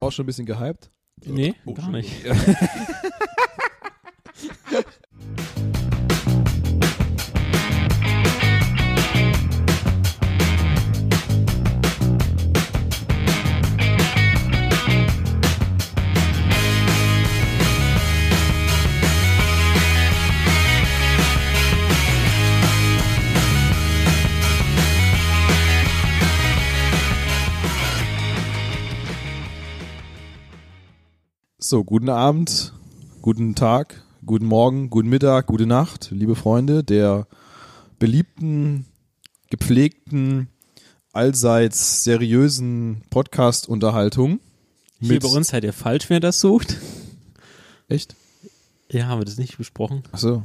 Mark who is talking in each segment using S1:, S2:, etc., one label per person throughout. S1: auch schon ein bisschen gehypt?
S2: Nee,
S1: Oh,
S2: gar nicht.
S1: So, guten Abend, guten Tag, guten Morgen, guten Mittag, gute Nacht, liebe Freunde der beliebten, gepflegten, allseits seriösen Podcast-Unterhaltung.
S2: Hier bei uns seid ihr falsch, wer das sucht.
S1: Echt?
S2: Ja, haben wir das nicht besprochen.
S1: Ach so.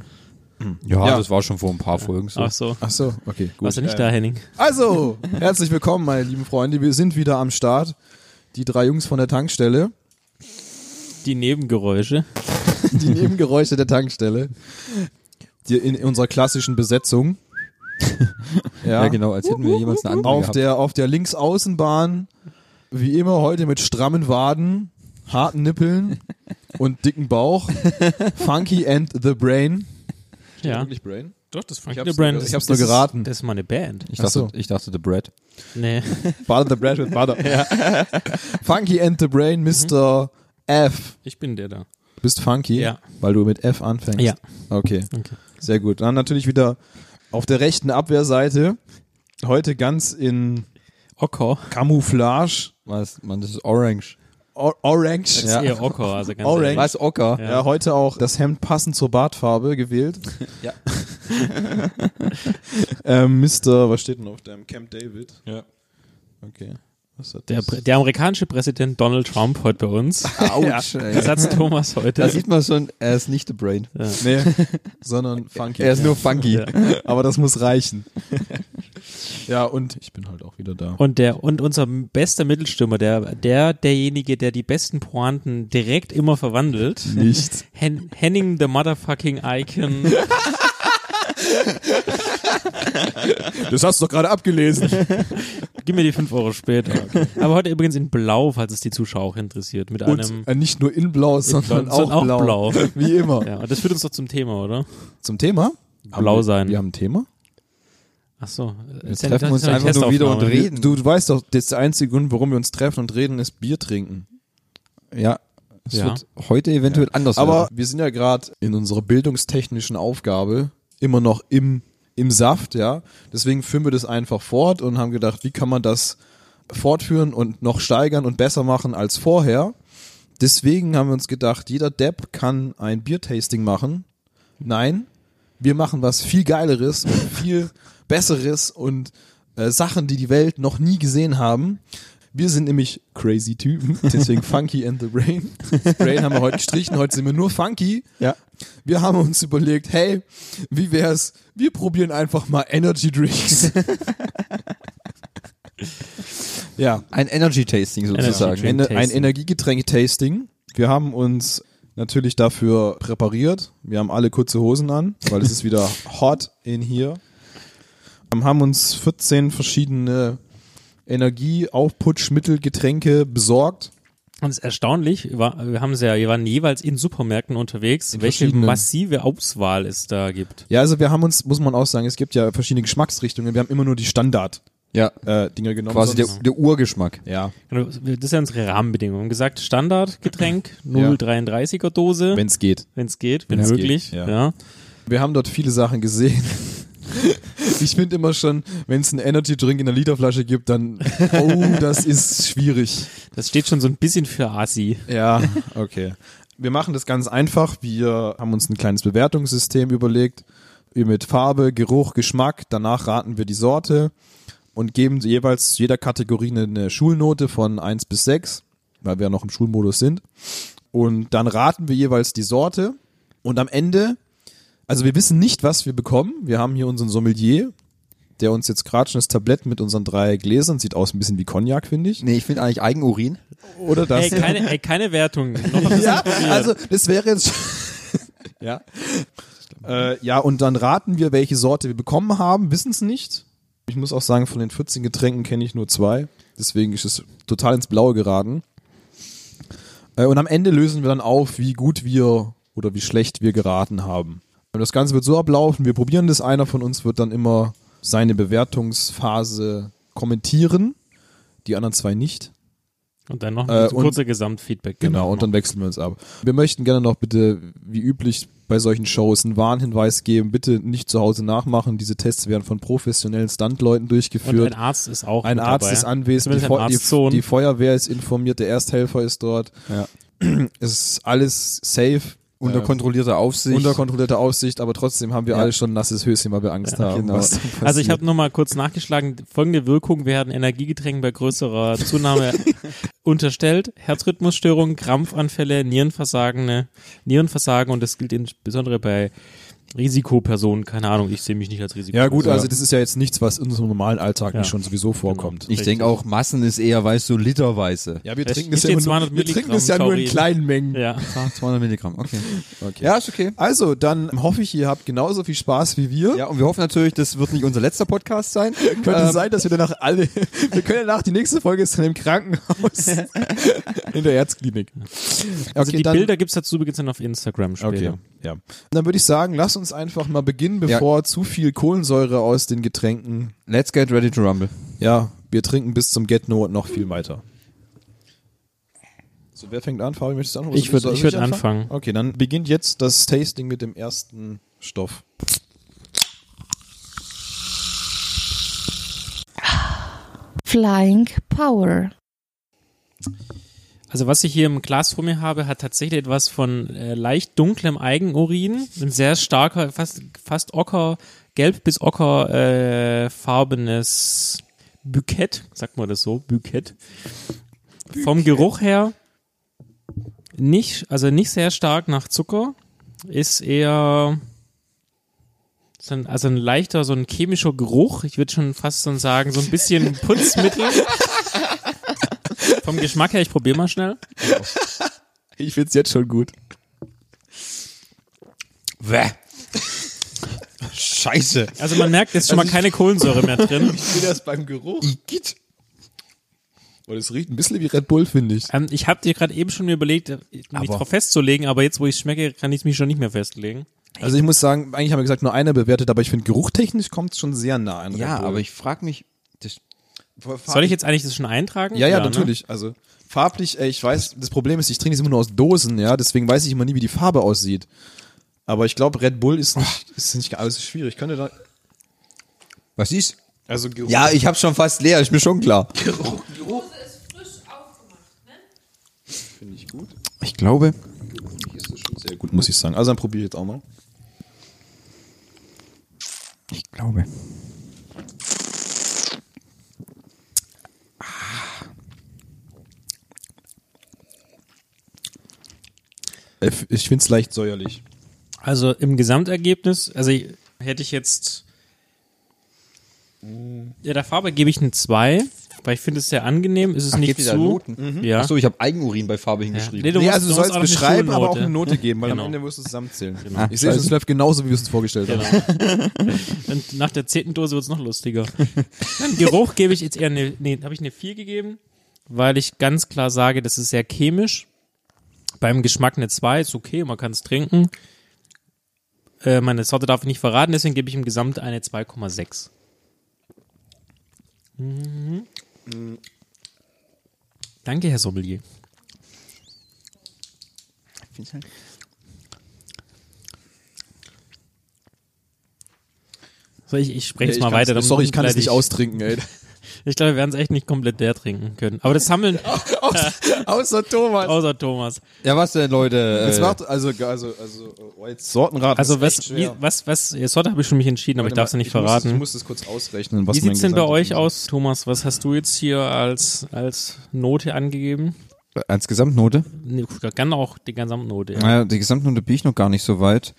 S1: Ja.
S3: Ja, das Hm. Also war schon vor ein paar Folgen so.
S2: Ach so. äh,
S1: Ach so, okay, gut.
S2: Warst du nicht da, Henning?
S1: Also, herzlich willkommen, meine lieben Freunde. Wir sind wieder am Start. Die drei Jungs von der Tankstelle.
S2: Die Nebengeräusche.
S1: Die Nebengeräusche der Tankstelle. Die in unserer klassischen Besetzung.
S3: Ja, genau, als hätten wir jemals eine andere
S1: Auf
S3: gehabt.
S1: der, auf der Linksaußenbahn, wie immer heute mit strammen Waden, harten Nippeln und dicken Bauch. Funky and the Brain.
S2: Ja.
S1: Brain?
S2: Doch, das
S1: Ich hab's nur geraten. Ich hab's nur geraten.
S2: Das ist meine Band.
S3: ich,
S1: Ach
S3: dachte,
S1: so.
S3: ich dachte, The Bread.
S2: Nee.
S1: Butter the Bread with Butter. Funky and the Brain,
S2: Mhm.
S1: Mr. F.
S2: Ich bin der da.
S1: Bist funky,
S2: Ja.
S1: weil du mit F anfängst.
S2: Ja.
S1: Okay.
S2: Okay.
S1: Sehr gut. Dann natürlich wieder auf der rechten Abwehrseite. Heute ganz in
S2: Ocker.
S1: Camouflage.
S3: Was, Mann, das ist Orange.
S1: Or Orange.
S2: Das
S3: Ja.
S2: ist eher Ocker, also ganz
S1: Orange.
S3: Was, Ocker?
S1: Ja. heute auch das Hemd passend zur Bartfarbe gewählt.
S3: Ja.
S1: ähm, Mr. Was steht denn auf deinem Camp David?
S3: Ja.
S1: Okay. Was hat
S2: Der,
S1: das?
S2: Prä- der amerikanische Präsident Donald Trump heute bei uns.
S3: Autsch, ey.
S2: Satz Thomas
S3: Da
S2: heute.
S3: sieht man schon, er ist nicht The Brain.
S1: Nee, sondern funky.
S3: Er ist nur funky.
S2: Ja.
S1: Aber das muss reichen. ja, und ich bin halt auch wieder da.
S2: Und der und unser bester Mittelstürmer, der der derjenige, der die besten Pointen direkt immer verwandelt.
S1: Nicht.
S2: Hen Henning the motherfucking Icon.
S1: Das hast du doch gerade abgelesen.
S2: Gib mir die 5 Euro später. Aber heute übrigens in Blau, falls es die Zuschauer auch interessiert. Mit einem.
S1: Und äh, nicht nur in blau, sondern
S2: sondern
S1: auch,
S2: auch
S1: blau.
S2: blau.
S1: Wie immer.
S2: Ja, und das führt uns doch zum Thema, oder?
S1: Zum Thema?
S2: Blau sein.
S1: Wir haben ein Thema?
S2: Ach so.
S3: Wir treffen uns einfach nur wieder und reden.
S1: Du, du weißt doch, das ist der einzige Grund, warum wir uns treffen und reden, ist Bier trinken.
S3: Ja. Es
S2: Ja.
S3: wird heute eventuell anders
S1: Aber
S3: werden.
S1: wir sind ja gerade in unserer bildungstechnischen Aufgabe immer noch im, im Saft, ja. Deswegen führen wir das einfach fort und haben gedacht, wie kann man das fortführen und noch steigern und besser machen als vorher. Deswegen haben wir uns gedacht, jeder Depp kann ein Biertasting machen. Nein, wir machen was viel Geileres und viel Besseres und äh, Sachen, die die Welt noch nie gesehen haben. Wir sind nämlich crazy Typen, deswegen Funky and the Brain. Das Brain haben wir heute gestrichen, heute sind wir nur Funky.
S3: Ja.
S1: Wir haben uns überlegt, hey, wie wär's, wir probieren einfach mal Energy Drinks. ja,
S3: Ein Energy Tasting
S2: Energy
S3: sozusagen.
S2: Drink.
S1: Ener- ein
S2: Tasting.
S1: Energiegetränk-Tasting. Wir haben uns natürlich dafür präpariert. Wir haben alle kurze Hosen an, weil es ist wieder hot in hier. Wir haben uns 14 verschiedene Energieaufputschmittel, Getränke besorgt.
S2: Und es ist erstaunlich, war, wir, haben ja, wir waren jeweils in Supermärkten unterwegs, welche
S1: verschiedenen.
S2: massive Auswahl es da gibt.
S1: Ja, also wir haben uns, muss man auch sagen, es gibt ja verschiedene Geschmacksrichtungen. Wir haben immer nur die Standard-Dinger
S3: Ja.
S1: genommen.
S3: Quasi der,
S1: sonst-
S3: der Urgeschmack.
S1: ja,
S2: Genau, Das sind ja unsere Rahmenbedingungen. Wir haben gesagt, Standardgetränk,
S1: Ja.
S2: 0,33er Dose,
S1: wenn es geht.
S2: wenn es geht, wenn
S1: wenn's geht,
S2: möglich.
S1: ja.
S2: ja.
S1: Wir haben dort viele Sachen gesehen. Ich finde immer schon, wenn es einen Energy Drink in einer Literflasche gibt, dann, oh, das ist schwierig.
S2: Das steht schon so ein bisschen für Assi.
S1: Ja, okay. Wir machen das ganz einfach. Wir haben uns ein kleines Bewertungssystem überlegt. Mit Farbe, Geruch, Geschmack. Danach raten wir die Sorte und geben jeweils jeder Kategorie eine- eine Schulnote von 1 bis 6, weil wir ja noch im Schulmodus sind. Und dann raten wir jeweils die Sorte. Und am Ende, also wir wissen nicht, was wir bekommen. Wir haben hier unseren Sommelier, der uns jetzt gerade schon das Tablett mit unseren drei Gläsern sieht aus, ein bisschen wie Cognac, finde ich.
S3: Nee, ich finde eigentlich Eigenurin.
S1: Oder das?
S2: Ey, keine, ey, keine Wertung. Noch ein
S1: ja,
S2: bisschen
S1: also das wäre jetzt. ja. Äh, ja, und dann raten wir, welche Sorte wir bekommen haben, wissen es nicht. Ich muss auch sagen, von den 14 Getränken kenne ich nur zwei. Deswegen ist es total ins Blaue geraten. Äh, und am Ende lösen wir dann auf, wie gut wir oder wie schlecht wir geraten haben. Und das Ganze wird so ablaufen, wir probieren das, einer von uns wird dann immer seine Bewertungsphase kommentieren, die anderen zwei nicht.
S2: Und dann noch
S1: Äh,
S2: ein
S1: und-
S2: kurzer Gesamtfeedback.
S1: Genau, und dann wechseln wir uns ab. Wir möchten gerne noch bitte, wie üblich bei solchen Shows, einen Warnhinweis geben. Bitte nicht zu Hause nachmachen. Diese Tests werden von professionellen Stuntleuten
S2: und
S1: durchgeführt.
S2: ein Arzt ist auch
S1: Ein
S2: mit
S1: Arzt
S2: dabei.
S1: ist anwesend, die,
S2: Zumindest ein
S1: Feu-
S2: Arztsohn.
S1: die, die Feuerwehr ist informiert, der Ersthelfer ist dort.
S3: Ja.
S1: Es ist alles safe,
S3: Unter kontrollierter Aufsicht.
S1: unter kontrollierter Aufsicht, aber trotzdem haben wir
S3: Ja.
S1: alle schon ein nasses Höschen, weil wir Angst haben.
S3: genau.
S1: Was-
S2: Also ich habe nochmal kurz nachgeschlagen, folgende Wirkung werden Energiegetränken bei größerer Zunahme unterstellt. Herzrhythmusstörungen, Krampfanfälle, Nierenversagene, Nierenversagen und das gilt insbesondere bei Risikopersonen. Keine Ahnung, ich sehe mich nicht als
S1: ja
S2: Risikoperson.
S1: gut, also das ist ja jetzt nichts, was in unserem normalen Alltag
S2: Ja.
S1: nicht schon sowieso vorkommt.
S3: ich denke auch, Massen ist eher, weißt du, literweise.
S1: Ja, wir
S2: Es
S1: trinken es ja
S2: steht
S1: immer nur,
S2: 200
S1: wir trinken es ja
S2: Milligramm
S1: nur in
S2: Taurin.
S1: kleinen Mengen.
S2: Ja.
S3: 200 Milligramm, okay.
S1: Okay.
S3: Ja, ist okay.
S1: Also, dann hoffe ich, ihr habt genauso viel Spaß wie wir.
S3: Ja, und wir hoffen natürlich, das wird nicht unser letzter Podcast sein.
S1: Könnte sein, dass wir danach alle, wir können danach, die nächste Folge ist dann im Krankenhaus. in der Erzklinik.
S2: Also
S1: Okay,
S2: die
S1: dann-
S2: Bilder gibt's dazu übrigens dann auf Instagram
S1: Okay,
S2: später.
S1: ja. Dann würde ich sagen, lass uns einfach mal beginnen, bevor zu viel Kohlensäure aus den Getränken,
S3: Let's get ready to rumble.
S1: ja, wir trinken bis zum Get No und noch viel weiter. So, wer fängt an? Fabi, möchtest du anfangen?
S2: Ich würd-
S1: Soll
S2: ich würd anfangen.
S1: Okay, dann beginnt jetzt das Tasting mit dem ersten Stoff.
S4: Flying Power.
S2: Also was ich hier im Glas vor mir habe, hat tatsächlich etwas von äh, leicht dunklem Eigenurin, ein sehr starker, fast, fast ocker, gelb bis ocker äh, farbenes Bukett, sagt man das so, Bukett. Vom Geruch her nicht, also nicht sehr stark nach Zucker, ist eher so ein, also ein leichter, so ein chemischer Geruch. Ich würde schon fast so sagen, so ein bisschen Putzmittel. Vom Geschmack her, ich probiere mal schnell.
S1: Ich find's jetzt schon gut.
S3: Bäh. Scheiße.
S2: Also man merkt, jetzt ist schon mal keine Kohlensäure mehr drin.
S1: Ich bin erst beim Geruch.
S3: Igitt.
S1: Und es riecht ein bisschen wie Red Bull, finde ich.
S2: Ähm, ich habe dir gerade eben schon mir überlegt, äh, mich
S1: Aber-
S2: drauf festzulegen, aber jetzt, wo ich schmecke, kann ich mich schon nicht mehr festlegen.
S1: Also ich muss sagen, eigentlich haben wir gesagt, nur einer bewertet, aber ich finde, geruchtechnisch kommt es schon sehr nah an Red
S3: Ja,
S1: Bull.
S3: aber ich frage mich, das
S2: Soll ich jetzt eigentlich das schon eintragen?
S1: Ja, ja,
S2: ne?
S1: natürlich. Also farblich, ey, ich weiß, das Problem ist, ich trinke es immer nur aus Dosen, ja, deswegen weiß ich immer nie, wie die Farbe aussieht. Aber ich glaube, Red Bull ist nicht, ist nicht, also ist schwierig. Könnte da,
S3: was ist?
S1: also Geruch,
S3: Ja, ich hab's schon fast leer, ist mir schon klar.
S1: finde ich gut.
S3: Ich glaube,
S1: Hier ist es schon sehr gut, muss ich sagen. Also dann probiere ich jetzt auch mal.
S3: ich glaube.
S1: Äh, Ich finde es leicht säuerlich.
S2: Also im Gesamtergebnis, also ich- hätte ich jetzt. Ja, der Farbe gebe ich eine 2, weil ich finde es sehr angenehm. Ist es nicht
S3: gebt ihr
S2: zu.
S3: da Noten?
S1: Mhm.
S2: Ja.
S3: Achso, ich habe Eigenurin bei Farbe hingeschrieben.
S2: Nee, du
S1: nee,
S2: musst-
S1: also du
S2: du musst
S1: sollst
S2: auch noch eine
S1: beschreiben, aber auch
S2: Schulnote.
S1: eine Note geben, weil
S2: Genau.
S1: am Ende musst du es zusammenzählen.
S2: Genau.
S1: Ich sehe schon, es läuft genauso, wie wir es uns vorgestellt haben.
S2: Und nach der zehnten Dose wird's noch lustiger. Dann Geruch gebe ich jetzt eher eine, nee, habe ich eine 4 gegeben, weil ich ganz klar sage, das ist sehr chemisch. Beim Geschmack eine 2, ist okay, man kann es trinken. Äh, meine Sorte darf ich nicht verraten, deswegen gebe ich im Gesamt eine 2,6. Mhm. Danke, Herr Sommelier.
S3: halt-
S2: So, ich, ich spreche
S1: Ey,
S2: es
S1: ich
S2: mal
S1: kann's-
S2: weiter. damit
S1: Sorry, ich kann es
S2: leite
S1: nicht austrinken, ey.
S2: Ich glaube, wir werden es echt nicht komplett leer trinken können. Aber das sammeln
S1: Außer Thomas.
S2: außer Thomas.
S3: Ja, was denn, Leute?
S1: Jetzt
S3: Äh,
S1: macht, also, also, also, oh, jetzt Sortenrat.
S2: Also
S1: ist echt
S2: was,
S1: schwer.
S2: wie, was, was, jetzt heute habe ich schon mich entschieden, aber ich darf es nicht
S1: ich
S2: verraten.
S1: Muss, ich muss das kurz ausrechnen. Was
S2: wie sieht's
S1: mein
S2: denn bei
S1: gesamter
S2: euch
S1: Konsum-
S2: aus, Thomas? Was hast du jetzt hier als, als Note angegeben?
S3: Äh, als Gesamtnote?
S2: Nee, kann auch die Gesamtnote. Ja.
S3: Naja, die Gesamtnote bin ich noch gar nicht so weit.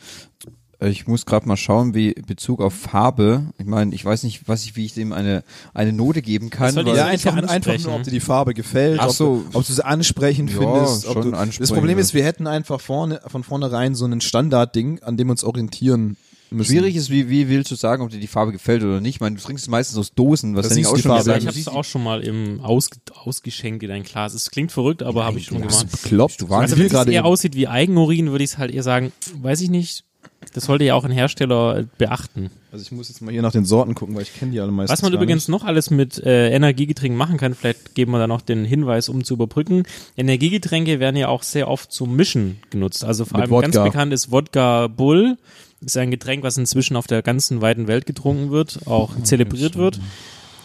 S3: Äh, Ich muss gerade mal schauen, wie Bezug auf Farbe. Ich meine, ich weiß nicht, was ich, wie ich dem eine eine Note geben kann.
S2: soll die
S3: weil-
S1: Ja,
S2: sein?
S1: Also, einfach,
S2: Leute
S1: einfach
S2: ansprechen.
S1: nur, ob dir die Farbe gefällt,
S3: Ach
S1: ob
S3: so.
S1: du, ob du sie ansprechend
S3: Ja,
S1: findest. Ob
S3: schon
S1: du, das
S3: ansprechend.
S1: Problem ist, wir hätten einfach vorne, von vornherein so ein Standardding, an dem wir uns orientieren müssen.
S3: Schwierig ist, wie, wie willst du sagen, ob dir die Farbe gefällt oder nicht? Ich meine, du trinkst es meistens aus Dosen, was
S1: Da
S3: dann
S1: siehst
S3: auch
S1: du die
S3: schon
S1: Farbe.
S3: gesagt
S2: Ich
S1: du
S2: habe es
S1: siehst
S2: auch schon mal im Aus, ausgeschenkt in ein Glas. Es klingt verrückt, aber habe ich schon gemacht.
S1: Bekloppt.
S3: Du warst
S1: waren
S2: Also
S1: wir
S2: wenn es
S1: gerade
S2: eher
S1: eben-
S2: aussieht wie Eigenurin, würde ich es halt eher sagen, weiß ich nicht. Das sollte ja auch ein Hersteller äh, beachten.
S1: Also ich muss jetzt mal hier nach den Sorten gucken, weil ich kenne die alle meistens
S2: Was man
S1: gar
S2: übrigens noch alles mit äh, Energiegetränken machen kann, vielleicht geben wir da noch den Hinweis, um zu überbrücken. Energiegetränke werden ja auch sehr oft zum Mischen genutzt. Also vor
S1: Mit
S2: allem ganz
S1: Wodka.
S2: bekannt ist Wodka Bull. Ist ein Getränk, was inzwischen auf der ganzen weiten Welt getrunken wird, auch zelebriert wird.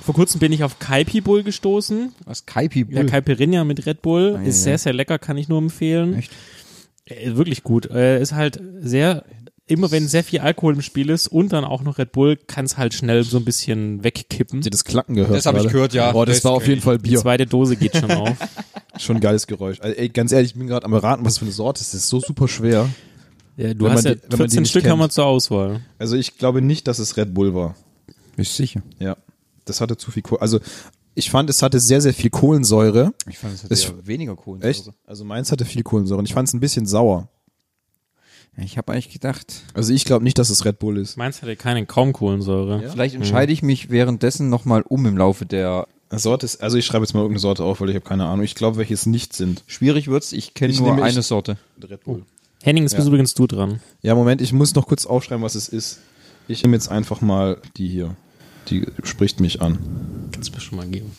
S2: Vor kurzem bin ich auf Kaipi Bull gestoßen.
S3: Was Kaipi
S2: Der Caipirinha mit Red Bull
S3: Ah, ja,
S2: ist
S3: ja.
S2: sehr, sehr lecker, kann ich nur empfehlen.
S3: Echt?
S2: Äh, Wirklich gut. Äh, Ist halt sehr, immer wenn sehr viel Alkohol im Spiel ist und dann auch noch Red Bull, kann es halt schnell so ein bisschen wegkippen.
S1: Habt ihr das Klacken gehört?
S3: Das hab ich
S1: gerade?
S3: gehört, ja.
S1: Boah, das,
S3: Das
S1: war
S3: kenn
S1: auf jeden
S3: ich.
S1: Fall
S2: Die
S1: Bier.
S2: zweite Dose geht schon auf.
S1: Schon ein geiles Geräusch. Also, ey, ganz ehrlich, ich bin gerade am Raten, was für eine Sorte ist. Das ist so super schwer.
S2: Äh, Du
S1: Wenn
S2: hast
S1: man
S2: ja
S1: die- wenn man die
S2: 14
S1: nicht
S2: Stück haben wir
S1: kennt.
S2: zur Auswahl.
S1: Also ich glaube nicht, dass es Red Bull war.
S3: Ist sicher.
S1: Ja. Das hatte zu viel Kohl. Also ich fand, es hatte sehr, sehr viel Kohlensäure.
S3: Ich fand, es hat
S1: Ist-
S3: eher weniger Kohlen.
S1: Echt? Also meins hatte viel Kohlensäure und ich fand es ein bisschen sauer.
S3: Ich habe eigentlich gedacht,
S1: Also ich glaube nicht, dass es Red Bull ist.
S2: Meins hatte keine, kaum Kohlensäure.
S3: vielleicht entscheide ich mich währenddessen nochmal um im Laufe der.
S1: Sorte ist, also ich schreibe jetzt mal irgendeine Sorte auf, weil ich habe keine Ahnung. Ich glaube, welche es nicht sind.
S3: Schwierig wird's, ich kenne
S1: Ich
S3: nur
S1: nehme-
S3: eine
S1: ich-
S3: Sorte.
S1: Red Bull.
S2: Henning, jetzt bist übrigens du dran.
S1: Ja, Moment, ich muss noch kurz aufschreiben, was es ist. Ich nehme jetzt einfach mal die hier. Die spricht mich an.
S2: Kannst mir schon mal geben.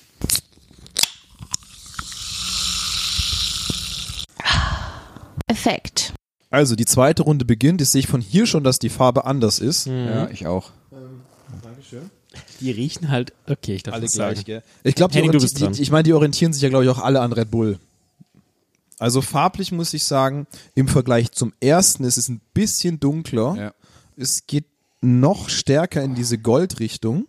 S4: Effekt.
S1: Also die zweite Runde beginnt. Jetzt sehe ich von hier schon, dass die Farbe anders ist.
S3: Ja, ich auch.
S1: Dankeschön.
S2: Die riechen halt, okay, ich darf
S1: Alle
S2: das
S1: gleich,
S2: sagen.
S1: gell? Ich glaube, die,
S2: Henning, du
S1: orienti-
S2: bist dran.
S1: die, ich meine, die orientieren sich ja, glaube ich, auch alle an Red Bull. Also farblich muss ich sagen, im Vergleich zum ersten ist es ein bisschen dunkler.
S3: Ja.
S1: Es geht noch stärker in diese Goldrichtung.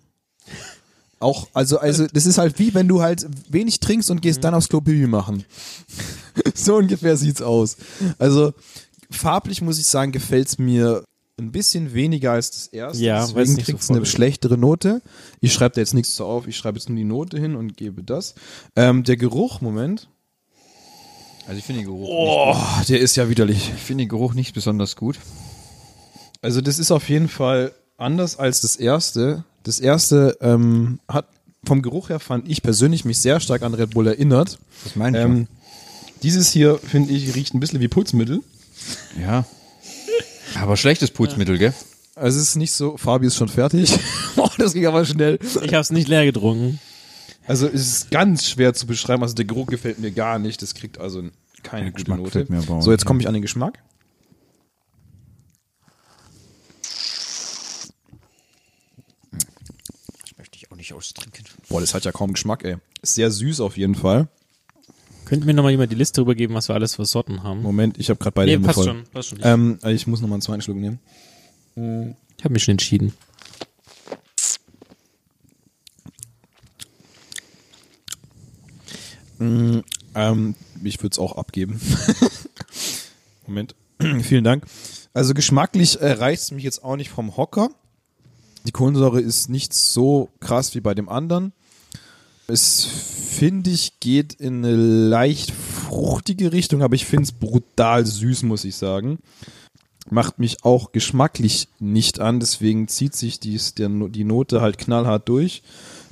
S1: Auch, also, also, das ist halt wie wenn du halt wenig trinkst und
S2: Mhm.
S1: gehst dann aufs Klo Pipi machen. so ungefähr sieht's aus. Also, farblich muss ich sagen, gefällt's mir ein bisschen weniger als das erste.
S2: Ja, weil es
S1: Deswegen
S2: nicht
S1: kriegt's
S2: so voll
S1: eine
S2: ist.
S1: schlechtere Note. Ich schreibe da jetzt nichts zu auf, ich schreibe jetzt nur die Note hin und gebe das. Ähm, der Geruch, Moment.
S3: Also ich finde den Geruch.
S1: Boah, der ist ja widerlich.
S3: Nicht, ich finde den Geruch nicht besonders gut.
S1: Also das ist auf jeden Fall anders als das erste. Das erste ähm, hat vom Geruch her fand ich persönlich mich sehr stark an Red Bull erinnert.
S3: Das meine ich.
S1: Ähm, dieses hier finde ich riecht ein bisschen wie Putzmittel.
S3: schon. ja. Aber schlechtes Putzmittel, gell?
S1: Also es ist nicht so. Fabi ist schon fertig. Boah, das ging aber schnell.
S2: Ich hab's nicht leer getrunken.
S1: Also es ist ganz schwer zu beschreiben. Also der Geruch gefällt mir gar nicht. Das kriegt also keine gute
S3: Der Geschmack
S1: Note.
S3: gefällt mir aber auch
S1: so jetzt
S3: nicht.
S1: komme ich an den Geschmack.
S3: Möchte ich auch nicht austrinken.
S1: Boah, das hat ja kaum Geschmack, ey. Ist sehr süß auf jeden Fall.
S2: Könnten mir nochmal jemand die Liste rübergeben, was wir alles für Sorten haben?
S1: Moment, ich habe gerade beide
S2: Nee,
S1: Hände
S2: passt
S1: voll.
S2: schon, passt schon. Ich-
S1: Ähm, ich muss nochmal einen zweiten Schluck nehmen.
S2: Ich habe mich schon entschieden.
S1: Ähm, ich würde es auch abgeben. Moment. Vielen Dank. Also geschmacklich äh, reißt es mich jetzt auch nicht vom Hocker. Die Kohlensäure ist nicht so krass wie bei dem anderen. Es, finde ich, geht in eine leicht fruchtige Richtung, aber ich finde es brutal süß, muss ich sagen. Macht mich auch geschmacklich nicht an, deswegen zieht sich dies, der, No- die Note halt knallhart durch.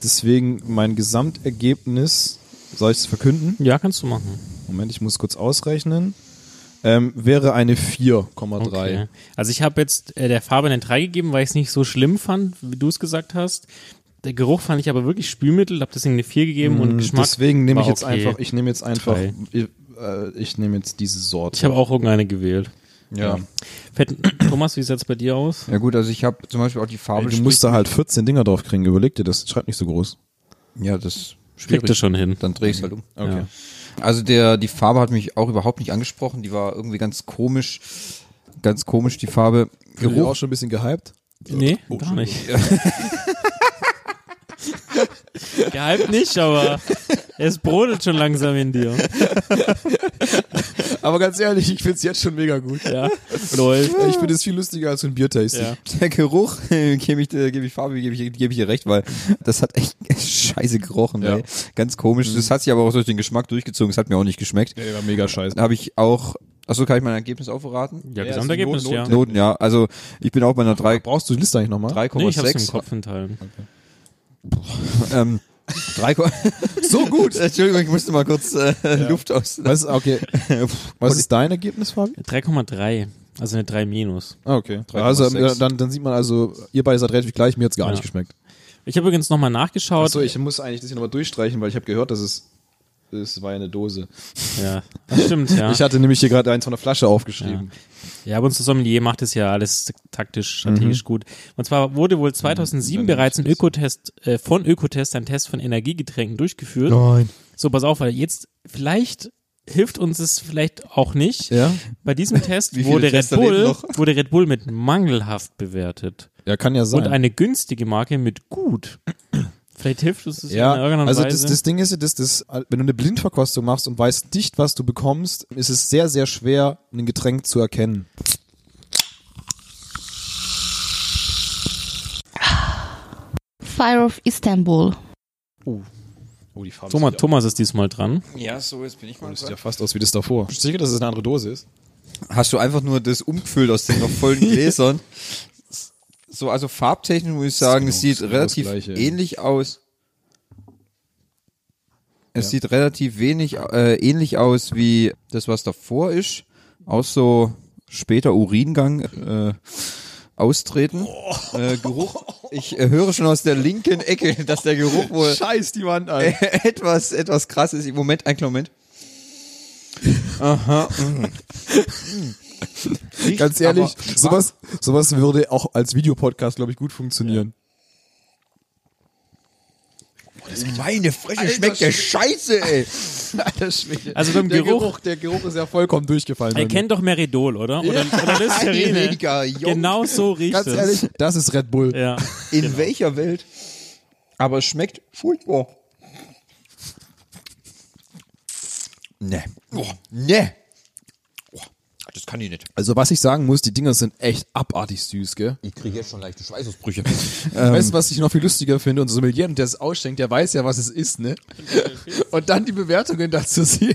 S1: Deswegen mein Gesamtergebnis, soll ich es verkünden?
S2: Ja, kannst du machen.
S1: Moment, ich muss kurz ausrechnen. Ähm, wäre eine 4,3.
S2: Okay. Also ich habe jetzt äh, der Farbe eine 3 gegeben, weil ich es nicht so schlimm fand, wie du es gesagt hast. Der Geruch fand ich aber wirklich Spülmittel, habe deswegen eine 4 gegeben und Geschmack.
S1: Mm, Deswegen nehme
S2: war
S1: ich jetzt
S2: okay.
S1: einfach, ich nehme jetzt einfach,
S2: Drei.
S1: ich, äh, ich nehme jetzt diese Sorte.
S2: Ich habe auch irgendeine gewählt.
S3: Ja.
S1: Ja.
S2: Fett, Thomas, wie sieht's bei dir aus?
S3: Ja gut, also ich habe zum Beispiel auch die Farbe.
S1: du musst da halt 14 Dinger drauf kriegen, überleg dir das, schreib nicht so groß.
S3: ja, das ist
S2: Kriegt
S3: schwierig.
S2: er schon hin.
S3: Dann dreh ich's halt um.
S1: Okay.
S3: Also der, die Farbe hat mich auch überhaupt nicht angesprochen. Die war irgendwie ganz komisch. Ganz komisch, die Farbe.
S1: Geruch
S3: Geruch.
S1: auch schon ein bisschen gehypt.
S2: Nee, gar Oh, nicht. Gehypt nicht, aber es brodelt schon langsam in dir.
S1: Aber ganz ehrlich, ich finde es jetzt schon mega gut.
S2: Ja, läuft.
S1: Ich finde es viel lustiger als so ein Biertasting.
S2: Ja.
S3: Der Geruch, äh, gebe ich, dir- gebe ich Farbe, gebe ich, gebe ich ihr recht, weil das hat echt scheiße gerochen.
S1: Ja. Mhm.
S3: Ey. Ganz komisch. Das hat sich aber auch durch den Geschmack durchgezogen. Das hat mir auch nicht geschmeckt.
S1: Der war mega scheiße.
S3: Habe ich auch, Achso, kann ich mein Ergebnis auch verraten?
S2: Ja,
S1: Ja,
S2: Gesamtergebnis,
S1: also Not-
S2: ja.
S1: Not-
S3: Noten, ja. Also ich bin auch bei einer drei-
S1: Brauchst du die Liste eigentlich nochmal?
S3: 3,6.
S2: Nee, ich hab's im Kopf enthalten.
S3: Ähm, 3, so gut. Entschuldigung, ich musste mal kurz äh, Luft aus.
S1: Was, okay. Was ist dein Ergebnis, Fabi?
S2: 3,3. Also eine 3 minus.
S1: Ah, okay.
S3: 3,6.
S1: Also äh, dann, dann sieht man also, ihr beide seid relativ gleich, mir hat's gar
S2: Ja.
S1: nicht geschmeckt.
S2: Ich habe übrigens nochmal nachgeschaut.
S1: Achso, ich muss eigentlich das hier nochmal durchstreichen, weil ich habe gehört, dass es, es war ja eine Dose.
S2: ja, das stimmt, ja.
S1: Ich hatte nämlich hier gerade eins von der Flasche aufgeschrieben.
S2: Ja, aber unser Sommelier macht es ja alles taktisch,
S1: Mhm.
S2: strategisch gut. Und zwar wurde wohl 2007 bereits ein Ökotest, äh, von Ökotest ein Test von Energiegetränken durchgeführt.
S1: Nein.
S2: So, pass auf, weil jetzt vielleicht hilft uns es vielleicht auch nicht.
S1: Ja?
S2: Bei diesem Test
S3: Wie viele
S2: wurde Red,
S3: Tester leben
S2: Bull,
S3: noch?
S2: wurde Red Bull mit mangelhaft bewertet
S1: Ja, kann ja sein.
S2: und eine günstige Marke mit gut. Vielleicht hilft uns das
S1: ja,
S2: in irgendeiner
S1: also das,
S2: Weise.
S1: das Ding ist ja, dass das, wenn du eine Blindverkostung machst und weißt nicht, was du bekommst, ist es sehr, sehr schwer, ein Getränk zu erkennen.
S4: Fire of Istanbul.
S1: Oh, die Farbe
S2: Thomas, Thomas ist diesmal dran.
S3: Ja, so jetzt bin ich mal.
S1: sieht ja fast aus wie das davor. Bist du sicher, dass es eine andere Dose ist?
S3: Hast du einfach nur das umgefüllt aus den noch vollen Gläsern? so, also farbtechnisch muss ich sagen,
S1: genau-
S3: es sieht
S1: ist genau das
S3: relativ
S1: Gleiche, ja.
S3: ähnlich aus. Es sieht relativ wenig äh, ähnlich aus wie das, was davor ist. Auch so später Uringang äh, austreten. Äh, Geruch. Ich äh, höre schon aus der linken Ecke, dass der Geruch wohl
S1: Scheiß die Wand, Alter.
S3: etwas, etwas krass ist. Moment, einen kleinen Moment. Aha. mm. Mm. Riecht
S1: Ganz ehrlich,
S3: aber-
S1: sowas, sowas würde auch als Videopodcast, glaube ich, gut funktionieren.
S3: Meine Fresse, schmeckt der Scheiße, ey.
S2: Also beim
S1: der
S2: Geruch.
S1: Der Geruch ist ja vollkommen durchgefallen.
S2: Ihr kennt doch Meridol, oder? Oder, oder Listerine.
S3: Heiliger Jung.
S2: Genau so riecht
S1: Ganz
S2: es.
S1: ehrlich, das ist Red Bull.
S2: Ja.
S3: In welcher Welt? Aber es schmeckt furchtbar. Nee. Oh, nee. Oh, das kann ich nicht.
S1: Also was ich sagen muss, die Dinger sind echt abartig süß, gell? Ähm.
S3: Ich kriege jetzt schon leichte Schweißausbrüche.
S1: weißt du, was ich noch viel lustiger finde? Unser Sommelier, der es ausschenkt, der weiß ja, was es ist, ne? Und dann die Bewertungen dazu sehen.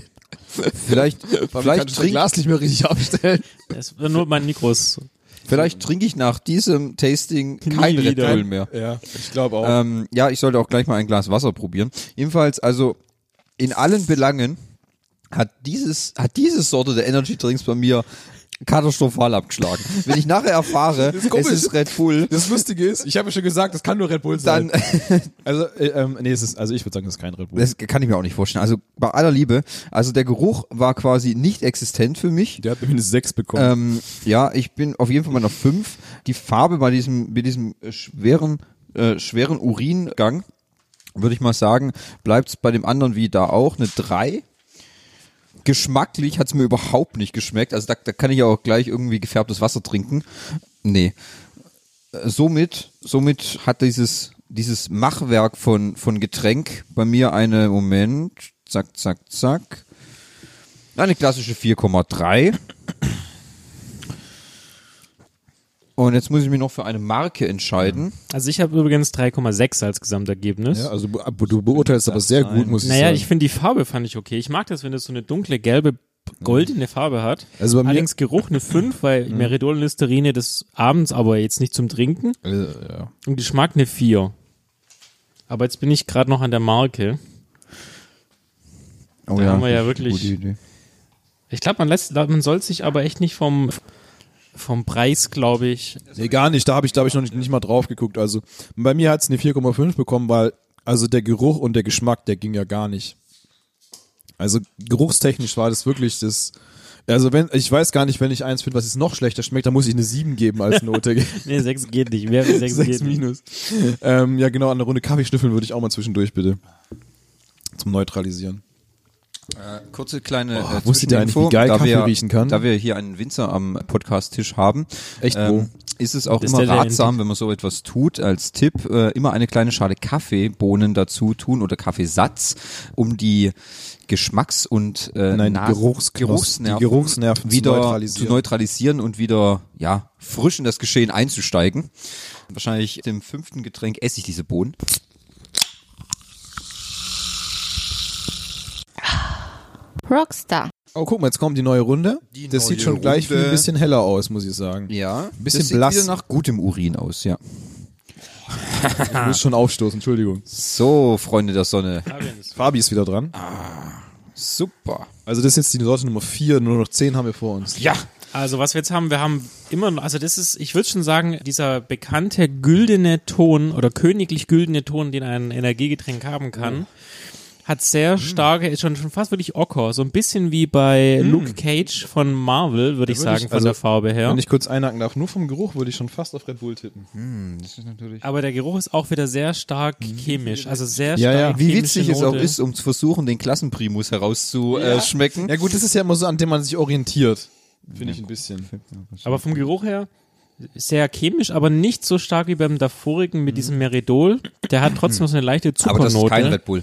S3: vielleicht vielleicht
S1: das
S3: trinke
S1: Glas nicht mehr richtig abstellen.
S2: Es, nur mein Mikro ist
S3: vielleicht trink ich nach diesem Tasting kein
S2: Nie
S3: Red
S2: wieder.
S3: Bull mehr.
S1: Ja, ich glaube auch.
S3: Ähm, ja, ich sollte auch gleich mal ein Glas Wasser probieren. Jedenfalls, also in allen Belangen hat dieses, hat diese Sorte der Energy Drinks bei mir katastrophal abgeschlagen. Wenn ich nachher erfahre,
S1: ist komisch.
S3: es ist Red Bull,
S1: das Lustige ist, ich habe ja schon gesagt, das kann nur Red Bull
S3: dann,
S1: Also, äh, ähm, nee, es ist, also ich würde sagen, das ist kein Red Bull.
S3: das kann ich mir auch nicht vorstellen. Also bei aller Liebe, also der Geruch war quasi nicht existent für mich.
S1: der hat mindestens sechs bekommen.
S3: Ähm, ja, ich bin auf jeden Fall bei einer 5. Die Farbe bei diesem, bei diesem äh, schweren, äh, schweren Uringang, würde ich mal sagen, bleibt es bei dem anderen wie da auch eine 3. Geschmacklich hat es mir überhaupt nicht geschmeckt. Also da, da kann ich ja auch gleich irgendwie gefärbtes Wasser trinken. Nee. Äh, Somit, somit hat dieses, dieses Machwerk von, von Getränk bei mir eine, Moment, zack, zack, zack. Eine klassische 4,3. Und jetzt muss ich mich noch für eine Marke entscheiden.
S2: Also ich habe übrigens 3,6 als Gesamtergebnis.
S1: ja, also be- du beurteilst aber sehr gut, muss ich
S2: naja,
S1: sagen.
S2: ich finde die Farbe fand ich okay. Ich mag das, wenn das so eine dunkle, gelbe, goldene Farbe hat.
S1: Also bei mir- Mhm.
S2: Allerdings Geruch eine 5, weil Meridol und Listerine des Abends, aber jetzt nicht zum Trinken.
S1: Äh, ja.
S2: Und Geschmack eine 4. Aber jetzt bin ich gerade noch an der Marke.
S3: Oh
S2: Da haben wir Oh ja wirklich-
S3: Gute Idee.
S2: Ich glaube, man, lässt- man soll sich aber echt nicht vom, vom Preis, glaube ich,
S1: Nee, gar nicht. Da habe ich, da hab ich noch nicht, nicht mal drauf geguckt. Also bei mir hat es eine 4,5 bekommen, weil also der Geruch und der Geschmack, der ging ja gar nicht. Also geruchstechnisch war das wirklich das. Also wenn ich weiß gar nicht, wenn ich eins finde, was jetzt noch schlechter schmeckt, dann muss ich eine 7 geben als Note.
S2: Nee, 6 geht nicht. Mehr als 6,
S1: 6
S2: geht nicht.
S1: minus. Ähm, ja, genau, an der Runde Kaffee schnüffeln würde ich auch mal zwischendurch, bitte. Zum Neutralisieren.
S3: Äh, Kurze kleine äh,
S1: Oh, wusstet ihr eigentlich, wie
S3: Zwischeninfo,
S1: geil
S3: da
S1: Kaffee
S3: wir,
S1: riechen kann?
S3: Da wir hier einen Winzer am Podcast-Tisch haben,
S1: Echt, wo?
S3: ähm, ist es auch
S2: Ist
S3: immer
S2: der der
S3: ratsam, wenn man so etwas tut, als Tipp, äh, immer eine kleine Schale Kaffeebohnen dazu tun oder Kaffeesatz, um die Geschmacks- und äh,
S1: Nein, die
S3: Nas-
S1: Geruchsknospen,
S3: Geruchsnerven,
S1: die Geruchsnerven zu
S3: wieder
S1: neutralisieren.
S3: zu neutralisieren und wieder ja frisch in das Geschehen einzusteigen. Wahrscheinlich dem fünften Getränk esse ich diese Bohnen.
S4: Rockstar.
S1: Oh, guck mal, jetzt kommt die neue Runde.
S3: Die
S1: das
S3: neue
S1: sieht schon gleich
S3: Runde.
S1: ein bisschen heller aus, muss ich sagen.
S3: Ja.
S1: Ein bisschen
S3: das sieht
S1: blass.
S3: wieder nach gutem Urin aus, ja.
S1: Ich muss schon aufstoßen, Entschuldigung.
S3: So, Freunde der Sonne.
S1: Fabi ist wieder dran.
S3: Super.
S1: Also das ist jetzt die Sorte Nummer 4, nur noch 10 haben wir vor uns.
S3: Ja.
S2: Also was wir jetzt haben, wir haben immer, noch- also das ist, ich würde schon sagen, dieser bekannte güldene Ton oder königlich güldene Ton, den ein Energiegetränk haben kann,
S3: Oh.
S2: hat
S3: Hm.
S2: sehr starke, ist schon, schon fast wirklich Ocker, so ein bisschen wie bei
S3: Hm.
S2: Luke Cage von Marvel, würde ich
S1: würde ich-
S2: sagen, von
S1: also,
S2: der Farbe her.
S1: Wenn ich kurz einhaken darf, nur vom Geruch würde ich schon fast auf Red Bull tippen.
S2: Hm?
S3: Das ist natürlich.
S2: Aber der Geruch ist auch wieder sehr stark chemisch, also sehr
S1: Ja,
S2: stark
S1: ja.
S3: Hm. Wie
S2: chemische
S3: witzig es auch
S2: Note.
S3: ist, um zu versuchen, den Klassenprimus herauszuschmecken.
S1: Ja gut, das ist ja immer so, an dem man sich orientiert. Finde ich ein bisschen.
S2: Aber vom Geruch her sehr chemisch, aber nicht so stark wie beim davorigen mit diesem Meridol. Der hat trotzdem so eine leichte Zuckernote.
S3: Hm. aber das ist kein
S2: ne?
S3: Red Bull.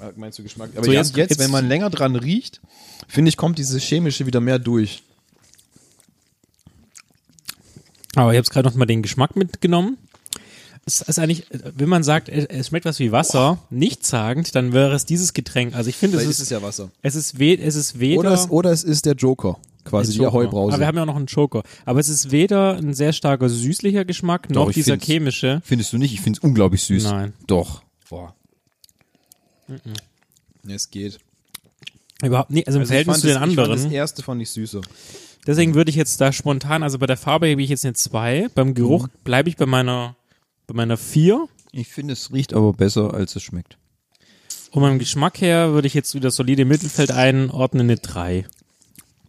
S1: Ah, Meinst du Geschmack? Aber
S2: So,
S1: ja,
S2: jetzt-
S1: jetzt,
S2: jetzt-
S1: wenn man länger dran riecht, finde ich, kommt dieses Chemische wieder mehr durch.
S2: Aber ich habe gerade noch mal den Geschmack mitgenommen. Es ist eigentlich, äh, wenn man sagt, äh, es schmeckt was wie Wasser, nicht sagend, dann wäre es dieses Getränk. Also ich finde, es
S1: Vielleicht
S2: ist,
S1: ist es ja Wasser.
S2: es ist, we, es ist weder
S1: Oder es, oder es ist der Joker,
S2: ein
S1: quasi die
S2: Joker.
S1: Ahoi-Brause.
S2: Aber wir haben ja auch noch einen Joker. Aber es ist weder ein sehr starker süßlicher Geschmack noch
S3: ich
S2: dieser
S3: find's-
S2: chemische.
S3: Findest du nicht? Ich finde es unglaublich süß.
S2: Nein.
S3: Doch. Boah.
S1: Ja, es geht.
S2: Überhaupt nicht. Also im
S1: ich
S2: Verhältnis
S1: fand
S2: zu den
S1: das, ich fand
S2: anderen.
S1: Das erste fand ich süßer.
S2: Deswegen würde ich jetzt da spontan, also bei der Farbe gebe ich jetzt eine 2, beim
S1: Mhm.
S2: Geruch bleibe ich bei meiner, bei meiner 4
S3: Ich finde, es riecht aber besser, als es schmeckt.
S2: und beim Geschmack her würde ich jetzt wieder solide Mittelfeld einordnen, eine 3.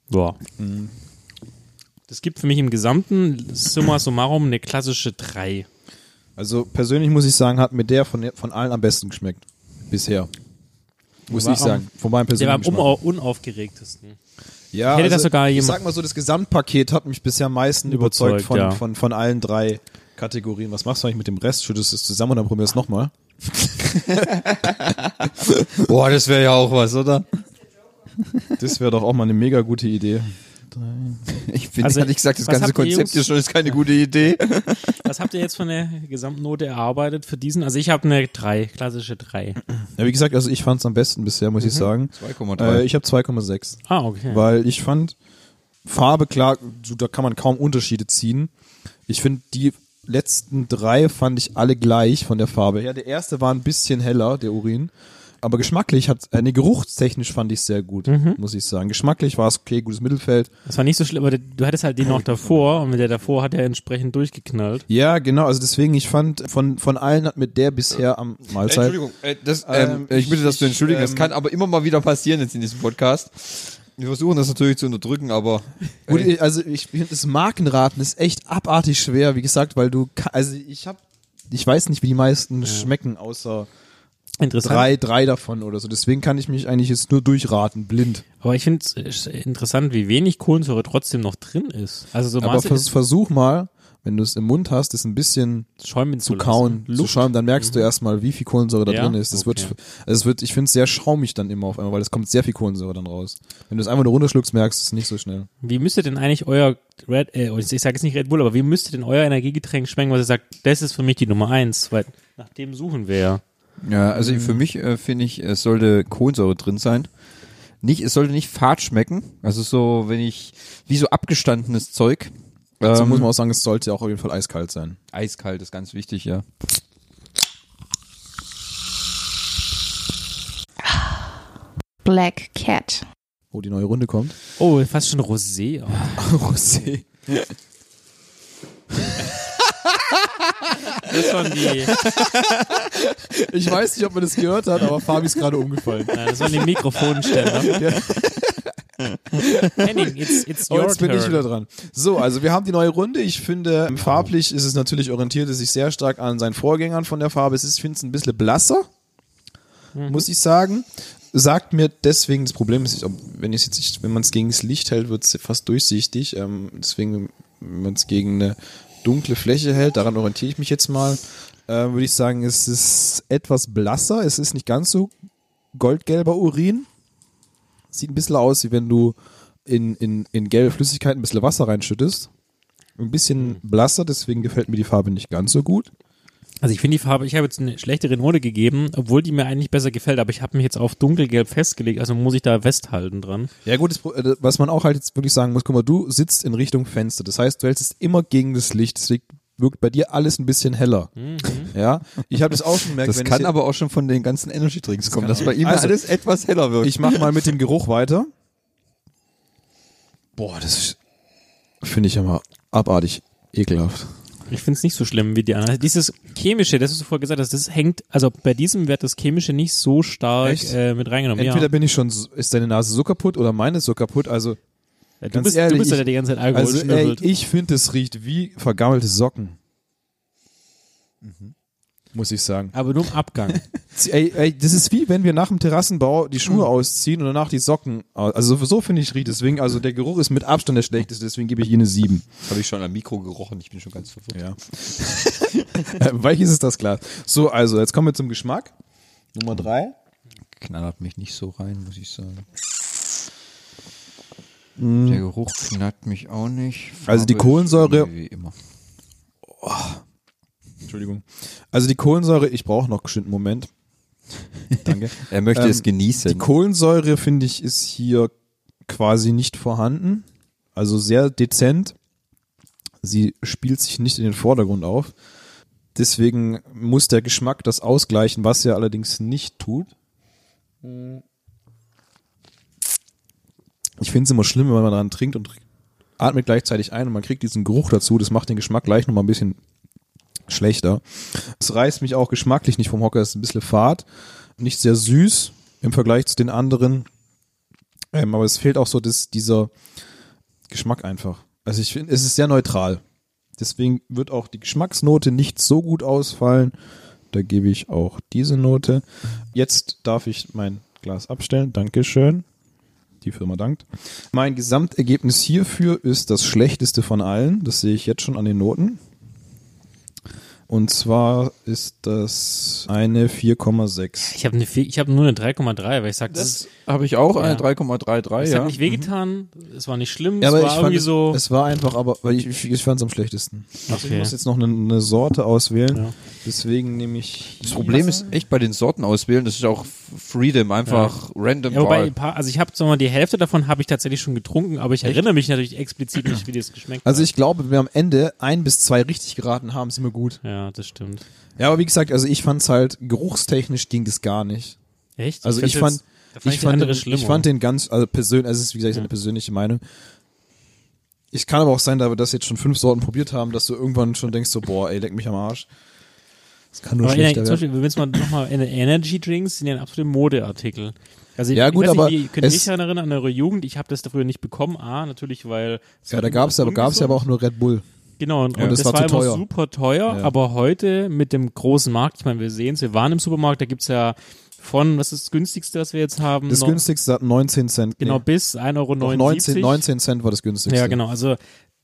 S2: Boah.
S1: Mhm.
S2: Das gibt für mich im Gesamten summa summarum eine klassische 3.
S1: Also persönlich muss ich sagen, hat mir der von, von allen am besten geschmeckt. Bisher. Muss
S2: War
S1: ich sagen. Von meinem
S2: Der war am
S1: persönlichen Geschmack.
S2: unau- unaufgeregtesten.
S1: Ja, also
S2: Hätte das sogar
S1: ich
S2: jemand-
S1: sag mal so, das Gesamtpaket hat mich bisher am meisten überzeugt,
S2: Überzeugt,
S1: von,
S2: ja.
S1: von, von allen drei Kategorien. Was machst du eigentlich mit dem Rest? Schüttest du es zusammen und dann probierst du es nochmal?
S3: Boah, das wäre ja auch was, oder?
S1: Das wäre doch auch mal eine mega gute Idee.
S3: Ich finde,
S2: Also,
S3: ehrlich gesagt, das
S2: was
S3: ganze
S2: habt ihr, Jungs?
S3: Konzept hier schon ist keine gute Idee.
S2: Was habt ihr jetzt von der Gesamtnote erarbeitet für diesen? Also ich habe eine 3, klassische 3.
S1: Ja, wie gesagt, also ich fand es am besten bisher, muss ich
S2: Mhm.
S1: sagen.
S3: 2,3.
S1: Äh, ich habe 2,6.
S2: Ah, okay.
S1: Weil ich fand, Farbe, klar, so, da kann man kaum Unterschiede ziehen. Ich finde, die letzten drei fand ich alle gleich von der Farbe. Ja, der erste war ein bisschen heller, der Urin. Aber geschmacklich hat, äh, nee, geruchstechnisch fand ich sehr gut, muss ich sagen. Geschmacklich war es okay, gutes Mittelfeld.
S2: Das war nicht so schlimm, aber du hattest halt den noch davor und mit der davor hat er entsprechend durchgeknallt.
S1: Ja, genau, also deswegen, ich fand, von, von allen hat mir der bisher am
S3: Äh,
S1: Mahlzeit.
S3: Entschuldigung, äh, das, ähm,
S1: Ähm,
S3: ich bitte das zu
S1: ich-
S3: entschuldigen, das
S1: ähm,
S3: kann aber immer mal wieder passieren jetzt in diesem Podcast. Wir versuchen das natürlich zu unterdrücken, aber
S1: Gut, ich- also ich finde das Markenraten ist echt abartig schwer, wie gesagt, weil du, ka- also ich habe, ich weiß nicht, wie die meisten schmecken, außer
S2: Interessant.
S1: drei, drei davon oder so. Deswegen kann ich mich eigentlich jetzt nur durchraten, blind.
S2: Aber ich finde es interessant, wie wenig Kohlensäure trotzdem noch drin ist. Also so
S1: Aber
S2: Maße
S1: vers
S2: ist
S1: versuch mal, wenn du es im Mund hast, es ein bisschen
S2: schäumen
S1: zu kauen, zu schauen, dann merkst du erstmal, wie viel Kohlensäure da
S2: Ja?
S1: drin ist. Das wird,
S2: Okay.
S1: also es wird, ich finde es sehr schaumig dann immer auf einmal, weil es kommt sehr viel Kohlensäure dann raus. Wenn du es einfach nur runterschluckst, merkst du es nicht so schnell.
S2: Wie müsste denn eigentlich euer Red, äh, ich sage jetzt nicht Red Bull, aber wie müsste denn euer Energiegetränk schmecken, was ihr sagt, das ist für mich die Nummer eins, weil nach dem suchen wir ja.
S3: Ja, also für
S1: Mhm.
S3: mich äh, finde ich, es sollte Kohlensäure drin sein. Nicht, es sollte nicht fad schmecken. Also so, wenn ich, wie so abgestandenes Zeug.
S1: Also
S3: Ähm,
S1: muss man auch sagen, es sollte auch auf jeden Fall eiskalt sein.
S3: Eiskalt ist ganz wichtig, ja.
S4: Black Cat.
S1: Oh, die neue Runde kommt.
S2: Oh, fast schon Rosé. Oh.
S1: Rosé.
S2: Das waren die,
S1: Ich weiß nicht, ob man das gehört hat, aber Fabi ist gerade umgefallen.
S2: nein, das waren die Mikrofonständer. Henning, it's, it's
S1: Oh,
S2: your
S1: jetzt bin
S2: turn.
S1: ich wieder dran. So, also wir haben die neue Runde. Ich finde, farblich ist es natürlich orientiert, es sich sehr stark an seinen Vorgängern von der Farbe. Es ist, ich finde es ein bisschen blasser, muss ich sagen. Sagt mir deswegen, das Problem ist, ich- ob- wenn, ich's jetzt, nicht- wenn man es gegen das Licht hält, wird es fast durchsichtig. Ähm, deswegen, wenn man es gegen eine dunkle Fläche hält, daran orientiere ich mich jetzt mal, äh, würde ich sagen, es ist etwas blasser. Es ist nicht ganz so goldgelber Urin. Sieht ein bisschen aus, wie wenn du in, in, in gelbe Flüssigkeit ein bisschen Wasser reinschüttest. Ein bisschen blasser, deswegen gefällt mir die Farbe nicht ganz so gut.
S2: Also ich finde die Farbe, ich habe jetzt eine schlechtere Note gegeben, obwohl die mir eigentlich besser gefällt, aber ich habe mich jetzt auf dunkelgelb festgelegt, also muss ich da festhalten dran.
S1: Ja gut, das, Pro- äh, was man auch halt jetzt wirklich sagen muss, guck mal, du sitzt in Richtung Fenster. Das heißt, du hältst es immer gegen das Licht. Deswegen wirkt bei dir alles ein bisschen heller. Ja, ich habe das auch schon gemerkt.
S3: Das
S1: wenn ich
S3: kann
S1: hier-
S3: aber auch schon von den ganzen Energy Drinks kommen, dass bei ihm
S1: Also,
S3: alles etwas heller wird.
S1: Ich mache mal mit dem Geruch weiter. Boah, das finde ich immer abartig ekelhaft.
S2: Ich finde es nicht so schlimm wie die anderen. Also Dieses Chemische, das hast du vorher gesagt hast, das hängt, also bei diesem wird das Chemische nicht so stark
S1: Echt?
S2: äh, mit reingenommen.
S1: Entweder
S2: ja.
S1: bin ich schon, so- ist deine Nase so kaputt oder meine ist so kaputt. Also,
S2: Ja, du,
S1: ganz
S2: bist,
S1: ehrlich,
S2: du bist ja
S1: ich-
S2: der die ganze Zeit Alkohol
S1: also ey,
S2: schnüffelt.
S1: ich finde, es riecht wie vergammelte Socken.
S3: Mhm.
S1: Muss ich sagen.
S2: aber nur im Abgang.
S1: Ey, ey, das ist wie wenn wir nach dem Terrassenbau die
S3: Mhm.
S1: Schuhe ausziehen und danach die Socken. aus- Also so finde ich riecht. Deswegen, also der Geruch ist mit Abstand der schlechteste, deswegen gebe ich Ihnen eine 7.
S3: habe ich schon am Mikro gerochen, ich bin schon ganz verwirrt.
S1: Ja. Äh, Welches ist das Glas? So, also jetzt kommen wir zum Geschmack. Nummer 3.
S3: Knallert mich nicht so rein, muss ich sagen. Der Geruch knallt mich auch nicht.
S1: Mhm. Also die
S3: Farbe ist
S1: Kohlensäure-
S3: irgendwie Wie immer.
S1: Entschuldigung. Also die Kohlensäure, ich brauche noch geschwind einen Moment. Danke.
S3: Er möchte
S1: Ähm,
S3: es genießen.
S1: Die Kohlensäure, finde ich, ist hier quasi nicht vorhanden. Also sehr dezent. Sie spielt sich nicht in den Vordergrund auf. Deswegen muss der Geschmack das ausgleichen, was er allerdings nicht tut. Ich finde es immer schlimm, wenn man daran trinkt und atmet gleichzeitig ein und man kriegt diesen Geruch dazu. Das macht den Geschmack gleich nochmal ein bisschen schlechter. Es reißt mich auch geschmacklich nicht vom Hocker, es ist ein bisschen fad, nicht sehr süß im Vergleich zu den anderen. Ähm, aber es fehlt auch so das, dieser Geschmack einfach. Also ich finde, es ist sehr neutral. Deswegen wird auch die Geschmacksnote nicht so gut ausfallen. Da gebe ich auch diese Note. Jetzt darf ich mein Glas abstellen. Dankeschön. Die Firma dankt. Mein Gesamtergebnis hierfür ist das schlechteste von allen. Das sehe ich jetzt schon an den Noten. Und zwar ist das eine 4,6.
S2: ich habe ne, vier- ich hab nur eine 3,3, weil ich sag, das, ist-
S3: habe ich auch,
S2: eine Ja.
S3: 3,33.
S2: es hat nicht wehgetan, es war nicht schlimm,
S1: Ja,
S2: es
S1: aber
S2: war
S1: ich
S2: irgendwie
S1: fand,
S2: so.
S1: es war einfach, aber weil ich, ich, ich fand es am schlechtesten. Also ich
S2: Okay.
S1: muss jetzt noch eine, eine Sorte auswählen,
S2: Ja.
S1: deswegen nehme ich.
S3: Das Problem ist echt bei den Sorten auswählen, das ist auch Freedom, einfach random
S2: ja, wobei,
S3: Wahl.
S2: ein paar, also ich habe mal die Hälfte davon habe ich tatsächlich schon getrunken, aber ich erinnere mich natürlich explizit nicht, wie das geschmeckt
S1: Also
S2: hat.
S1: ich glaube, wenn wir am Ende ein bis zwei richtig geraten haben, sind wir gut.
S2: Ja, das stimmt.
S1: Ja, aber wie gesagt, also ich fand es halt geruchstechnisch ging das gar nicht.
S2: Echt?
S1: Also ich fand,
S2: da fand ich,
S1: ich fand,
S2: andere
S1: den,
S2: schlimm.
S1: ich fand den ganz, also persönlich, also es ist wie gesagt eine persönliche Meinung. Ich kann aber auch sein, da wir das jetzt schon fünf Sorten probiert haben, dass du irgendwann schon denkst so, boah, ey, leck mich am Arsch. Das kann nur
S2: aber Ener-
S1: schlechter
S2: zum
S1: werden.
S2: Beispiel, wenn wir jetzt mal nochmal Energy Drinks sind ja ein absoluter Modeartikel. Also
S1: Ja,
S2: ich
S1: gut,
S2: weiß nicht,
S1: aber
S2: wie- ihr könnt mich
S1: es-
S2: daran erinnern, an eure Jugend, ich habe das früher nicht bekommen. A, natürlich, weil es
S1: Ja,
S2: war
S1: da gab's aber, gab's ja aber
S2: ungesund.
S1: auch nur Red Bull.
S2: Genau, und,
S1: Ja,
S2: und das,
S1: das war
S2: war,
S1: zu
S2: immer
S1: teuer.
S2: super teuer,
S1: Ja.
S2: aber heute mit dem großen Markt, ich meine, wir sehen's, wir waren im Supermarkt, da gibt's ja von, was ist das günstigste, was wir jetzt haben?
S1: Das
S2: Noch-
S1: günstigste hat 19 Cent.
S2: Genau,
S1: nee,
S2: bis 1,79 Euro.
S1: doch 19, 19 Cent war das günstigste.
S2: Ja, genau, also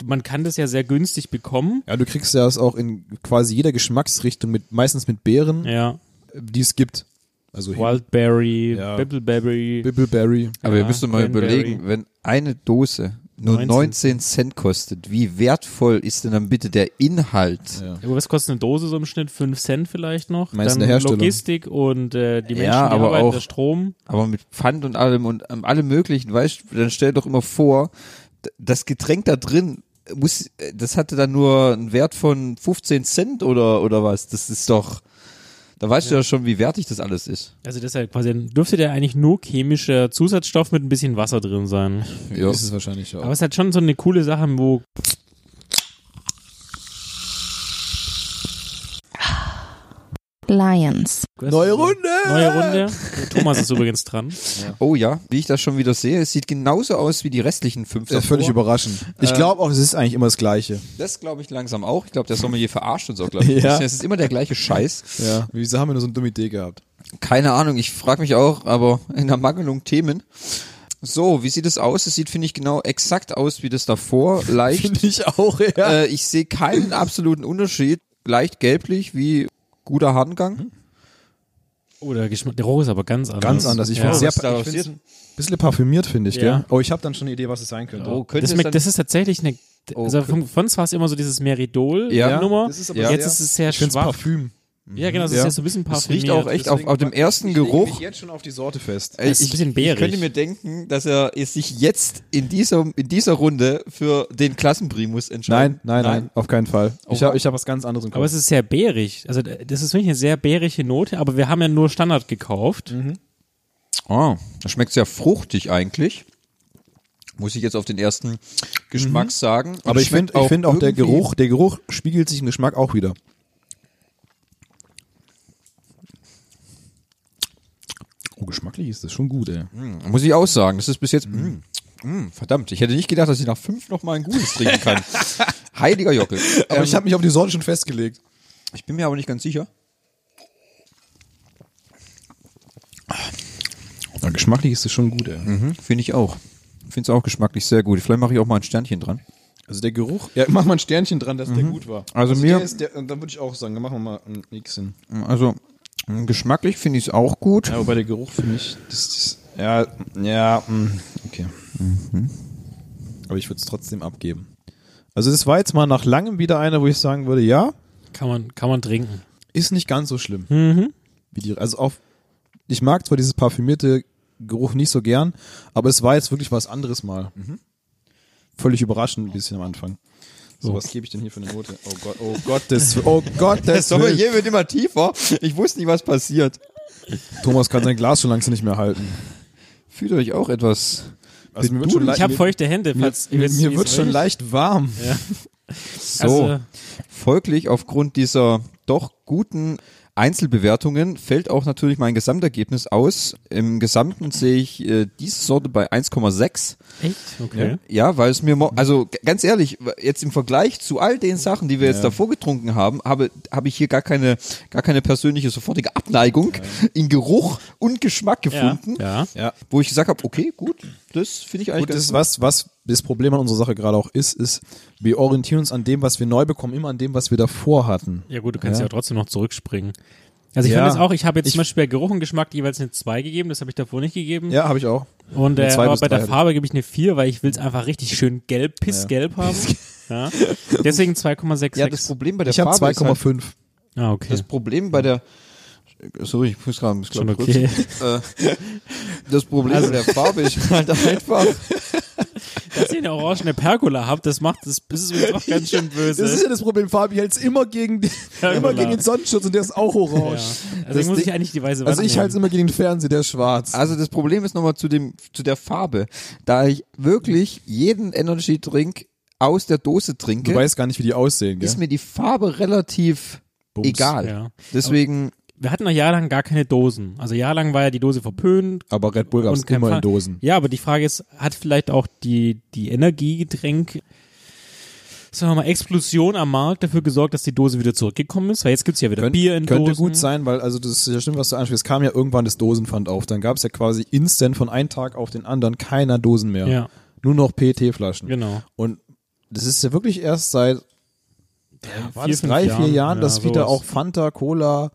S2: man kann das ja sehr günstig bekommen.
S1: Ja, du kriegst ja das auch in quasi jeder Geschmacksrichtung mit, meistens mit Beeren,
S2: Ja,
S1: die es gibt. Also
S2: Wildberry,
S1: Ja.
S2: Bibbleberry.
S1: Bibbleberry.
S3: Aber
S2: Ja,
S3: ihr müsst doch mal
S2: Cranberry.
S3: überlegen, wenn eine Dose nur
S2: 19
S3: 19, Cent kostet, wie wertvoll ist denn dann bitte der Inhalt?
S1: Ja.
S2: Aber was kostet eine Dose so im Schnitt? 5 Cent vielleicht noch?
S1: Meinst du der
S2: Dann
S1: Herstellung?
S2: Logistik und äh, die Menschen,
S3: Ja,
S2: die
S3: aber
S2: arbeiten,
S3: auch-
S2: der Strom.
S3: Aber mit Pfand und allem und ähm, allem möglichen, weißt du, dann stell doch immer vor, d- das Getränk da drin muss, äh, das hatte dann nur einen Wert von 15 Cent oder, oder was? Das ist doch, da weißt du ja schon, wie wertig das alles ist.
S2: Also das ist ja quasi, dann dürfte der eigentlich nur chemischer Zusatzstoff mit ein bisschen Wasser drin sein.
S3: Ja.
S1: Ist es wahrscheinlich auch.
S2: Aber es hat schon so eine coole Sache, wo
S4: Lions.
S1: Neue Runde!
S2: Neue Runde. Thomas ist übrigens dran.
S3: Oh ja, wie ich das schon wieder sehe, es sieht genauso aus wie die restlichen fünf.
S1: Ja, Äh, völlig
S3: davor.
S1: überraschend. Ich glaube auch, es ist eigentlich immer das Gleiche.
S3: Das glaube ich langsam auch. Ich glaube, der Sommelier verarscht uns auch, glaube ich.
S1: Ja.
S3: Es ist immer der gleiche Scheiß.
S1: Ja. Wieso haben wir nur so eine dumme Idee gehabt?
S3: Keine Ahnung, ich frage mich auch, aber in der Mangelung Themen. So, wie sieht es aus? Es sieht, finde ich, genau exakt aus wie das davor. Leicht.
S1: ich auch, ja.
S3: äh, ich sehe keinen absoluten Unterschied. Leicht gelblich wie guter Harngang.
S2: Oh, der, Geschmack, der Rohr ist aber ganz anders.
S1: Ganz anders. Ich
S2: ja.
S1: find's
S3: was da
S1: sehr, ich
S3: passiert?
S1: find's ein bisschen parfümiert, finde ich,
S2: Ja. Oh,
S1: gell? Oh, ich habe dann schon eine Idee, was es sein könnte.
S3: Oh, könnte
S2: das,
S3: es
S2: schmeckt,
S3: dann- Oh,
S2: das ist tatsächlich eine. Also
S3: Okay.
S2: von, von uns war es immer so dieses Meridol-Nummer.
S3: Ja,
S1: das ist aber
S2: Jetzt
S1: sehr-
S2: ist es sehr
S1: ich finde
S2: schwach.
S1: Parfüm.
S2: Ja, genau, das ist
S3: Ja.
S2: ja so ein bisschen
S3: Das
S2: parfümiert.
S3: riecht auch echt auf,
S1: Deswegen
S3: auf dem
S1: pack-
S3: ersten
S1: ich leg
S3: Geruch.
S1: mich jetzt schon auf die Sorte fest.
S3: Ey,
S2: Das ist ein bisschen
S3: ich
S2: beerig.
S3: könnte mir denken, dass er es sich jetzt in dieser, in dieser Runde für den Klassenprimus entscheidet.
S1: Nein, nein, nein, auf keinen Fall.
S2: Oh.
S1: Ich habe ich hab was ganz anderes im Kopf.
S2: Aber es ist sehr bärig. Also das ist wirklich eine sehr bärige Note, aber wir haben ja nur Standard gekauft.
S1: Mhm.
S3: Ah, das schmeckt sehr fruchtig eigentlich. Muss ich jetzt auf den ersten Geschmack sagen. Und
S1: Aber
S3: es
S1: ich finde
S3: schmeckt
S1: auch, find auch der
S3: irgendwie-
S1: Geruch, der Geruch spiegelt sich im Geschmack auch wieder. Oh, geschmacklich ist das schon gut, ey.
S3: Hm, Muss ich auch sagen, das ist bis jetzt. Mm. Mm, verdammt, ich hätte nicht gedacht, dass ich nach fünf noch mal ein gutes trinken kann. Heiliger Jockel. Ähm,
S1: Aber ich habe mich auf die Sorte schon festgelegt.
S3: Ich bin mir aber nicht ganz sicher.
S1: geschmacklich ist das schon gut, ey.
S3: Mhm, finde ich auch. Finde es auch geschmacklich sehr gut. Vielleicht mache ich auch mal ein Sternchen dran.
S1: Also der Geruch. Ja, mach mal ein Sternchen dran, dass der gut war.
S3: Also mir-
S1: Der ist der, und dann würde ich auch sagen, dann machen wir mal ein Nixen.
S3: Also mm, geschmacklich finde ich es auch gut.
S1: Ja, wobei der Geruch für mich, das, das, ja, ja, mm, okay. Mhm. Aber ich würde es trotzdem abgeben. Also das war jetzt mal nach langem wieder einer, wo ich sagen würde, ja,
S2: Kann man, kann man trinken.
S1: ist nicht ganz so schlimm.
S2: Mhm.
S1: Wie die, also auf, ich mag zwar dieses parfümierte Geruch nicht so gern, aber es war jetzt wirklich was anderes mal.
S3: Mhm.
S1: Völlig überraschend ein bisschen am Anfang. So, was gebe ich denn hier für eine Note? Oh Gott, oh Gottes, oh Gottes. Willen.
S3: hier wird immer tiefer. Ich wusste nicht, was passiert.
S1: Thomas kann sein Glas schon langsam nicht mehr halten.
S3: Fühlt euch auch etwas.
S1: Also mir wird
S3: Bedudelt.
S1: schon leicht-
S2: Ich habe
S1: mir-
S2: feuchte Hände, falls
S1: mir,
S2: ihr wisst,
S1: mir
S2: wie
S1: wird
S2: es
S1: schon
S2: riecht.
S1: leicht warm.
S3: So.
S2: Also-
S3: Folglich aufgrund dieser doch guten Einzelbewertungen fällt auch natürlich mein Gesamtergebnis aus. Im Gesamten sehe ich äh, diese Sorte bei 1,6.
S2: Echt? Okay.
S3: Ja, weil es mir, mo- also g- ganz ehrlich, jetzt im Vergleich zu all den Sachen, die wir jetzt davor getrunken haben, habe, habe ich hier gar keine, gar keine persönliche sofortige Abneigung in Geruch und Geschmack
S2: Ja.
S3: gefunden,
S2: ja.
S1: Ja.
S3: wo ich gesagt habe, okay, gut, das finde ich eigentlich
S1: Gut, das
S3: ganz
S1: ist was, was das Problem an unserer Sache gerade auch ist, ist, wir orientieren uns an dem, was wir neu bekommen, immer an dem, was wir davor hatten.
S2: Ja gut, du kannst ja,
S1: Ja.
S2: trotzdem noch zurückspringen. Also ich
S1: Ja.
S2: fand das auch, ich habe jetzt
S1: Ich-
S2: zum Beispiel bei Geruch und Geschmack jeweils eine 2 gegeben, das habe ich davor nicht gegeben.
S1: Ja, habe ich auch.
S2: und
S1: Eine
S2: äh,
S1: zwei
S2: aber
S1: bis
S2: bei
S1: drei
S2: der
S1: hätte ich.
S2: Farbe gebe ich eine 4, weil ich will es einfach richtig schön gelb, pissgelb haben. Ja. Deswegen 2,66.
S3: Ja, das Problem bei der
S1: Ich habe
S3: Farbe ist halt-
S1: 2,5.
S2: ah, okay.
S3: Das Problem bei der Sorry, ich muss gerade ein bisschen
S2: Schon okay.
S3: Äh, Das Problem
S1: Also
S3: bei der Farbe ist halt einfach.
S2: Dass ihr eine orangene Pergola habt, das macht das, das ist übrigens auch ganz schön böse.
S1: ja das Problem, Fabi hält es immer gegen, die,
S2: Ja, genau.
S1: Sonnenschutz und der ist auch
S2: ja.
S1: orange.
S2: Also
S1: Das
S2: ich muss
S1: Ding-
S2: ich eigentlich die weiße Wand
S1: Also ich halte es immer gegen den Fernseher, der ist
S2: Ah,
S1: schwarz.
S3: Also das Problem ist nochmal zu dem zu der Farbe, da ich wirklich jeden Energy Drink aus der Dose trinke,
S1: Du weißt gar nicht, wie die aussehen, gell?
S3: ist mir die Farbe relativ
S1: Bums.
S3: egal.
S2: Ja.
S3: Deswegen
S2: Wir hatten noch jahrelang gar keine Dosen. Also jahrelang war ja die Dose verpönt.
S1: Aber Red Bull gab es
S2: und kein
S1: immer
S2: Fall-
S1: in Dosen.
S2: Ja, aber die Frage ist, hat vielleicht auch die, die Energiegetränk, sagen wir mal, Explosion am Markt dafür gesorgt, dass die Dose wieder zurückgekommen ist? Weil jetzt gibt's ja wieder
S1: Könnt-
S2: Bier in
S1: könnte
S2: Dosen.
S1: gut sein, weil also das ist ja stimmt, was du ansprichst. Es kam ja irgendwann das Dosenpfand auf. Dann gab es ja quasi instant von einem Tag auf den anderen keiner Dosen mehr.
S2: Ja.
S1: Nur noch PET-Flaschen.
S2: Genau.
S1: Und das ist ja wirklich erst seit war
S2: vier,
S1: das
S2: fünf
S1: drei, vier
S2: Jahren,
S1: Jahren,
S2: ja,
S1: dass wieder
S2: sowas.
S1: auch Fanta, Cola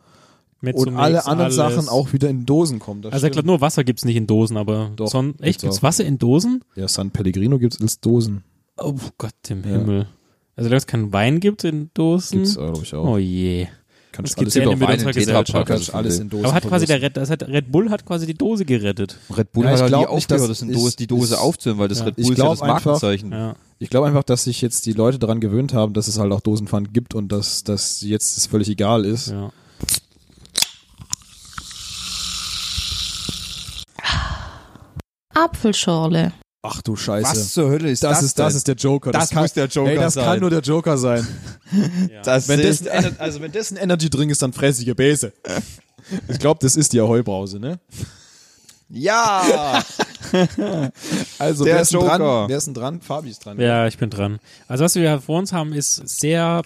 S2: Mit
S1: und
S2: so
S1: alle
S2: Mix,
S1: anderen
S2: alles.
S1: Sachen auch wieder in Dosen kommen. Das
S2: Also ich
S1: stimmt.
S2: glaube, nur Wasser gibt's nicht in Dosen, aber
S1: Doch,
S2: son echt,
S1: gibt's
S2: gibt's
S1: auch.
S2: Wasser in Dosen?
S1: ja, San Pellegrino gibt es als Dosen.
S2: Oh Gott im Himmel. Also dass es keinen Wein gibt in Dosen?
S3: Mhm.
S1: Gibt's, glaube ich, auch.
S2: oh je.
S1: Kannst
S2: das gibt's ja
S3: auch
S2: in mit
S3: Wein
S2: unserer
S3: in Tetra Pak. also
S2: Gesellschaft.
S1: kannst alles in Dosen.
S2: Aber hat quasi
S1: verdosen.
S2: der Red, das hat, Red Bull hat quasi die Dose gerettet.
S3: Red Bull
S1: Ja,
S3: hat
S1: ich
S3: halt nie
S1: glaub nicht,
S3: aufgehört,
S1: dass-
S3: das in
S1: ist-
S3: Dose, die Dose
S1: ist-
S3: aufzuhören, weil das
S2: Ja.
S3: Red
S1: Ich
S3: Bull ist ja
S1: glaub
S3: das
S1: einfach-
S3: Markenzeichen.
S2: Ja.
S1: Ich glaube einfach, dass sich jetzt die Leute daran gewöhnt haben, dass es halt auch Dosenpfand gibt und dass das jetzt es völlig egal ist.
S2: Ja.
S4: Apfelschorle.
S1: Ach du Scheiße.
S3: Was zur Hölle ist
S1: also Das,
S3: das?
S1: ist, das
S3: denn?
S1: ist der Joker.
S3: Das muss der Joker
S1: ey, das
S3: sein.
S1: kann nur der Joker sein.
S3: das
S1: Wenn
S3: sehe
S1: das,
S3: ich-
S1: ein Ener- also wenn das ein Energy Drink ist, dann fressige Bäse. Ich glaube, das ist die Ahoi-Brause, ne?
S3: ja.
S1: Also,
S3: Der
S1: wer ist denn
S3: Joker.
S1: dran? Wer ist denn dran? Fabi ist dran.
S2: Ja, ich bin dran. Also was wir vor uns haben, ist sehr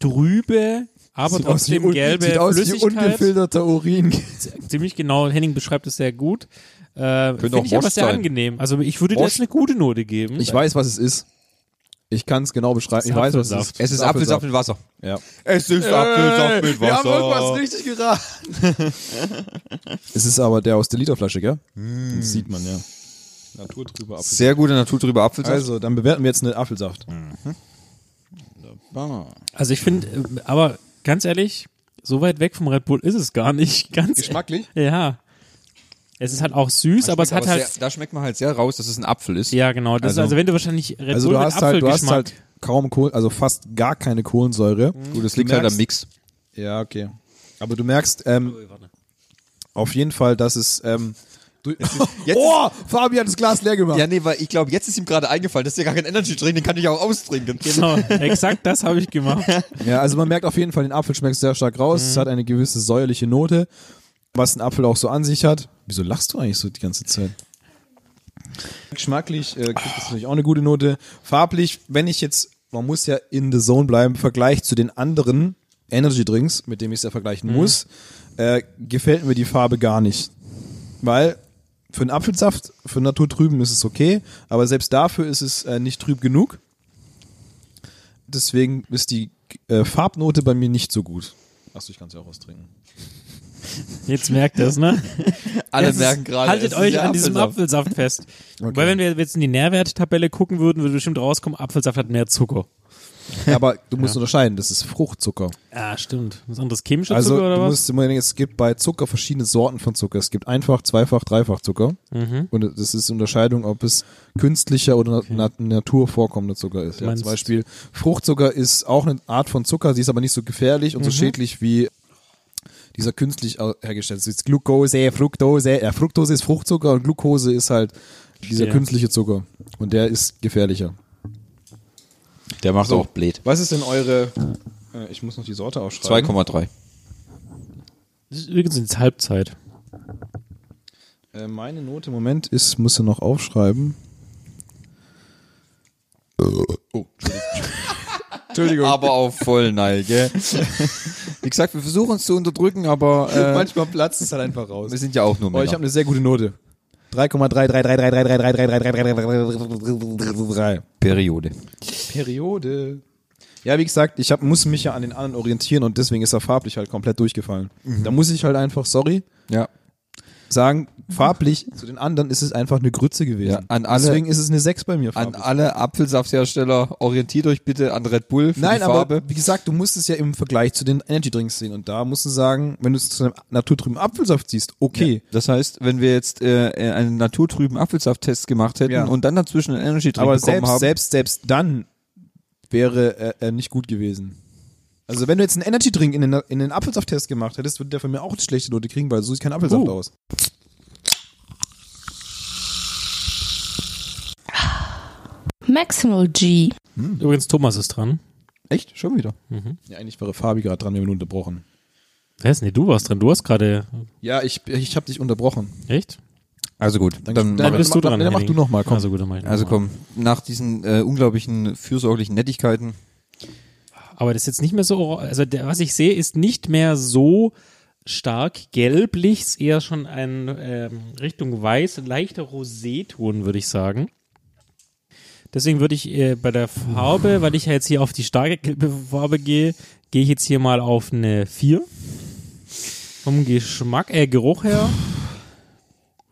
S2: trübe, aber
S1: Sieht aus, wie,
S2: trotzdem
S1: un-
S2: gelbe
S1: sieht aus wie
S2: Flüssigkeit.
S1: ungefilterter Urin.
S2: Ziemlich genau. Henning beschreibt es sehr gut. Äh, Finde
S3: auch
S2: ich aber
S3: Wascht
S2: sehr
S3: sein.
S2: angenehm. Also ich würde
S3: Wascht.
S2: das eine gute Note geben.
S1: Ich weiß, was es ist. Ich kann es genau beschreiben. Ich weiß, was es ist.
S2: Apfelsaft.
S3: Es ist Apfelsaft mit Wasser.
S1: Ja.
S3: Es ist Apfelsaft mit Wasser.
S1: richtig geraten. es ist aber der aus der Literflasche, gell?
S3: Hm.
S1: Das sieht man, ja. Natur drüber Apfelsaft.
S3: Sehr gute Natur drüber Apfelsaft.
S1: Also, dann bewerten wir jetzt einen Apfelsaft.
S2: Also ich finde, äh, aber ganz ehrlich, so weit weg vom Red Bull ist es gar nicht. Ganz
S3: Geschmacklich?
S2: Ja. Es ist halt auch süß, aber es hat
S3: Schmeckt aber
S2: halt.
S3: sehr, da schmeckt man halt sehr raus, dass es ein Apfel ist.
S2: Ja, genau. Das also,
S3: Also-
S2: ist, also wenn du wahrscheinlich Red
S1: Also
S2: Bull
S1: du
S2: mit
S1: hast halt, du hast
S2: Apfelgeschmack.
S1: halt kaum Kohlen, also fast gar keine Kohlensäure.
S3: Gut, das liegt
S1: Du
S3: halt am
S1: merkst-
S3: Mix.
S1: Ja, okay. Aber du merkst ähm, auf jeden Fall, dass es. Ähm, du,
S3: jetzt
S1: oh, Fabi hat das Glas leer gemacht.
S3: Ja, nee, weil ich glaube, jetzt ist ihm gerade eingefallen, das ist ja gar kein Energy-Drink, den kann ich auch austrinken.
S2: Genau, exakt das habe ich gemacht.
S1: Ja, also man merkt auf jeden Fall, den Apfel schmeckt sehr stark raus. Es hat eine gewisse säuerliche Note, was ein Apfel auch so an sich hat. Wieso lachst du eigentlich so die ganze Zeit? Geschmacklich äh, kriegt es natürlich auch eine gute Note. Farblich, wenn ich jetzt, man muss ja in the zone bleiben, im Vergleich zu den anderen Energy Drinks, mit dem ich es ja vergleichen muss, äh, gefällt mir die Farbe gar nicht. Weil für einen Apfelsaft, für einen Naturtrüben ist es okay, aber selbst dafür ist es äh, nicht trüb genug. Deswegen ist die äh, Farbnote bei mir nicht so gut. Achso, ich kann es ja auch austrinken.
S2: Jetzt merkt ihr es, ne?
S3: Alle
S2: Jetzt ist-
S3: merken gerade. es
S2: Haltet
S3: ist
S2: euch
S3: der
S2: an diesem
S3: Apfelsaft.
S2: Apfelsaft fest. Weil wenn wir jetzt in die Nährwerttabelle gucken würden, würde bestimmt rauskommen, Apfelsaft hat mehr Zucker.
S1: Aber du musst unterscheiden, das ist Fruchtzucker.
S2: Ah, stimmt. Was anderes chemischer
S1: Also
S2: Zucker oder
S1: du
S2: was?
S1: musst immer denken, es gibt bei Zucker verschiedene Sorten von Zucker. Es gibt einfach, zweifach, dreifach Zucker.
S2: Mhm.
S1: Und das ist die Unterscheidung, ob es künstlicher oder na Natur vorkommender Zucker ist. Ja,
S2: meinst-
S1: zum Beispiel Fruchtzucker ist auch eine Art von Zucker, sie ist aber nicht so gefährlich
S2: Mhm.
S1: und so schädlich wie dieser künstlich au- hergestellte. Es ist Glucose, Fructose. Ja, Fructose ist Fruchtzucker und Glucose ist halt dieser
S2: Verstehe.
S1: künstliche Zucker. Und der ist gefährlicher.
S3: Der macht auch blöd.
S1: Was ist denn eure... äh, Ich muss noch die Sorte aufschreiben.
S3: 2,3.
S2: Das ist übrigens jetzt Halbzeit.
S1: Äh, meine Note im Moment ist, muss er noch aufschreiben.
S3: Entschuldigung. Aber auf Vollneige. Wie gesagt, wir versuchen es zu unterdrücken, aber äh,
S1: Manchmal platzt es halt einfach raus.
S3: wir sind ja auch nur
S1: Oh, ich habe
S3: Männer.
S1: eine sehr gute Note. 3,333333333333333.
S3: Periode.
S1: Periode. Ja, wie gesagt, ich hab, muss mich ja an den anderen orientieren und deswegen ist er farblich halt komplett durchgefallen. Da muss ich halt einfach, sorry,
S3: Ja.
S1: sagen, farblich zu den anderen ist es einfach eine Grütze gewesen.
S3: Ja, an alle-
S1: deswegen ist es eine 6 bei mir.
S3: An
S1: farblich.
S3: alle Apfelsafthersteller, orientiert euch bitte an Red Bull für
S1: Nein,
S3: die Farbe.
S1: aber wie gesagt, du musst es ja im Vergleich zu den Energy Drinks sehen und da musst du sagen, wenn du es zu einem naturtrüben Apfelsaft siehst, okay,
S3: Das heißt, wenn wir jetzt äh, einen naturtrüben Apfelsafttest gemacht hätten
S1: Ja.
S3: und dann dazwischen einen Energy Drink
S1: Aber
S3: bekommen
S1: selbst,
S3: haben,
S1: selbst, selbst dann wäre er, er nicht gut gewesen. Also wenn du jetzt einen Energy Drink in den, in den Apfelsafttest gemacht hättest, würde der von mir auch eine schlechte Note kriegen, weil so sieht kein Apfelsaft
S2: Oh.
S1: aus.
S4: Maximal G.
S2: Übrigens, Thomas ist dran.
S3: echt schon wieder.
S1: Ja, eigentlich wäre Fabi gerade dran, wir haben ihn unterbrochen.
S2: Wer ist denn? Nee, du warst dran. Du hast gerade.
S1: Ja, ich, ich habe dich unterbrochen.
S2: Echt?
S3: Also gut, dann,
S1: dann-
S3: mach-
S2: bist
S1: mach-
S2: du dran.
S1: dann- dann mach
S2: Henning.
S1: du noch mal, komm.
S2: Also gut, dann mach ich noch
S3: also
S2: mal.
S3: komm, nach diesen äh, unglaublichen fürsorglichen Nettigkeiten.
S2: Aber das ist jetzt nicht mehr so. ora- Also, der, was ich sehe, ist nicht mehr so stark gelblich, ist eher schon ein ähm, Richtung weiß, leichter Roséton, würde ich sagen. Deswegen würde ich äh, bei der Farbe, weil ich ja jetzt hier auf die starke gelbe Farbe gehe, gehe ich jetzt hier mal auf eine 4. Vom Geschmack, äh, Geruch her.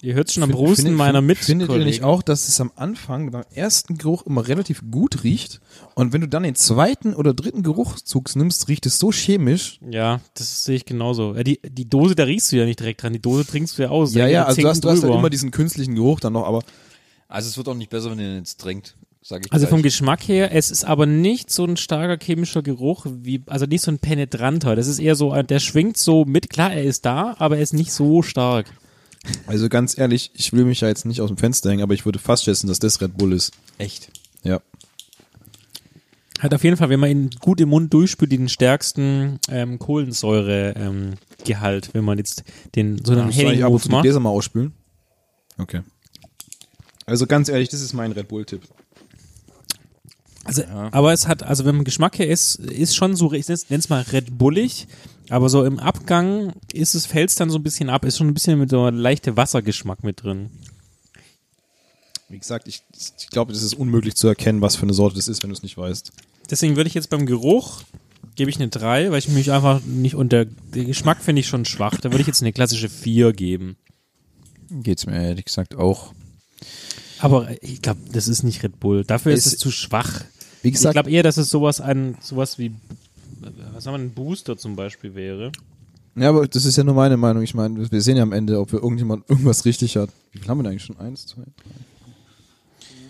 S2: Ihr hört schon am Rosten
S1: Findet-
S2: meiner mit.
S1: Findet ihr nicht auch, dass es am Anfang beim ersten Geruch immer relativ gut riecht und wenn du dann den zweiten oder dritten Geruchszug nimmst, riecht es so chemisch.
S2: Ja, das sehe ich genauso. Ja, die, die Dose, da riechst du ja nicht direkt dran. Die Dose trinkst du ja aus.
S1: Ja,
S2: Da
S1: ja, also
S2: geht
S1: du
S2: Zinken
S1: hast, du hast halt
S2: drüber.
S1: immer diesen künstlichen Geruch dann noch, aber
S3: Also es wird auch nicht besser, wenn ihr den jetzt trinkt, sage ich
S2: Also vom
S3: gleich.
S2: Geschmack her, es ist aber nicht so ein starker chemischer Geruch, wie, also nicht so ein penetranter. Das ist eher so, ein- der schwingt so mit. Klar, er ist da, aber er ist nicht so stark.
S1: Also ganz ehrlich, ich will mich ja jetzt nicht aus dem Fenster hängen, aber ich würde fast schätzen, dass das Red Bull ist.
S3: echt.
S1: Ja.
S2: Hat auf jeden Fall, wenn man ihn gut im Mund durchspült, den stärksten ähm, Kohlensäuregehalt, ähm, Gehalt, wenn man jetzt den so einen
S1: Soll ich
S2: Henning
S1: ab und zu die
S2: macht.
S1: Gläser mal ausspülen? Okay. Also ganz ehrlich, das ist mein Red Bull-Tipp.
S2: Also, aber es hat, also wenn man Geschmack her ist, ist schon so, ich nenn's mal Red Bullig, aber so im Abgang ist es, fällt's dann so ein bisschen ab, ist schon ein bisschen mit so einem leichten Wassergeschmack mit drin.
S1: Wie gesagt, ich, ich glaube, es ist unmöglich zu erkennen, was für eine Sorte das ist, wenn du es nicht weißt.
S2: Deswegen würde ich jetzt beim Geruch gebe ich eine 3, weil ich mich einfach nicht unter den Geschmack finde ich schon schwach. Da würde ich jetzt eine klassische 4 geben.
S3: Geht's mir ehrlich gesagt auch.
S2: Aber ich glaube, das ist nicht Red Bull. Dafür ist
S1: Es-
S2: es zu schwach.
S1: Wie gesagt-
S2: ich glaube eher, dass es sowas an sowas wie Was haben wir denn Booster zum Beispiel wäre?
S1: Ja, aber das ist ja nur meine Meinung. Ich meine, wir sehen ja am Ende, ob wir irgendjemand irgendwas richtig hat. Wie viel haben wir denn eigentlich schon? Eins, zwei, drei.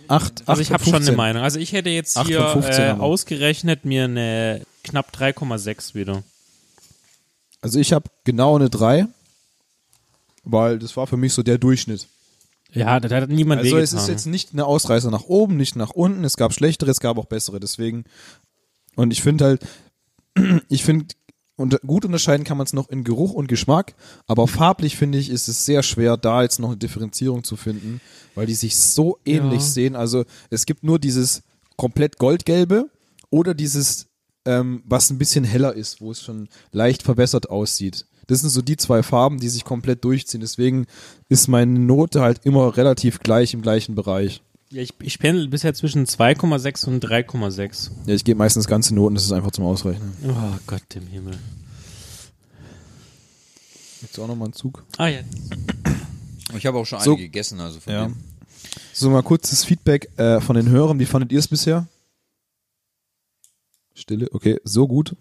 S1: Acht, acht
S2: Also ich
S1: von
S2: habe schon eine
S1: 15.
S2: Meinung. Also ich hätte jetzt
S1: Acht
S2: hier
S1: von 15
S2: äh,
S1: haben wir.
S2: ausgerechnet mir eine knapp 3,6 wieder.
S1: Also ich habe genau eine drei, weil das war für mich so der Durchschnitt.
S2: Ja, da hat niemand
S1: Also es ist
S2: wehgetan.
S1: jetzt nicht eine Ausreißer nach oben, nicht nach unten. Es gab schlechtere, es gab auch bessere. Deswegen, und ich finde halt, ich finde, und gut unterscheiden kann man es noch in Geruch und Geschmack, aber farblich finde ich, ist es sehr schwer, da jetzt noch eine Differenzierung zu finden, weil die sich so ähnlich
S2: Ja.
S1: sehen. Also es gibt nur dieses komplett goldgelbe oder dieses, ähm, was ein bisschen heller ist, wo es schon leicht verbessert aussieht. Das sind so die zwei Farben, die sich komplett durchziehen. Deswegen ist meine Note halt immer relativ gleich im gleichen Bereich.
S2: ja, ich, ich pendel bisher zwischen 2,6 und 3,6.
S1: Ja, ich gebe meistens ganze Noten, das ist einfach zum Ausrechnen.
S2: Oh Gott im Himmel.
S1: Gibt's auch nochmal einen Zug?
S2: Ah ja.
S3: Ich habe auch schon
S1: So-
S3: einige gegessen, also von
S1: Ja.
S3: dem.
S1: So, mal kurzes Feedback äh, von den Hörern. Wie fandet ihr es bisher? Stille, okay, so gut.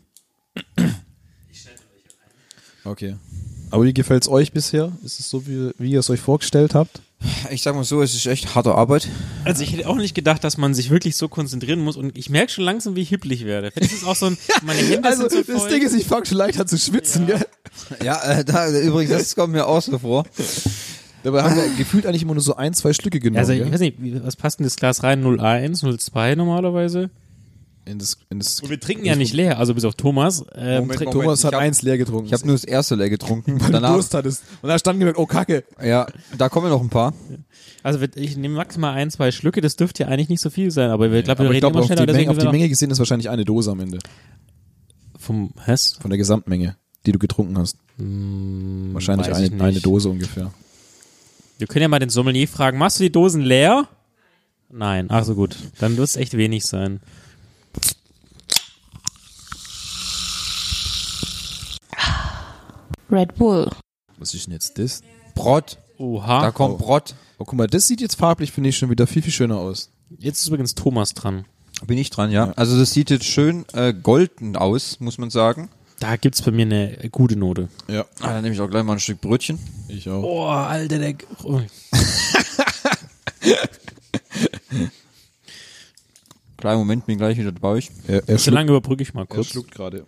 S1: Okay. Aber wie gefällt's euch bisher? Ist es so, wie, wie ihr es euch vorgestellt habt?
S3: Ich sag mal so, es ist echt harte Arbeit.
S2: Also ich hätte auch nicht gedacht, dass man sich wirklich so konzentrieren muss und ich merke schon langsam, wie ich hippelig werde. Das ist auch so ein, meine Hände sind so voll.
S1: Also, ist, ich fange schon leicht an zu schwitzen, gell?
S3: Ja, äh, da, übrigens, das kommt mir auch so vor.
S1: Dabei haben wir gefühlt eigentlich immer nur so ein, zwei Stücke genommen.
S2: also ich
S1: gell?
S2: weiß nicht, wie- was passt denn das Glas rein? 0,1, 0,2 normalerweise?
S1: In das, in das
S2: Und wir trinken ja nicht leer, also bis auf Thomas. Ähm,
S3: Moment,
S2: trink-
S3: Moment.
S1: Thomas hat
S3: ich hab-
S1: eins leer getrunken.
S3: Ich habe nur das erste leer getrunken.
S1: weil du
S3: Danach,
S1: Durst hattest. Und da stand gemerkt, oh Kacke.
S3: ja, da kommen noch ein paar.
S2: Also wir- ich nehme maximal ein, zwei Schlücke, das dürfte ja eigentlich nicht so viel sein, aber wir, glaub, wir reden immer
S1: auf die,
S2: schneller,
S1: Menge,
S2: deswegen
S1: auf die
S2: sind wir
S1: Menge gesehen ist wahrscheinlich eine Dose am Ende.
S2: noch- vom Hess.
S1: Von der Gesamtmenge, die du getrunken hast. wahrscheinlich
S2: Hm, weiß ich
S1: eine, eine
S2: nicht.
S1: Dose ungefähr.
S2: Wir können ja mal den Sommelier fragen, machst du die Dosen leer? Nein, ach so gut, dann wird es echt wenig sein.
S4: Red Bull.
S1: Was ist denn jetzt das?
S3: Brot,
S2: Oha.
S3: da kommt Brot.
S1: Oh, guck mal, das sieht jetzt farblich, finde ich, schon wieder viel, viel schöner aus.
S2: Jetzt ist übrigens Thomas dran.
S3: Bin ich dran, ja. Also das sieht jetzt schön äh, golden aus, muss man sagen.
S2: Da gibt's bei mir eine gute Note.
S1: Ja,
S3: Ah, dann nehme ich auch gleich mal ein Stück Brötchen.
S1: ich auch.
S2: Oh, alter, der. Oh.
S3: Kleinen Moment, bin gleich wieder dabei.
S1: Er, er,
S2: So
S1: schluckt,
S2: lange überbrücke ich mal
S1: er
S2: kurz.
S1: schluckt gerade.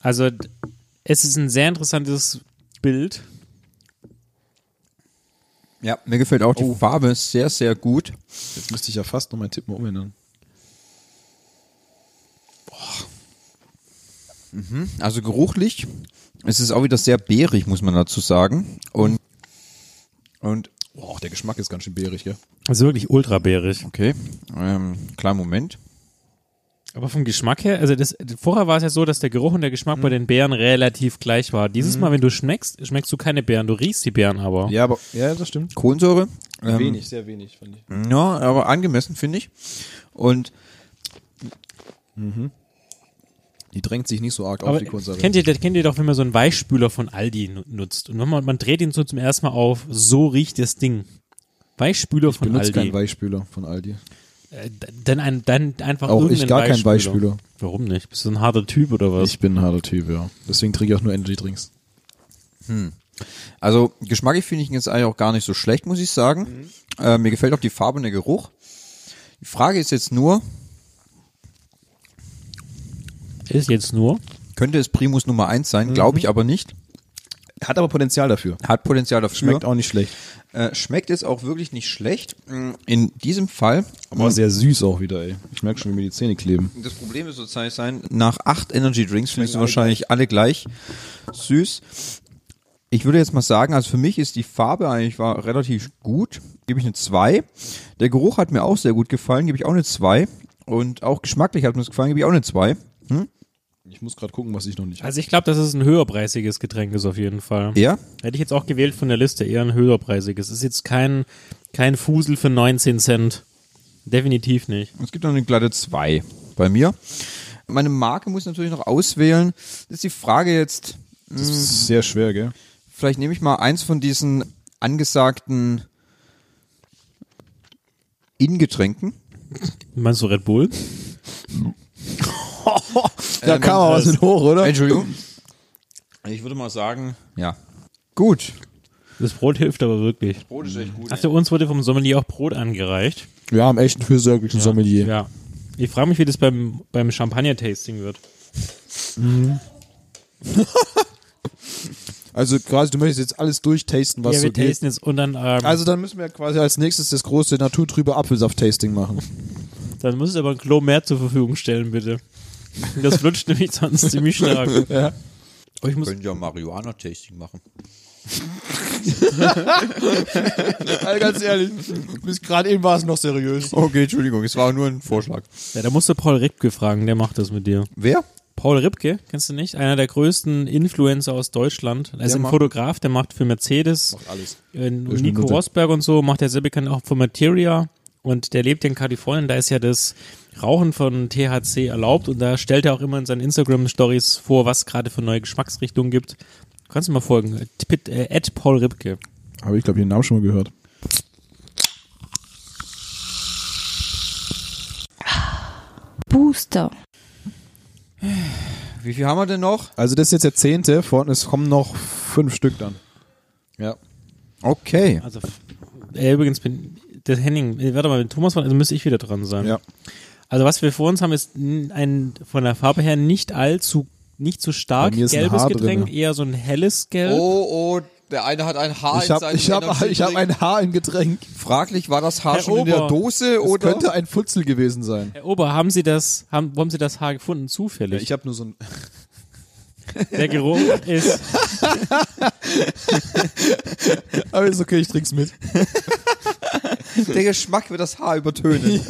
S2: Also, d- es ist ein sehr interessantes Bild.
S3: Ja, mir gefällt auch die Farbe sehr, sehr gut.
S1: Jetzt müsste ich ja fast noch meinen Tipp mal umändern.
S3: Also geruchlich. Es ist auch wieder sehr beerig, muss man dazu sagen. Und, und
S1: Oh, auch der Geschmack ist ganz schön beerig, gell?
S2: Also wirklich ultrabärig.
S3: okay, ähm, kleinen Moment.
S2: Aber vom Geschmack her, also das, vorher war es ja so, dass der Geruch und der Geschmack
S1: Mhm.
S2: bei den Beeren relativ gleich war. Dieses Mal, wenn du schmeckst, schmeckst du keine Beeren, du riechst die Beeren aber.
S1: Ja, aber, ja, das stimmt.
S3: Kohlensäure. ähm,
S1: Wenig, sehr wenig, fand ich.
S3: Ja, aber angemessen, finde ich. Und
S1: Die drängt sich nicht so arg
S2: aber
S1: auf die also Kohlensäure.
S2: kennt ihr, das kennt ihr doch, wenn man so einen Weichspüler von Aldi nu- nutzt. Und wenn man, man dreht ihn so zum ersten Mal auf, so riecht das Ding. Weichspüler von
S1: Benutzt
S2: Aldi.
S1: keinen Weichspüler von Aldi.
S2: Äh, dann, ein, dann einfach
S1: Auch
S2: irgendeinen
S1: ich gar keinen
S2: Weichspüler.
S1: Weichspüler.
S2: Warum nicht? Bist du ein harter Typ oder was?
S1: Ich bin ein harter Typ, ja. Deswegen trinke ich auch nur Energy-Drinks.
S3: also geschmacklich finde ich ihn jetzt eigentlich auch gar nicht so schlecht, muss ich sagen. Äh, mir gefällt auch die Farbe und der Geruch. Die Frage ist jetzt nur,
S2: Ist jetzt nur.
S3: könnte es Primus Nummer eins sein? Glaube ich aber nicht.
S1: Hat aber Potenzial dafür.
S3: Hat Potenzial dafür.
S1: Schmeckt auch nicht schlecht.
S3: Äh, schmeckt jetzt auch wirklich nicht schlecht. Mm, In diesem Fall.
S1: Aber sehr süß auch wieder, ey. Ich merke schon, wie mir die Zähne kleben.
S3: Das Problem wird sozusagen sein, nach acht Energy Drinks findest du wahrscheinlich alle gleich süß. Ich würde jetzt mal sagen, also für mich ist die Farbe eigentlich war relativ gut. Gebe ich eine 2. Der Geruch hat mir auch sehr gut gefallen, gebe ich auch eine 2. Und auch geschmacklich hat mir das gefallen, gebe ich auch eine 2.
S1: Ich muss gerade gucken, was ich noch nicht habe.
S2: Also ich glaube, dass es ein höherpreisiges Getränk ist auf jeden Fall.
S3: Ja?
S2: Hätte ich jetzt auch gewählt von der Liste, eher ein höherpreisiges. Ist jetzt kein, kein Fusel für 19 Cent. Definitiv nicht.
S3: Es gibt noch eine glatte 2 bei mir. Meine Marke muss ich natürlich noch auswählen. Das ist die Frage jetzt,
S1: Das ist sehr schwer, gell?
S3: Vielleicht nehme ich mal eins von diesen angesagten In-Getränken.
S2: Meinst du Red Bull?
S1: Da
S3: Ähm,
S1: kam aber was mit hoch, oder?
S3: Entschuldigung. Ich würde mal sagen, ja. Gut.
S2: Das Brot hilft aber wirklich.
S3: Brot ist echt gut.
S2: Also uns wurde vom Sommelier auch Brot angereicht.
S1: Wir haben echt einen fürsorglichen Sommelier.
S2: Ja. Ich frage mich, wie das beim, beim Champagner-Tasting wird.
S1: Also quasi, du möchtest jetzt alles durchtasten, was
S2: ja,
S1: so
S2: wir
S1: geht.
S2: tasten jetzt und dann, ähm,
S1: Also dann müssen wir quasi als nächstes das große naturtrübe Apfelsaft-Tasting machen.
S2: dann muss es aber ein Klo mehr zur Verfügung stellen, bitte. Das flutscht nämlich sonst ziemlich stark.
S1: ja.
S2: Aber ich muss,
S3: Können ja Marihuana-Tasting machen.
S1: Also ganz ehrlich, bis gerade eben war es noch seriös.
S3: Okay, Entschuldigung, es war nur ein Vorschlag.
S2: ja, da musst du Paul Ripke fragen, der macht das mit dir.
S3: Wer?
S2: Paul Ripke, kennst du nicht? Einer der größten Influencer aus Deutschland. Er ist ein
S1: macht-
S2: Fotograf, der macht für Mercedes.
S1: Alles.
S2: Äh,
S1: eine
S2: Nico
S1: Nutte.
S2: Rosberg und so macht er sehr bekannt auch von Materia und der lebt in Kalifornien, da ist ja das Rauchen von THC erlaubt und da stellt er auch immer in seinen Instagram Stories vor, was es gerade für neue Geschmacksrichtungen gibt. Kannst du mal folgen, Äh, Pit- äh, at Paul Ripke.
S1: Habe ich, glaube ich, den Namen schon mal gehört.
S4: Booster.
S3: Wie viel haben wir denn noch?
S1: Also das ist jetzt der zehnte, vorne es kommen noch fünf Stück dann. Ja.
S3: Okay.
S2: Also f- äh, übrigens bin der Henning, äh, warte mal, wenn Thomas war, also müsste ich wieder dran sein.
S1: Ja.
S2: Also was wir vor uns haben, ist n- ein von der Farbe her nicht allzu nicht zu stark
S1: Bei mir ist ein
S2: gelbes
S1: Haar
S2: Getränk,
S1: drinne.
S2: eher so ein helles Gelb.
S3: Oh, oh, der eine hat ein Haar
S1: Ich habe
S3: seinem
S1: ich hab,
S3: Energy
S1: ich hab
S3: Drink.
S1: ein Haar im Getränk.
S3: Fraglich, war das Haar
S2: Herr
S3: schon in der
S2: Ober,
S3: Dose
S1: Es
S3: oder?
S1: könnte ein Futzel gewesen sein.
S2: Herr Ober, haben Sie das, haben, wo haben Sie das Haar gefunden? Zufällig.
S1: habe nur so ein...
S2: Der Geruch ist.
S1: Aber ist okay, ich trink's mit.
S3: der Geschmack wird das Haar übertönen.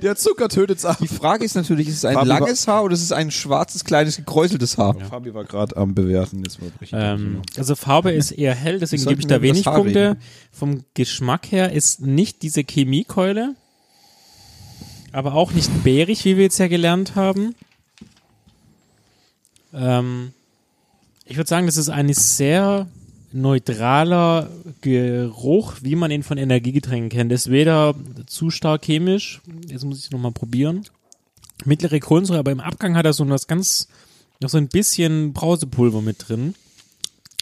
S1: Der Zucker tötet's ab.
S3: Die Frage ist natürlich, ist es ein
S1: Fabi, wa-
S3: langes Haar oder ist es ein schwarzes, kleines, gekräuseltes Haar?
S1: Fabi war gerade am Bewerten. Jetzt mal
S2: Ähm, also Farbe ist eher hell, deswegen gebe
S3: Sollten
S2: ich da
S3: genau. wir über das
S2: wenig
S3: Haar
S2: Punkte.
S3: reden?
S2: Vom Geschmack her ist nicht diese Chemiekeule, aber auch nicht bärig, wie wir jetzt ja gelernt haben. Ähm, ich würde sagen, das ist ein sehr neutraler Geruch, wie man ihn von Energiegetränken kennt. Ist weder zu stark chemisch, jetzt muss ich es nochmal probieren. Mittlere Kohlensäure, aber im Abgang hat er so was ganz, noch so ein bisschen Brausepulver mit drin.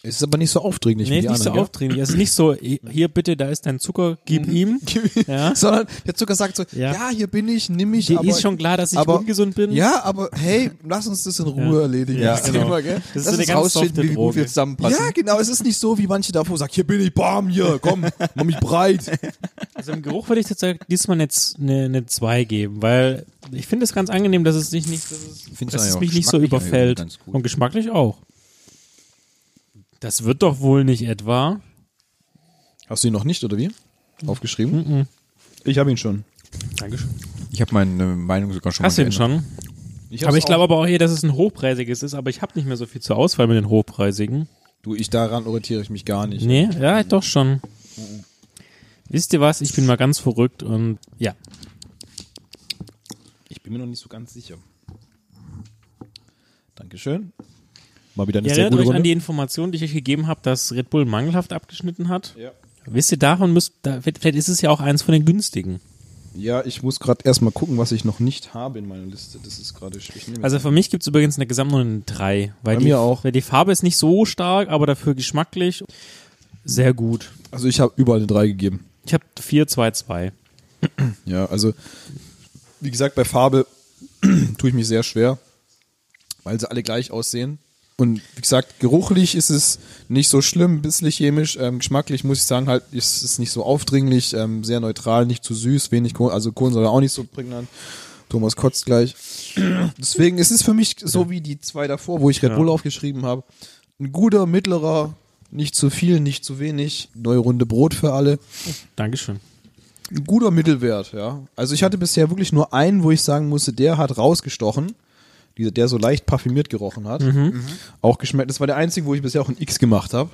S1: Ist aber nicht so aufdringlich
S2: Nee,
S1: wie
S2: ist
S1: die
S2: nicht so
S1: anderen,
S2: aufdringlich. Es ist nicht so, i- hier bitte, da ist dein Zucker, gib ihm.
S1: gell?
S2: Ja.
S1: Sondern der Zucker sagt so, ja,
S2: Ja.
S1: hier bin ich, nimm mich,
S2: Dir
S1: aber...
S2: ist schon klar, dass ich
S1: aber-
S2: ungesund bin.
S1: ja, aber hey, lass uns das in Ruhe
S2: Ja.
S1: erledigen.
S3: Ja,
S1: das
S2: genau.
S1: Thema, gell?
S2: Das ist
S3: Lass
S2: so eine
S3: uns
S2: ganz
S3: rausfinden,
S2: softe
S3: wie gut wir
S2: Droge.
S3: zusammenpassen.
S1: Ja, genau. Es ist nicht so, wie manche davor sagen, hier bin ich, bam, hier, komm, mach mich breit.
S2: Also im Geruch würde ich tatsächlich diesmal eine, Z- eine, eine 2 geben, weil ich finde es ganz angenehm, dass es, nicht, nicht, dass es,
S3: Find's
S2: dass
S3: eigentlich
S2: es
S3: auch
S2: mich nicht so
S3: geschmacklich eigentlich
S2: überfällt.
S3: ganz gut.
S2: Und geschmacklich auch. Das wird doch wohl nicht etwa.
S1: Hast du ihn noch nicht, oder wie?
S2: Mhm,
S1: Aufgeschrieben? Ich habe ihn schon.
S2: Dankeschön.
S3: Ich habe meine Meinung sogar schon
S2: Hast du ihn schon? aber ich glaube aber auch eher, dass es ein hochpreisiges ist, aber ich habe nicht mehr so viel zur Auswahl mit den hochpreisigen.
S1: Du, ich daran orientiere ich mich gar nicht.
S2: Nee, ja, doch schon. Mhm. Wisst ihr was? Ich bin mal ganz verrückt und ja.
S1: Ich bin mir noch nicht so ganz sicher. Dankeschön. Mal wieder eine
S2: Ihr
S1: sehr
S2: erinnert
S1: gute
S2: euch an die
S1: Runde.
S2: Information, die ich euch gegeben habe, dass Red Bull mangelhaft abgeschnitten hat?
S1: Ja.
S2: Wisst ihr, davon müsst, da, vielleicht vielleicht ist es ja auch eins von den günstigen.
S1: ja, ich muss gerade erstmal gucken, was ich noch nicht habe in meiner Liste. Das ist gerade schwierig.
S2: Also für mich gibt's übrigens eine Gesamtnote eine 3.
S1: Bei
S2: Weil die,
S1: mir auch.
S2: Weil die Farbe ist nicht so stark, aber dafür geschmacklich sehr gut.
S1: also ich habe überall eine 3 gegeben.
S2: Ich habe 4, 2, 2.
S1: Ja, also wie gesagt, bei Farbe tue ich mich sehr schwer, weil sie alle gleich aussehen. Und wie gesagt, geruchlich ist es nicht so schlimm, ein bisschen chemisch. Ähm, geschmacklich muss ich sagen, halt ist es nicht so aufdringlich, ähm, sehr neutral, nicht zu süß, wenig Kohlen, also Kohlensäure auch nicht so prägnant. Thomas kotzt gleich. Deswegen ist es für mich so wie die zwei davor, wo ich Red Bull aufgeschrieben habe. Ein guter, mittlerer, nicht zu viel, nicht zu wenig. Neue Runde Brot für alle
S2: Dankeschön.
S1: ein guter Mittelwert, ja. Also ich hatte bisher wirklich nur einen, wo ich sagen musste, der hat rausgestochen. Dieser, der so leicht parfümiert gerochen hat. Auch geschmeckt. Das war der einzige, wo ich bisher auch ein X gemacht habe.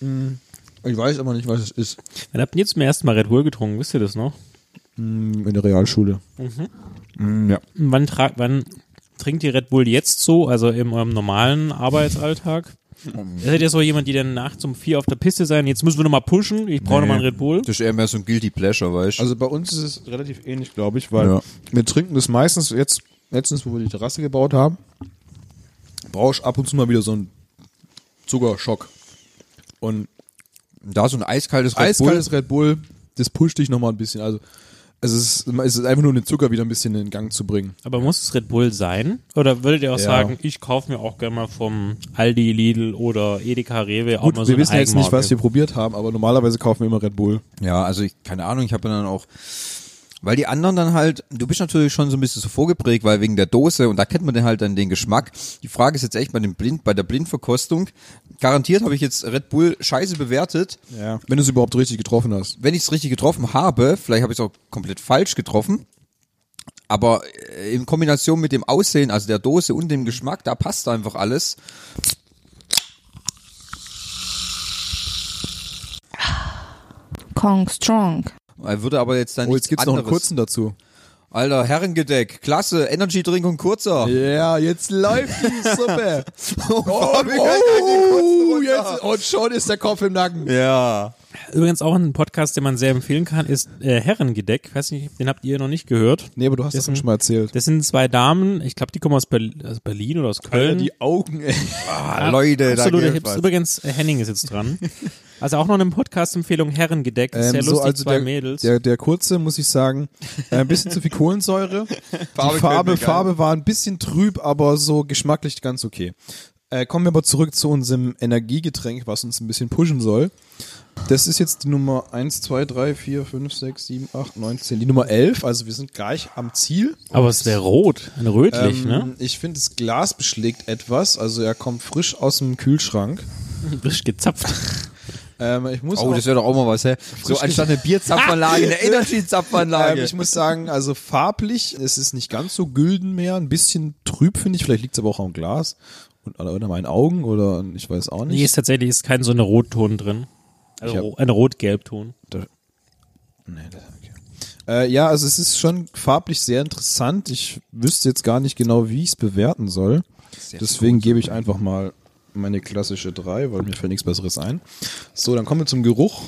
S1: Hm, Ich weiß aber nicht, was es ist.
S2: Dann habt ihr zum ersten Mal Red Bull getrunken, wisst ihr das noch?
S1: Hm, In der Realschule. Hm, Ja.
S2: Wann, tra- wann trinkt ihr Red Bull jetzt so, also in eurem normalen Arbeitsalltag? Seid ihr so jemand, die dann nachts um vier auf der Piste sein? Jetzt müssen wir nochmal pushen, ich brauche nochmal einen Red Bull.
S3: Das ist eher mehr so ein Guilty Pleasure, weißt du?
S1: Also bei uns ist es relativ ähnlich, glaube ich, weil
S3: Ja.
S1: wir trinken das meistens jetzt letztens, wo wir die Terrasse gebaut haben, brauche ich ab und zu mal wieder so einen Zuckerschock. Und
S3: Da so ein eiskaltes Red Bull.
S1: eiskaltes Red Bull, das pusht dich nochmal ein bisschen. Also, es ist, es ist einfach nur den Zucker wieder ein bisschen in Gang zu bringen.
S2: Aber muss es Red Bull sein? Oder würdet ihr auch
S1: Ja.
S2: sagen, ich kaufe mir auch gerne mal vom Aldi, Lidl oder Edeka, Rewe auch
S1: Gut,
S2: mal so
S1: wir
S2: eine
S1: wissen jetzt nicht, was
S2: Eigenmarke?
S1: wir probiert haben, aber normalerweise kaufen wir immer Red Bull.
S3: Ja, also ich, keine Ahnung, ich habe dann auch, weil die anderen dann halt, du bist natürlich schon so ein bisschen so vorgeprägt, weil wegen der Dose und da kennt man dann halt dann den Geschmack. Die Frage ist jetzt echt bei dem Blind, bei der Blindverkostung. Garantiert habe ich jetzt Red Bull scheiße bewertet.
S1: Ja. Wenn du es überhaupt richtig getroffen hast.
S3: Wenn ich es richtig getroffen habe, vielleicht habe ich es auch komplett falsch getroffen. Aber äh, in Kombination mit dem Aussehen, also der Dose und dem Geschmack, da passt einfach alles.
S4: Kong Strong.
S3: Er würde aber jetzt dann
S1: Oh,
S3: nichts
S1: jetzt gibt's noch einen
S3: anderes-
S1: kurzen dazu.
S3: Alter, Herrengedeck, klasse, Energy Drink und kurzer.
S1: Ja, jetzt läuft die Suppe. oh,
S3: Gott, wir können gleich den kurzen runter.
S1: jetzt, und schon ist der Kopf im Nacken.
S3: Ja.
S2: Übrigens auch ein Podcast, den man sehr empfehlen kann, ist äh, Herrengedeck. Ich weiß nicht, den habt ihr noch nicht gehört.
S1: Nee, aber du hast das
S2: Dessen-
S1: schon mal erzählt.
S2: Das sind zwei Damen, ich glaube, die kommen aus Berlin, aus Berlin oder aus Köln.
S1: Augen, ey.
S3: Ah, Leute, da
S2: Absolute
S3: geht
S2: Hips.
S3: was.
S2: Übrigens, äh, Henning ist jetzt dran. Also auch noch eine Podcast-Empfehlung, Herrengedeck. Sehr
S1: Ähm,
S2: lustig,
S1: so, also
S2: zwei
S1: der,
S2: Mädels.
S1: Der, der kurze, muss ich sagen, äh, ein bisschen zu viel Kohlensäure. Farbe, die Farbe, Farbe war ein bisschen trüb, aber so geschmacklich ganz okay. Äh, kommen wir aber zurück zu unserem Energiegetränk, was uns ein bisschen pushen soll. Das ist jetzt die Nummer 1, 2, 3, 4, 5, 6, 7, 8, 9, 10. Die Nummer 11, also wir sind gleich am Ziel.
S2: Aber es wäre rot, ein rötlich,
S1: Ähm,
S2: ne?
S1: Ich finde, das Glas beschlägt etwas. Also er kommt frisch aus dem Kühlschrank.
S2: Frisch gezapft.
S1: Ähm, ich muss
S3: Oh,
S1: auch,
S3: das wäre doch auch mal was, hä? So anstatt eine Bierzapfanlage, eine
S1: ähm,
S3: Energy-Zapfanlage.
S1: ich muss sagen, also farblich, es ist nicht ganz so gülden mehr. Ein bisschen trüb, finde ich. Vielleicht liegt es aber auch am Glas. Und oder unter meinen Augen oder an- ich weiß auch nicht.
S2: Nee, ist tatsächlich ist kein so eine Rotton drin. Also
S1: Ich hab-
S2: ro- ein Rot-Gelb-Ton.
S1: Nee, das- okay. äh, ja, also es ist schon farblich sehr interessant. Ich wüsste jetzt gar nicht genau, wie ich es bewerten soll. Deswegen gebe ich einfach mal meine klassische 3, weil mir fällt nichts Besseres ein. So, dann kommen wir zum Geruch.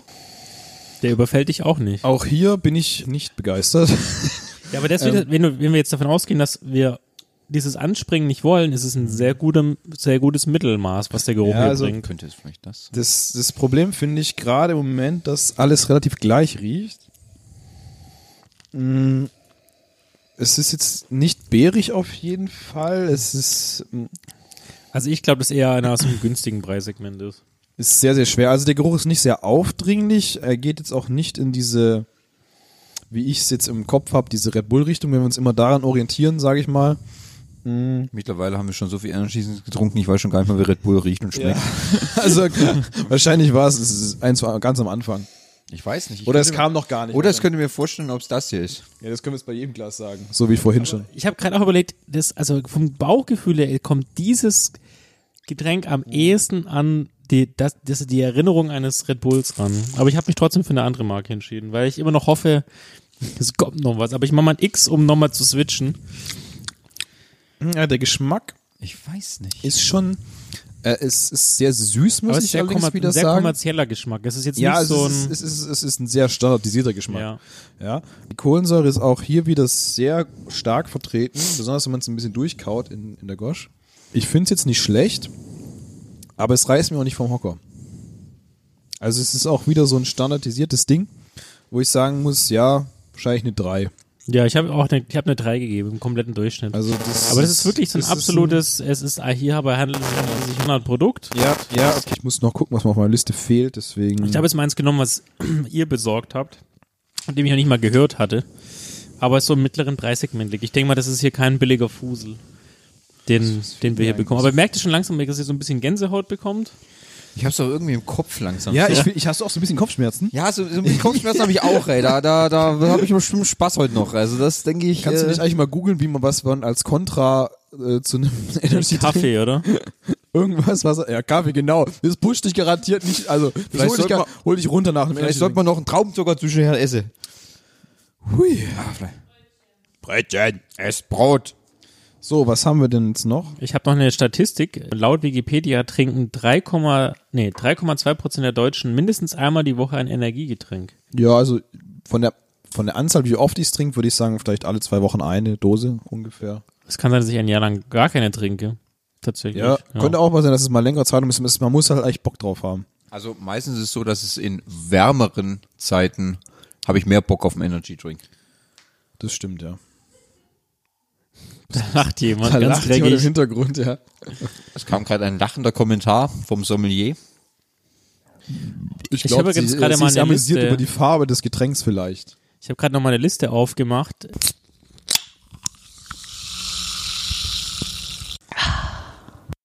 S2: Der überfällt dich auch nicht.
S1: Auch hier bin ich nicht begeistert.
S2: Ja, aber deswegen, wenn, du, wenn wir jetzt davon ausgehen, dass wir dieses Anspringen nicht wollen, ist es ein sehr, gutem, sehr gutes Mittelmaß, was der Geruch
S1: Ja,
S2: hier
S1: also-
S2: bringt.
S3: könnte es vielleicht das.
S1: Das, das Problem finde ich gerade im Moment, dass alles relativ gleich riecht. Mm, Es ist jetzt nicht bärig auf jeden Fall. Es ist, mm,
S2: Also ich glaube, das ist eher einer aus dem günstigen Preissegment ist.
S1: ist sehr, sehr schwer. Also der Geruch ist nicht sehr aufdringlich. Er geht jetzt auch nicht in diese, wie ich es jetzt im Kopf habe, diese Red Bull-Richtung. Wenn wir uns immer daran orientieren, sage ich mal.
S3: Mittlerweile haben wir schon so viel Energy getrunken, ich weiß schon gar nicht mehr, wie Red Bull riecht und schmeckt.
S1: Also wahrscheinlich war es- es ist eins war ganz am Anfang.
S3: Ich weiß nicht. Ich
S1: Oder es
S3: könnte-
S1: kam noch gar nicht.
S3: Oder es könnte mir vorstellen, ob es das hier ist.
S1: ja, das können wir jetzt bei jedem Glas sagen. So wie vorhin schon.
S2: Ich habe gerade auch überlegt, das, also vom Bauchgefühl her kommt dieses Getränk am ehesten an die, das, das ist die Erinnerung eines Red Bulls ran. Aber ich habe mich trotzdem für eine andere Marke entschieden, weil ich immer noch hoffe, es kommt noch was. Aber ich mache mal ein X, um nochmal zu switchen.
S1: Ja, Also, äh, der Geschmack
S3: Ich weiß nicht.
S1: ist schon, äh, es ist sehr süß, muss
S2: Aber es
S1: ich
S2: ist sehr,
S1: allerdings
S2: kommer
S1: wieder
S2: sehr
S1: sagen.
S2: kommerzieller Geschmack. Es ist jetzt
S1: Ja, also
S2: nicht
S1: es,
S2: so
S1: ist,
S2: ein.
S1: es, ist, es ist ein sehr standardisierter Geschmack.
S2: ja.
S1: Ja. Die Kohlensäure ist auch hier wieder sehr stark vertreten, besonders wenn man es ein bisschen durchkaut in, in der Gosch. Ich finde es jetzt nicht schlecht, aber es reißt mir auch nicht vom Hocker. Also es ist auch wieder so ein standardisiertes Ding, wo ich sagen muss, ja, wahrscheinlich eine 3.
S2: ja, ich habe auch eine, ich habe eine 3 gegeben im kompletten Durchschnitt.
S1: Also das
S2: aber das ist wirklich so ein
S1: das ist
S2: absolutes, es ist ah, hier aber handelt es sich um ein Produkt.
S1: ja, ja, okay, ich muss noch gucken, was mir auf meiner Liste fehlt, deswegen.
S2: Ich habe jetzt meins genommen, was ihr besorgt habt, und dem ich noch nicht mal gehört hatte. Aber es ist so im mittleren Preissegment liegt. Ich denke mal, das ist hier kein billiger Fusel, den, den wir hier bekommen. Aber merkt ihr schon langsam, dass ihr so ein bisschen Gänsehaut bekommt?
S3: Ich hab's doch irgendwie im Kopf langsam.
S1: ja, ich, ich hast du auch so ein bisschen Kopfschmerzen.
S3: Ja, so, so mit Kopfschmerzen habe ich auch, ey. Da, da, da habe ich bestimmt Spaß heute noch. Also das denke ich.
S1: Kannst du
S3: äh,
S1: nicht eigentlich mal googeln, wie man was man als Kontra äh, zu einem Energy Drink-
S2: Kaffee, oder?
S1: irgendwas was ja Kaffee genau. Das pusht dich garantiert nicht, also vielleicht hol dich,
S3: sollte
S1: gar,
S3: man-
S1: hol dich runter nach einem
S3: vielleicht sollte man noch einen Traubenzucker zwischenher essen.
S1: Hui.
S3: Ah, Brötchen, ess Brot.
S1: So, was haben wir denn jetzt noch?
S2: Ich habe noch eine Statistik. Laut Wikipedia trinken 3, nee, 3,2 Prozent der Deutschen mindestens einmal die Woche ein Energiegetränk.
S1: Ja, also von der von der Anzahl, wie oft ich es trinke, würde ich sagen, vielleicht alle zwei Wochen eine Dose ungefähr.
S2: Es kann sein, dass ich ein Jahr lang gar keine trinke. Tatsächlich.
S1: Ja, könnte auch mal sein, dass es mal längere Zeit ist. Man muss halt eigentlich Bock drauf haben.
S3: Also meistens ist es so, dass es in wärmeren Zeiten habe ich mehr Bock auf einen Energy Drink.
S1: Das stimmt, ja.
S2: Da lacht jemand
S1: Da lacht
S2: ganz
S1: jemand im
S2: dreckig.
S1: Hintergrund, ja.
S3: Es kam gerade ein lachender Kommentar vom Sommelier.
S2: Ich habe
S1: sie-
S2: jetzt gerade
S1: sie
S2: mal
S1: ist
S2: eine
S1: amüsiert
S2: Liste.
S1: über die Farbe des Getränks vielleicht.
S2: Ich habe gerade noch mal eine Liste aufgemacht.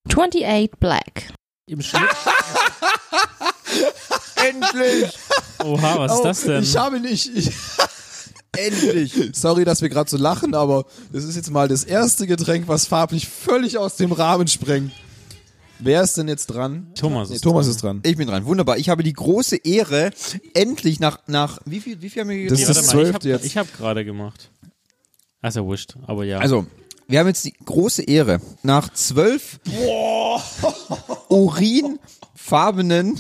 S4: Twenty-eight Black.
S2: Im Schnitt.
S3: Endlich!
S2: Oha, was ist das denn?
S1: Oh, Ich habe nicht. Ich,
S3: Endlich!
S1: sorry, dass wir gerade so lachen, aber das ist jetzt mal das erste Getränk, was farblich völlig aus dem Rahmen sprengt. Wer ist denn jetzt dran?
S2: Thomas
S1: Nee,
S2: ist
S1: Thomas
S2: dran.
S1: ist dran.
S3: Ich bin dran. Wunderbar. Ich habe die große Ehre, endlich nach, nach wie viel, wie viel haben wir
S1: Das
S3: gegeben?
S2: Nee,
S1: ist
S2: warte
S1: das
S2: mal,
S1: Zwölfte
S2: ich hab-
S1: jetzt.
S2: Ich habe gerade gemacht. Also wurscht, aber ja.
S3: Also, wir haben jetzt die große Ehre, nach zwölf urinfarbenen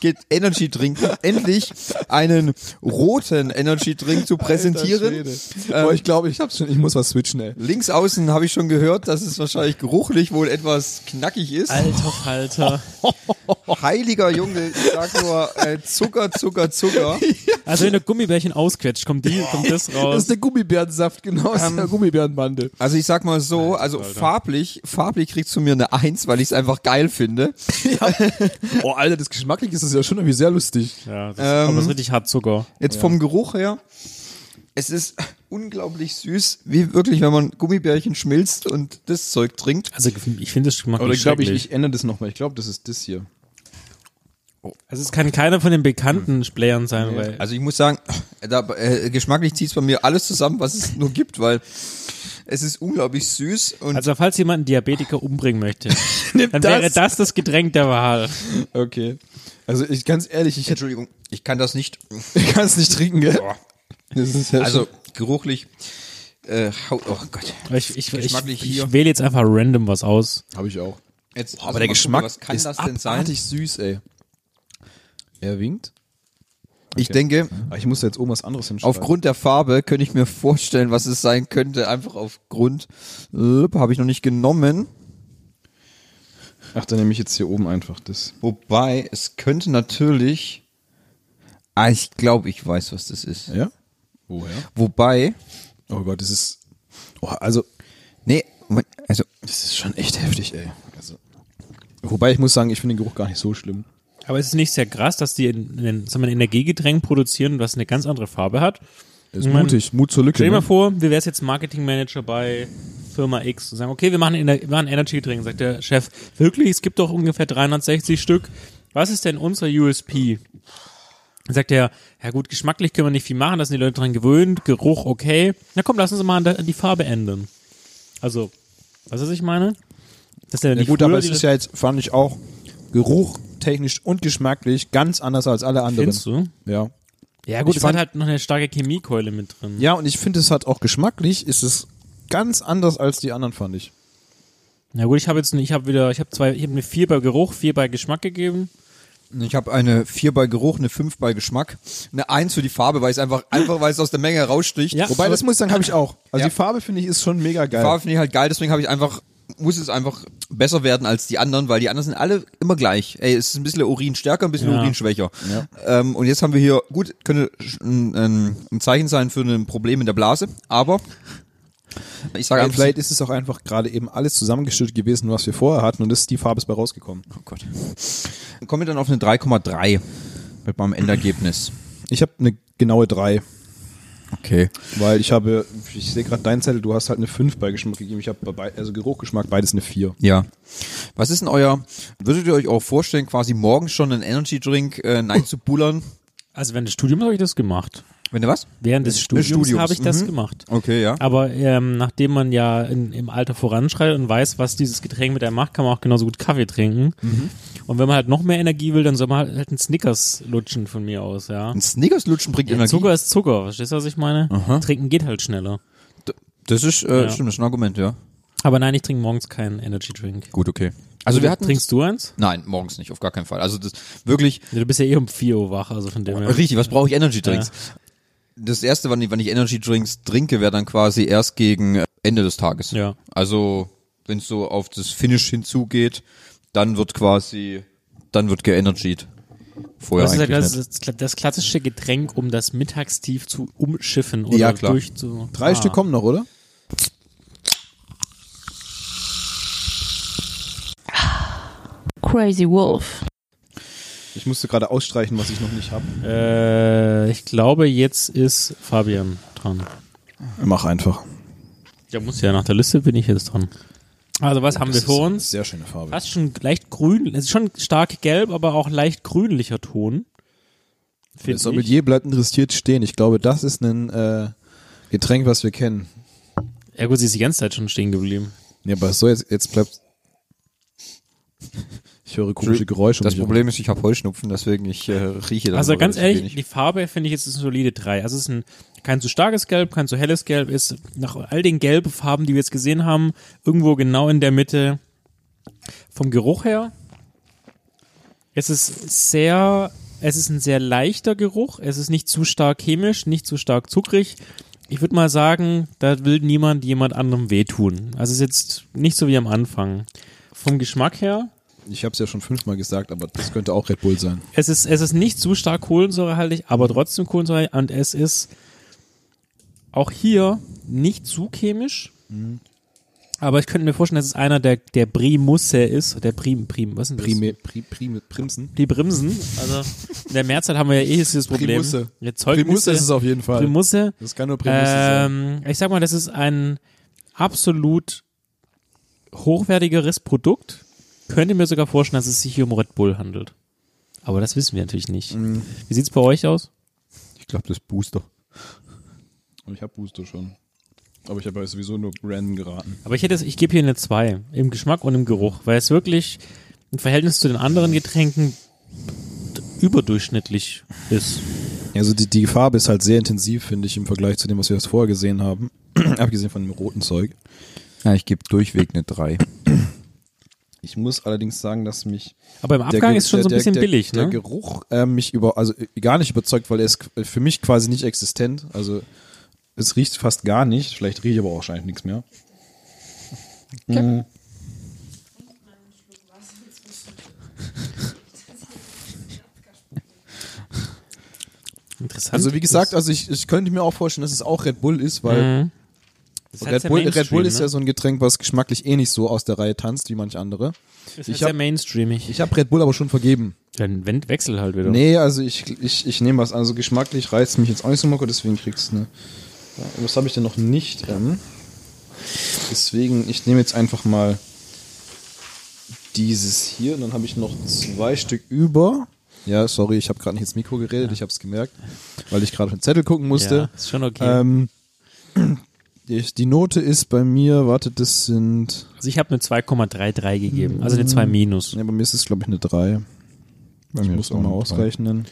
S3: Get- Energy Drink endlich einen roten Energy Drink zu präsentieren.
S1: Alter Schwede. Boah, ich glaube, ich hab's schon. Ich muss was switchen, ey.
S3: Links außen habe ich schon gehört, dass es wahrscheinlich geruchlich wohl etwas knackig ist.
S2: alter Falter.
S3: Heiliger Junge, ich sag nur äh, Zucker, Zucker, Zucker.
S2: Also wenn du Gummibärchen ausquetscht, kommt, die, kommt das
S1: Das
S2: raus.
S1: ist der Gummibärensaft, genau. Das ist der Gummibärenbande.
S3: Also ich sag mal so, also farblich, farblich kriegst du mir eine Eins, weil ich es einfach geil finde.
S1: Oh, Alter, das geschmacklich ist das ja schon irgendwie sehr lustig.
S2: ja, das,
S1: ähm.
S2: aber das ist richtig hart Zucker.
S3: Jetzt vom Geruch her, es ist unglaublich süß, wie wirklich, wenn man Gummibärchen schmilzt und das Zeug trinkt.
S2: Also ich finde das schmeckt
S1: Oder ich glaube, ich,
S2: schrecklich.
S1: ich ändere das nochmal. Ich glaube, das ist das hier. oh.
S2: Also es kann keiner von den bekannten Playern sein, weil
S3: Also ich muss sagen, da, äh, geschmacklich zieht es bei mir alles zusammen, was es nur gibt, weil es ist unglaublich süß und
S2: also falls jemand einen Diabetiker umbringen möchte, dann wäre
S1: das.
S2: das das Getränk der Wahl.
S1: Okay. Also ich ganz ehrlich, ich, hätte-
S3: Entschuldigung, ich kann das nicht.
S1: ich kann es nicht trinken, gell?
S3: Boah.
S1: Das ist ja
S3: Also geruchlich. Äh, hau- oh Gott.
S2: Aber Ich, ich, ich,
S3: Geschmacklich
S2: ich,
S3: hier.
S2: wähle jetzt einfach random was aus.
S1: habe ich auch.
S3: Jetzt, also
S1: aber
S3: mal
S1: der Geschmack
S3: gucken, was kann
S1: ist
S3: das denn sein?
S1: abartig süß, ey. Er winkt.
S3: Ich denke,
S1: Aber Ah, ich muss da jetzt irgendwas anderes hinschreiben.
S3: aufgrund der Farbe könnte ich mir vorstellen, was es sein könnte. Einfach aufgrund. Lüpp, Habe ich noch nicht genommen.
S1: Ach, dann nehme ich jetzt hier oben einfach das.
S3: Wobei, es könnte natürlich. Ah, ich glaube, ich weiß, was das ist.
S1: Ja? Woher?
S3: Wobei.
S1: Oh Gott, das ist. Oh, also,
S3: Nee, Moment, also.
S1: das ist schon echt heftig, ey. Also, wobei ich muss sagen, ich finde den Geruch gar nicht so schlimm.
S2: Aber es ist nicht sehr krass, dass die in, in, sagen wir, ein Energiegetränk produzieren, was eine ganz andere Farbe hat.
S1: Das ist
S2: Ich mein,
S1: mutig, Mut zur Lücke.
S2: Stell dir mal
S1: Ne?
S2: vor, wir wären jetzt Marketingmanager bei Firma X und sagen, okay, wir machen, Ener- wir machen Energy Drink. Sagt der Chef, wirklich, es gibt doch ungefähr 360 Stück. Was ist denn unser USP? Dann sagt er, ja gut, geschmacklich können wir nicht viel machen, da sind die Leute dran gewöhnt, Geruch okay. Na komm, lass uns mal an der- die Farbe ändern. Also, weißt du, was ich meine? Dass der
S1: Ja,
S2: nicht
S1: gut,
S2: früher
S1: aber es
S2: die-
S1: ist ja jetzt, fand ich auch, Geruch, technisch und geschmacklich ganz anders als alle anderen.
S2: Findest du?
S1: Ja.
S2: Ja gut,
S1: Ich
S2: es hat
S1: fand-
S2: halt noch eine starke Chemiekeule mit drin.
S1: Ja, und ich finde, es hat auch geschmacklich, ist es ganz anders als die anderen, fand ich.
S2: Na gut, ich habe jetzt, ich habe wieder, ich habe zwei, ich habe mir vier bei Geruch, vier bei Geschmack gegeben.
S3: Ich habe eine 4 bei Geruch, eine 5 bei Geschmack, eine 1 für die Farbe, weil es einfach, einfach weil es aus der Menge raussticht.
S2: Ja.
S1: Wobei,
S2: Aber-
S1: das muss ich sagen, habe ich auch. Also
S3: Ja.
S1: die Farbe finde ich ist schon mega
S2: Äh.
S1: geil.
S3: Farbe finde ich halt geil, deswegen habe ich einfach, muss es einfach besser werden als die anderen, weil die anderen sind alle immer gleich. Ey, es ist ein bisschen Urin stärker, ein bisschen
S2: Ja.
S3: Urin schwächer. Ähm, und jetzt haben wir hier, gut, könnte sch- ein, ein, ein Zeichen sein für ein Problem in der Blase, aber ich sage
S1: Ey,
S3: einfach,
S1: Äh, vielleicht ist es auch einfach gerade eben alles zusammengeschüttet gewesen, was wir vorher hatten, und das die Farbe ist bei rausgekommen.
S3: oh Gott. Kommen wir dann auf eine 3,3 mit meinem Endergebnis.
S1: Ich habe eine genaue 3,
S3: Okay.
S1: weil ich habe, ich sehe gerade deinen Zettel, du hast halt eine 5 bei Geschmack gegeben. Ich habe bei, bei- also Geruch, Geschmack, beides eine 4.
S3: Ja. Was ist denn euer, würdet ihr euch auch vorstellen, quasi morgen schon einen Energy Drink äh, nein zu bullern?
S2: Also während des Studiums habe ich das gemacht.
S3: Wenn ihr was?
S2: Während des Studiums,
S3: Studiums,
S2: habe ich das
S3: mhm.
S2: gemacht.
S3: Okay, ja.
S2: Aber ähm, nachdem man ja in, im Alter voranschreitet und weiß, was dieses Getränk mit einem macht, kann man auch genauso gut Kaffee trinken. Und wenn man halt noch mehr Energie will, dann soll man halt, halt einen Snickers lutschen von mir aus, ja.
S3: Ein Snickers lutschen bringt Energie.
S2: Zucker ist Zucker, verstehst du, was ich meine? Trinken geht halt schneller.
S3: Das ist, äh,
S2: Ja.
S3: stimmt, das ist ein Argument, ja.
S2: Aber nein, ich trinke morgens keinen Energy Drink.
S3: Gut, okay. Also wir hatten.
S2: Trinkst du eins?
S3: Nein, morgens nicht, auf gar keinen Fall. Also das wirklich
S2: Ja, Du bist ja eh um 4 Uhr wach, also von dem her.
S3: richtig, was brauche ich Energy Drinks? das erste, wann ich, wann ich Energy Drinks trinke, wäre dann quasi erst gegen äh, Ende des Tages.
S2: Ja.
S3: Also, wenn es so auf das Finish hinzugeht, dann wird quasi, dann wird geenergied. Vorher
S2: Das ist ja
S3: eigentlich
S2: das,
S3: nicht.
S2: das, das klassische Getränk, um das Mittagstief zu umschiffen oder
S3: Ja, klar.
S2: durch zu.
S1: Drei
S2: Ah.
S1: Stück kommen noch, oder?
S4: Crazy Wolf.
S1: Ich musste gerade ausstreichen, was ich noch nicht habe.
S2: Äh, ich glaube, jetzt ist Fabian dran.
S1: Mach einfach.
S2: Ja, muss ja, nach der Liste bin ich jetzt dran. Also, was haben wir
S1: Das ist
S2: vor
S1: eine
S2: uns?
S1: Sehr schöne Farbe.
S2: Fast schon leicht grün, es ist schon stark gelb, aber auch leicht grünlicher Ton.
S1: Der
S2: Finde ich.
S1: Sommelier bleibt interessiert stehen. Ich glaube, das ist ein äh, Getränk, was wir kennen.
S2: Ja gut, sie ist die ganze Zeit schon stehen geblieben.
S1: Ja, aber so jetzt, jetzt bleibt. Ich höre komische Geräusche. um
S3: Das
S1: mich herum.
S3: Problem ist, ich habe Heuschnupfen, deswegen ich äh, rieche das
S2: Also
S3: immer
S2: ganz
S3: relativ
S2: ehrlich, die Farbe finde ich jetzt ist eine solide 3. Also es ist ein, kein zu starkes Gelb, kein zu helles Gelb, ist nach all den gelben Farben, die wir jetzt gesehen haben, irgendwo genau in der Mitte vom Geruch her. Es ist sehr, es ist ein sehr leichter Geruch, es ist nicht zu stark chemisch, nicht zu stark zuckrig. Ich würde mal sagen, da will niemand jemand anderem wehtun. Also es ist jetzt nicht so wie am Anfang. Vom Geschmack her
S1: Ich habe es ja schon fünfmal gesagt, aber das könnte auch Red Bull sein.
S2: es ist, es ist nicht zu stark kohlensäurehaltig, aber trotzdem kohlensäurehaltig und es ist auch hier nicht zu chemisch.
S1: Mhm.
S2: Aber ich könnte mir vorstellen, dass es einer der, der Primusse ist. Der Prim, Prim, was sind das?
S1: Prime, pri, prime, Primsen.
S2: Die Brimsen. Also in der Mehrzahl haben wir ja eh dieses Problem.
S1: Primusse.
S2: Ja, Zeugnisse.
S1: Primusse ist es auf jeden Fall.
S2: Primusse.
S1: Das kann nur Primusse sein.
S2: Ähm, ich sag mal, das ist ein absolut hochwertigeres Produkt. Könnte mir sogar vorstellen, dass es sich hier um Red Bull handelt. Aber das wissen wir natürlich nicht.
S1: Mhm.
S2: Wie sieht's bei euch aus?
S3: wenig. Ich glaube, das Booster.
S1: Und ich habe Booster schon. Aber ich habe ja sowieso nur random geraten.
S2: Aber ich hätte, es- ich gebe hier eine 2 im Geschmack und im Geruch, weil es wirklich im Verhältnis zu den anderen Getränken d- überdurchschnittlich ist.
S1: Also die, die Farbe ist halt sehr intensiv, finde ich, im Vergleich zu dem, was wir jetzt vorher gesehen haben. Abgesehen von dem roten Zeug.
S3: Ja, ich gebe durchweg eine 3.
S1: Ich muss allerdings sagen, dass mich
S2: Aber im Abgang
S1: Ge-
S2: ist schon so ein bisschen
S1: der,
S2: billig,
S1: der
S2: ne?
S1: Geruch äh, mich über, also äh, gar nicht überzeugt, weil er ist qu- für mich quasi nicht existent. Also es riecht fast gar nicht. Vielleicht rieche ich aber auch wahrscheinlich nichts mehr.
S2: Interessant.
S1: Also wie gesagt, also ich, ich könnte mir auch vorstellen, dass es auch Red Bull ist, weil
S2: Mhm. Das heißt
S1: Red,
S2: ja
S1: Bull, Red Bull
S2: Mainstream, ne?
S1: ist ja so ein Getränk, was geschmacklich eh nicht so aus der Reihe tanzt wie manch andere.
S2: ne?
S1: ich
S2: ich sehr
S1: hab-
S2: mainstreamig.
S1: Ich habe Red Bull aber schon vergeben.
S2: Dann wend- wechsel halt wieder.
S1: Nee, also ich, ich, ich nehme was. Also geschmacklich reizt mich jetzt auch nicht so, Marco, deswegen kriegst du eine. Ja, Was habe ich denn noch nicht? Ähm, deswegen, ich nehme jetzt einfach mal dieses hier und dann habe ich noch zwei Stück über. Ja, sorry, ich habe gerade nicht ins Mikro geredet, ich habe es gemerkt, weil ich gerade auf den Zettel gucken musste.
S2: Ja, ist schon okay.
S1: Ähm, ich, die Note ist bei mir, wartet, das sind.
S2: Also ich habe eine 2,33 gegeben, also eine 2 minus.
S1: Mhm. Ja, bei mir ist es, glaube ich, eine 3. Ich
S3: mir
S1: muss
S3: ist
S1: auch
S3: auch
S1: mal
S3: eine drei.
S1: ausrechnen.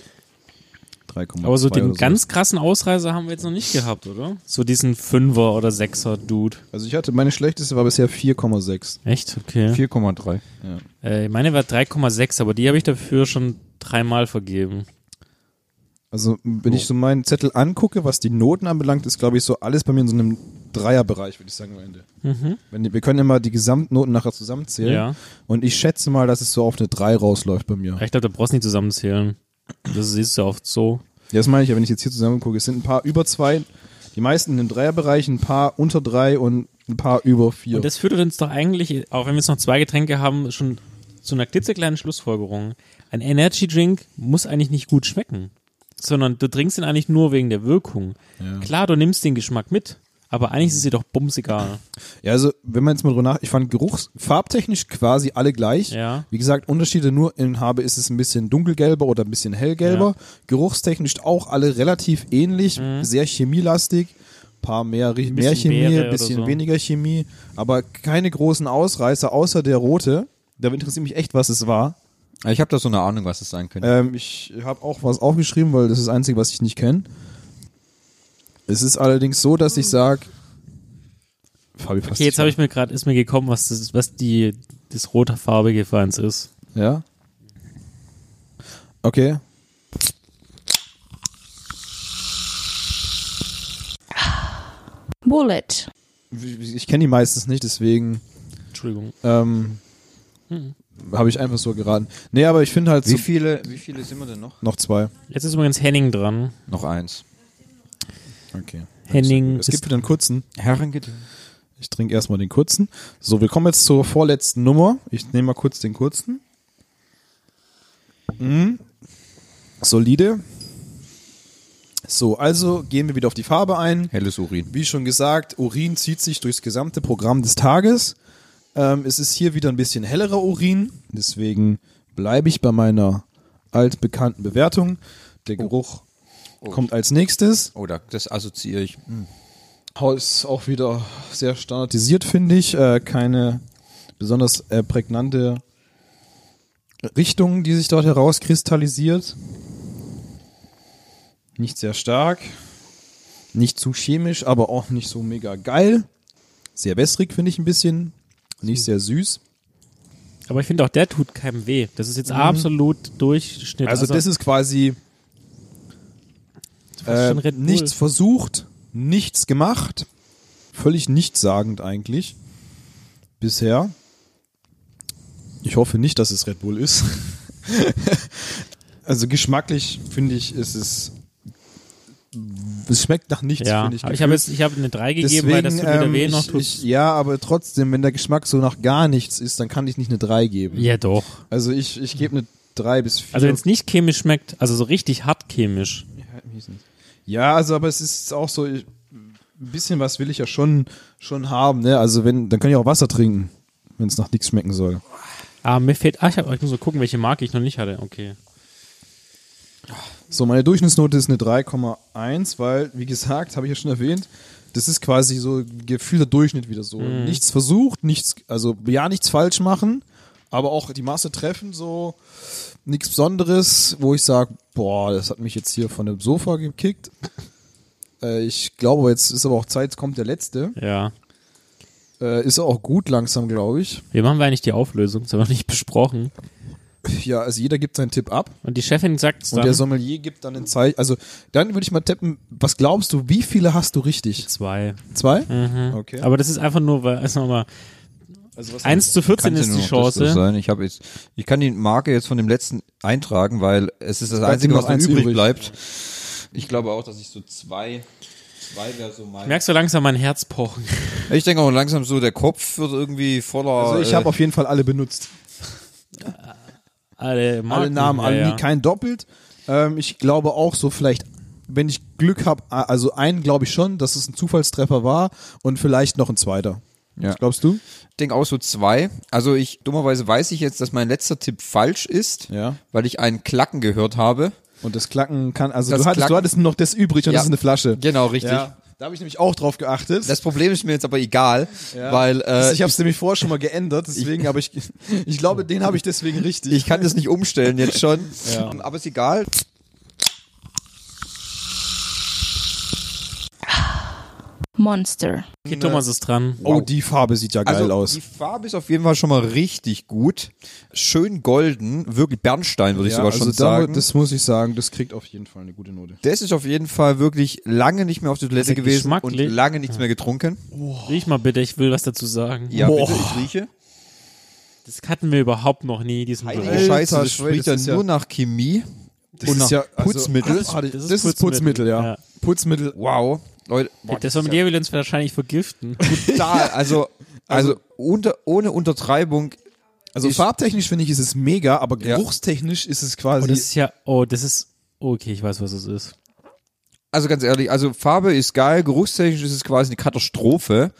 S1: 3,2
S2: Aber so den
S1: oder
S2: ganz krassen Ausreißer haben wir jetzt noch nicht gehabt, oder? So diesen Fünfer oder Sechser Dude.
S1: Also ich hatte, meine schlechteste war bisher 4,6.
S2: Echt? Okay.
S3: 4,3.
S2: Äh, meine war 3,6, aber die habe ich dafür schon dreimal vergeben.
S1: Also wenn ich so meinen Zettel angucke, was die Noten anbelangt, ist glaube ich so alles bei mir in so einem Dreierbereich, würde ich sagen am Ende. Wenn, die- wir können immer die Gesamtnoten nachher zusammenzählen.
S2: Mhm. Ja.
S1: Und ich schätze mal, dass es so auf eine 3 rausläuft bei mir.
S2: Ich glaube, da brauchst du nicht zusammenzählen. Das siehst du ja oft so.
S1: Ja, das meine ich ja, wenn ich jetzt hier zusammen gucke. Es sind ein paar über 2, die meisten in dem Dreierbereich, ein paar unter 3 und ein paar über 4.
S2: Und das führt uns doch eigentlich, auch wenn wir jetzt noch zwei Getränke haben, schon zu einer klitzekleinen Schlussfolgerung. Ein Energy Drink muss eigentlich nicht gut schmecken, sondern du trinkst ihn eigentlich nur wegen der Wirkung. Klar, du nimmst den Geschmack mit, aber eigentlich ist es dir doch bumsegal.
S1: Ja, also wenn man jetzt mal drüber nach, ich fand geruchs farbtechnisch quasi alle gleich.
S2: Ja.
S1: Wie gesagt, Unterschiede nur in Habe ist es ein bisschen dunkelgelber oder ein bisschen hellgelber. Geruchstechnisch auch alle relativ ähnlich, sehr chemielastig. Paar mehr, ri- mehr
S2: Mhm. bisschen
S1: Chemie,
S2: Beere
S1: ein
S2: oder
S1: bisschen
S2: so.
S1: weniger Chemie, aber keine großen Ausreißer, außer der rote. Da interessiert mich echt, was es war.
S3: Ich habe da so eine Ahnung, was es sein könnte.
S1: Ähm, ich habe auch was aufgeschrieben, weil das ist das Einzige, was ich nicht kenne. Es ist allerdings so, dass ich sage. Fabi,
S2: Okay, jetzt habe ich mir gerade, ist mir gekommen, was das, was die, das rote farbige für uns ist.
S1: Ja. Okay.
S4: Bullet.
S1: Ich kenne die meistens nicht, deswegen
S2: Entschuldigung.
S1: ähm, habe ich einfach so geraten. Nee, aber ich finde halt so
S3: Hm. Wie viele, wie viele sind wir denn noch?
S1: noch zwei.
S2: Jetzt ist übrigens Henning dran.
S3: Noch eins.
S1: Okay.
S2: Henning
S1: Es
S2: ist
S1: gibt wieder einen kurzen.
S3: Herrengedeck.
S1: Ich trinke erstmal den kurzen. So, wir kommen jetzt zur vorletzten Nummer. Ich nehme mal kurz den kurzen. Mhm. Solide. So, also gehen wir wieder auf die Farbe ein.
S3: Helles Urin.
S1: Wie schon gesagt, Urin zieht sich durchs gesamte Programm des Tages. Ähm, es ist hier wieder ein bisschen hellerer Urin. Deswegen bleibe ich bei meiner altbekannten Bewertung. Der Geruch kommt als nächstes.
S3: Oder das assoziiere ich.
S1: Ist auch wieder sehr standardisiert, finde ich. Äh, keine besonders äh, prägnante Richtung, die sich dort herauskristallisiert. Nicht sehr stark, nicht zu chemisch, aber auch nicht so mega geil. Sehr wässrig, finde ich ein bisschen. Nicht sehr süß.
S2: Aber ich finde auch, der tut keinem weh. Das ist jetzt absolut Durchschnitt.
S1: Mhm. Also, das ist quasi
S2: fast schon
S1: äh,
S2: Red Bull.
S1: nichts versucht, nichts gemacht. Völlig nichtssagend eigentlich. Bisher. Ich hoffe nicht, dass es Red Bull ist. also geschmacklich finde ich, ist es. Es schmeckt nach nichts,
S2: ja.
S1: finde ich.
S2: Aber ich habe jetzt, ich habe eine 3 gegeben, weil das tut mir
S1: ähm,
S2: weh noch
S1: ich,
S2: tut.
S1: ich, ja, aber trotzdem, wenn der Geschmack so nach gar nichts ist, dann kann ich nicht eine 3 geben.
S2: ja, doch.
S1: Also ich, ich gebe eine 3 bis 4.
S2: Also wenn es nicht chemisch schmeckt, also so richtig hart chemisch.
S1: Ja, also aber es ist auch so, ich, ein bisschen was will ich ja schon, schon haben, ne? Also wenn, dann kann ich auch Wasser trinken, wenn es nach nichts schmecken soll.
S2: Ah, mir fehlt, ah, ich, hab, ich muss mal gucken, welche Marke ich noch nicht hatte. Okay.
S1: So, meine Durchschnittsnote ist eine 3,1, weil, wie gesagt, habe ich ja schon erwähnt, das ist quasi so gefühlter Durchschnitt wieder so. Nichts versucht, nichts, also ja, nichts falsch machen, aber auch die Masse treffen, so nichts Besonderes, wo ich sage, boah, das hat mich jetzt hier von dem Sofa gekickt. Äh, ich glaube, jetzt ist aber auch Zeit, jetzt kommt der letzte.
S2: Ja.
S1: Äh, ist auch gut langsam, glaube ich.
S2: Wie machen wir eigentlich die Auflösung? Das haben wir noch nicht besprochen.
S1: Ja, also jeder gibt seinen Tipp ab
S2: Und die Chefin sagt
S1: und der
S2: dann
S1: Sommelier gibt dann ein Zeichen. Also dann würde ich mal tippen, was glaubst du, wie viele hast du richtig?
S2: zwei.
S1: Zwei? Okay.
S2: Mhm. Aber das ist einfach nur, weil, also nochmal,
S1: also was
S2: 1 zu 14
S3: Kannte
S2: ist
S3: nur
S2: die
S3: noch das so
S2: Chance.
S3: Sein. Ich, habe jetzt, ich kann die Marke jetzt von dem letzten eintragen, weil es ist das
S1: bleibt
S3: Einzige,
S1: nur
S3: was
S1: noch
S3: noch
S1: eins
S3: übrig,
S1: übrig.
S3: bleibt. Ich glaube auch, dass ich so zwei, zwei wäre so mein.
S2: Merkst du langsam mein Herz pochen?
S3: Ich denke auch langsam so, der Kopf wird irgendwie voller.
S1: also ich
S3: äh,
S1: habe auf jeden Fall alle benutzt.
S2: Alle, Marken,
S1: alle Namen,
S2: Ah, ja,
S1: alle,
S2: ja.
S1: kein doppelt. Ähm, ich glaube auch so vielleicht, wenn ich Glück habe, also einen glaube ich schon, dass es ein Zufallstreffer war und vielleicht noch ein zweiter.
S3: Ja.
S1: Was glaubst du?
S3: denke auch so zwei. Also ich, dummerweise weiß ich jetzt, dass mein letzter Tipp falsch ist,
S1: Ja.
S3: weil ich einen Klacken gehört habe.
S1: Und das Klacken kann, also
S3: Das
S1: du hattest,
S3: Klacken-
S1: du hattest noch das übrig und
S3: Ja.
S1: das ist eine Flasche.
S3: Genau, richtig.
S1: Ja. Da habe ich nämlich auch drauf geachtet.
S3: Das Problem ist mir jetzt aber egal, weil äh,
S1: Also ich habe es nämlich vorher schon mal geändert, deswegen, aber ich, ich glaube, den habe ich deswegen richtig.
S3: ich kann das nicht umstellen jetzt schon.
S1: Ja.
S3: Aber ist egal.
S4: Monster.
S2: Okay, Thomas ist dran.
S1: oh, die Farbe sieht ja geil
S3: also
S1: aus.
S3: die Farbe ist auf jeden Fall schon mal richtig gut. Schön golden, wirklich Bernstein würde ich
S1: ja,
S3: sogar
S1: also
S3: schon
S1: da-
S3: sagen. Das,
S1: Das muss ich sagen, das kriegt auf jeden Fall eine gute Note.
S3: ist auf jeden Fall wirklich lange nicht mehr auf der Toilette
S2: Also
S3: gewesen und
S2: geschmacklich-
S3: lange nichts mehr getrunken.
S2: Riech mal bitte, ich will was dazu sagen.
S3: Ja,
S1: Boah.
S3: bitte, ich rieche.
S2: Das hatten wir überhaupt noch nie, diesen
S3: Heilige
S2: Geruch.
S3: Scheiße,
S1: Alter
S3: das
S1: Schwede,
S3: schmeckt
S1: das
S3: ja
S1: ist ja-
S3: nur nach Chemie und nach Putzmittel.
S1: Also, ah, das,
S2: Das ist
S1: das ist Putzmittel,
S2: Putzmittel,
S1: ja.
S2: ja.
S1: Putzmittel.
S3: Wow, Leute, boah,
S2: Das
S3: das ist ja
S2: Sommelier will uns wahrscheinlich vergiften.
S3: brutal. Also, also,
S1: Also-
S3: unter, ohne Untertreibung.
S1: Also
S3: Ich-
S1: farbtechnisch finde ich, ist es mega, aber
S3: Ja.
S1: geruchstechnisch ist es
S2: Oh,
S1: quasi.
S2: das ist ja, oh, das ist, okay, ich weiß, was es ist.
S3: Also ganz ehrlich, also Farbe ist geil, geruchstechnisch ist es quasi eine Katastrophe.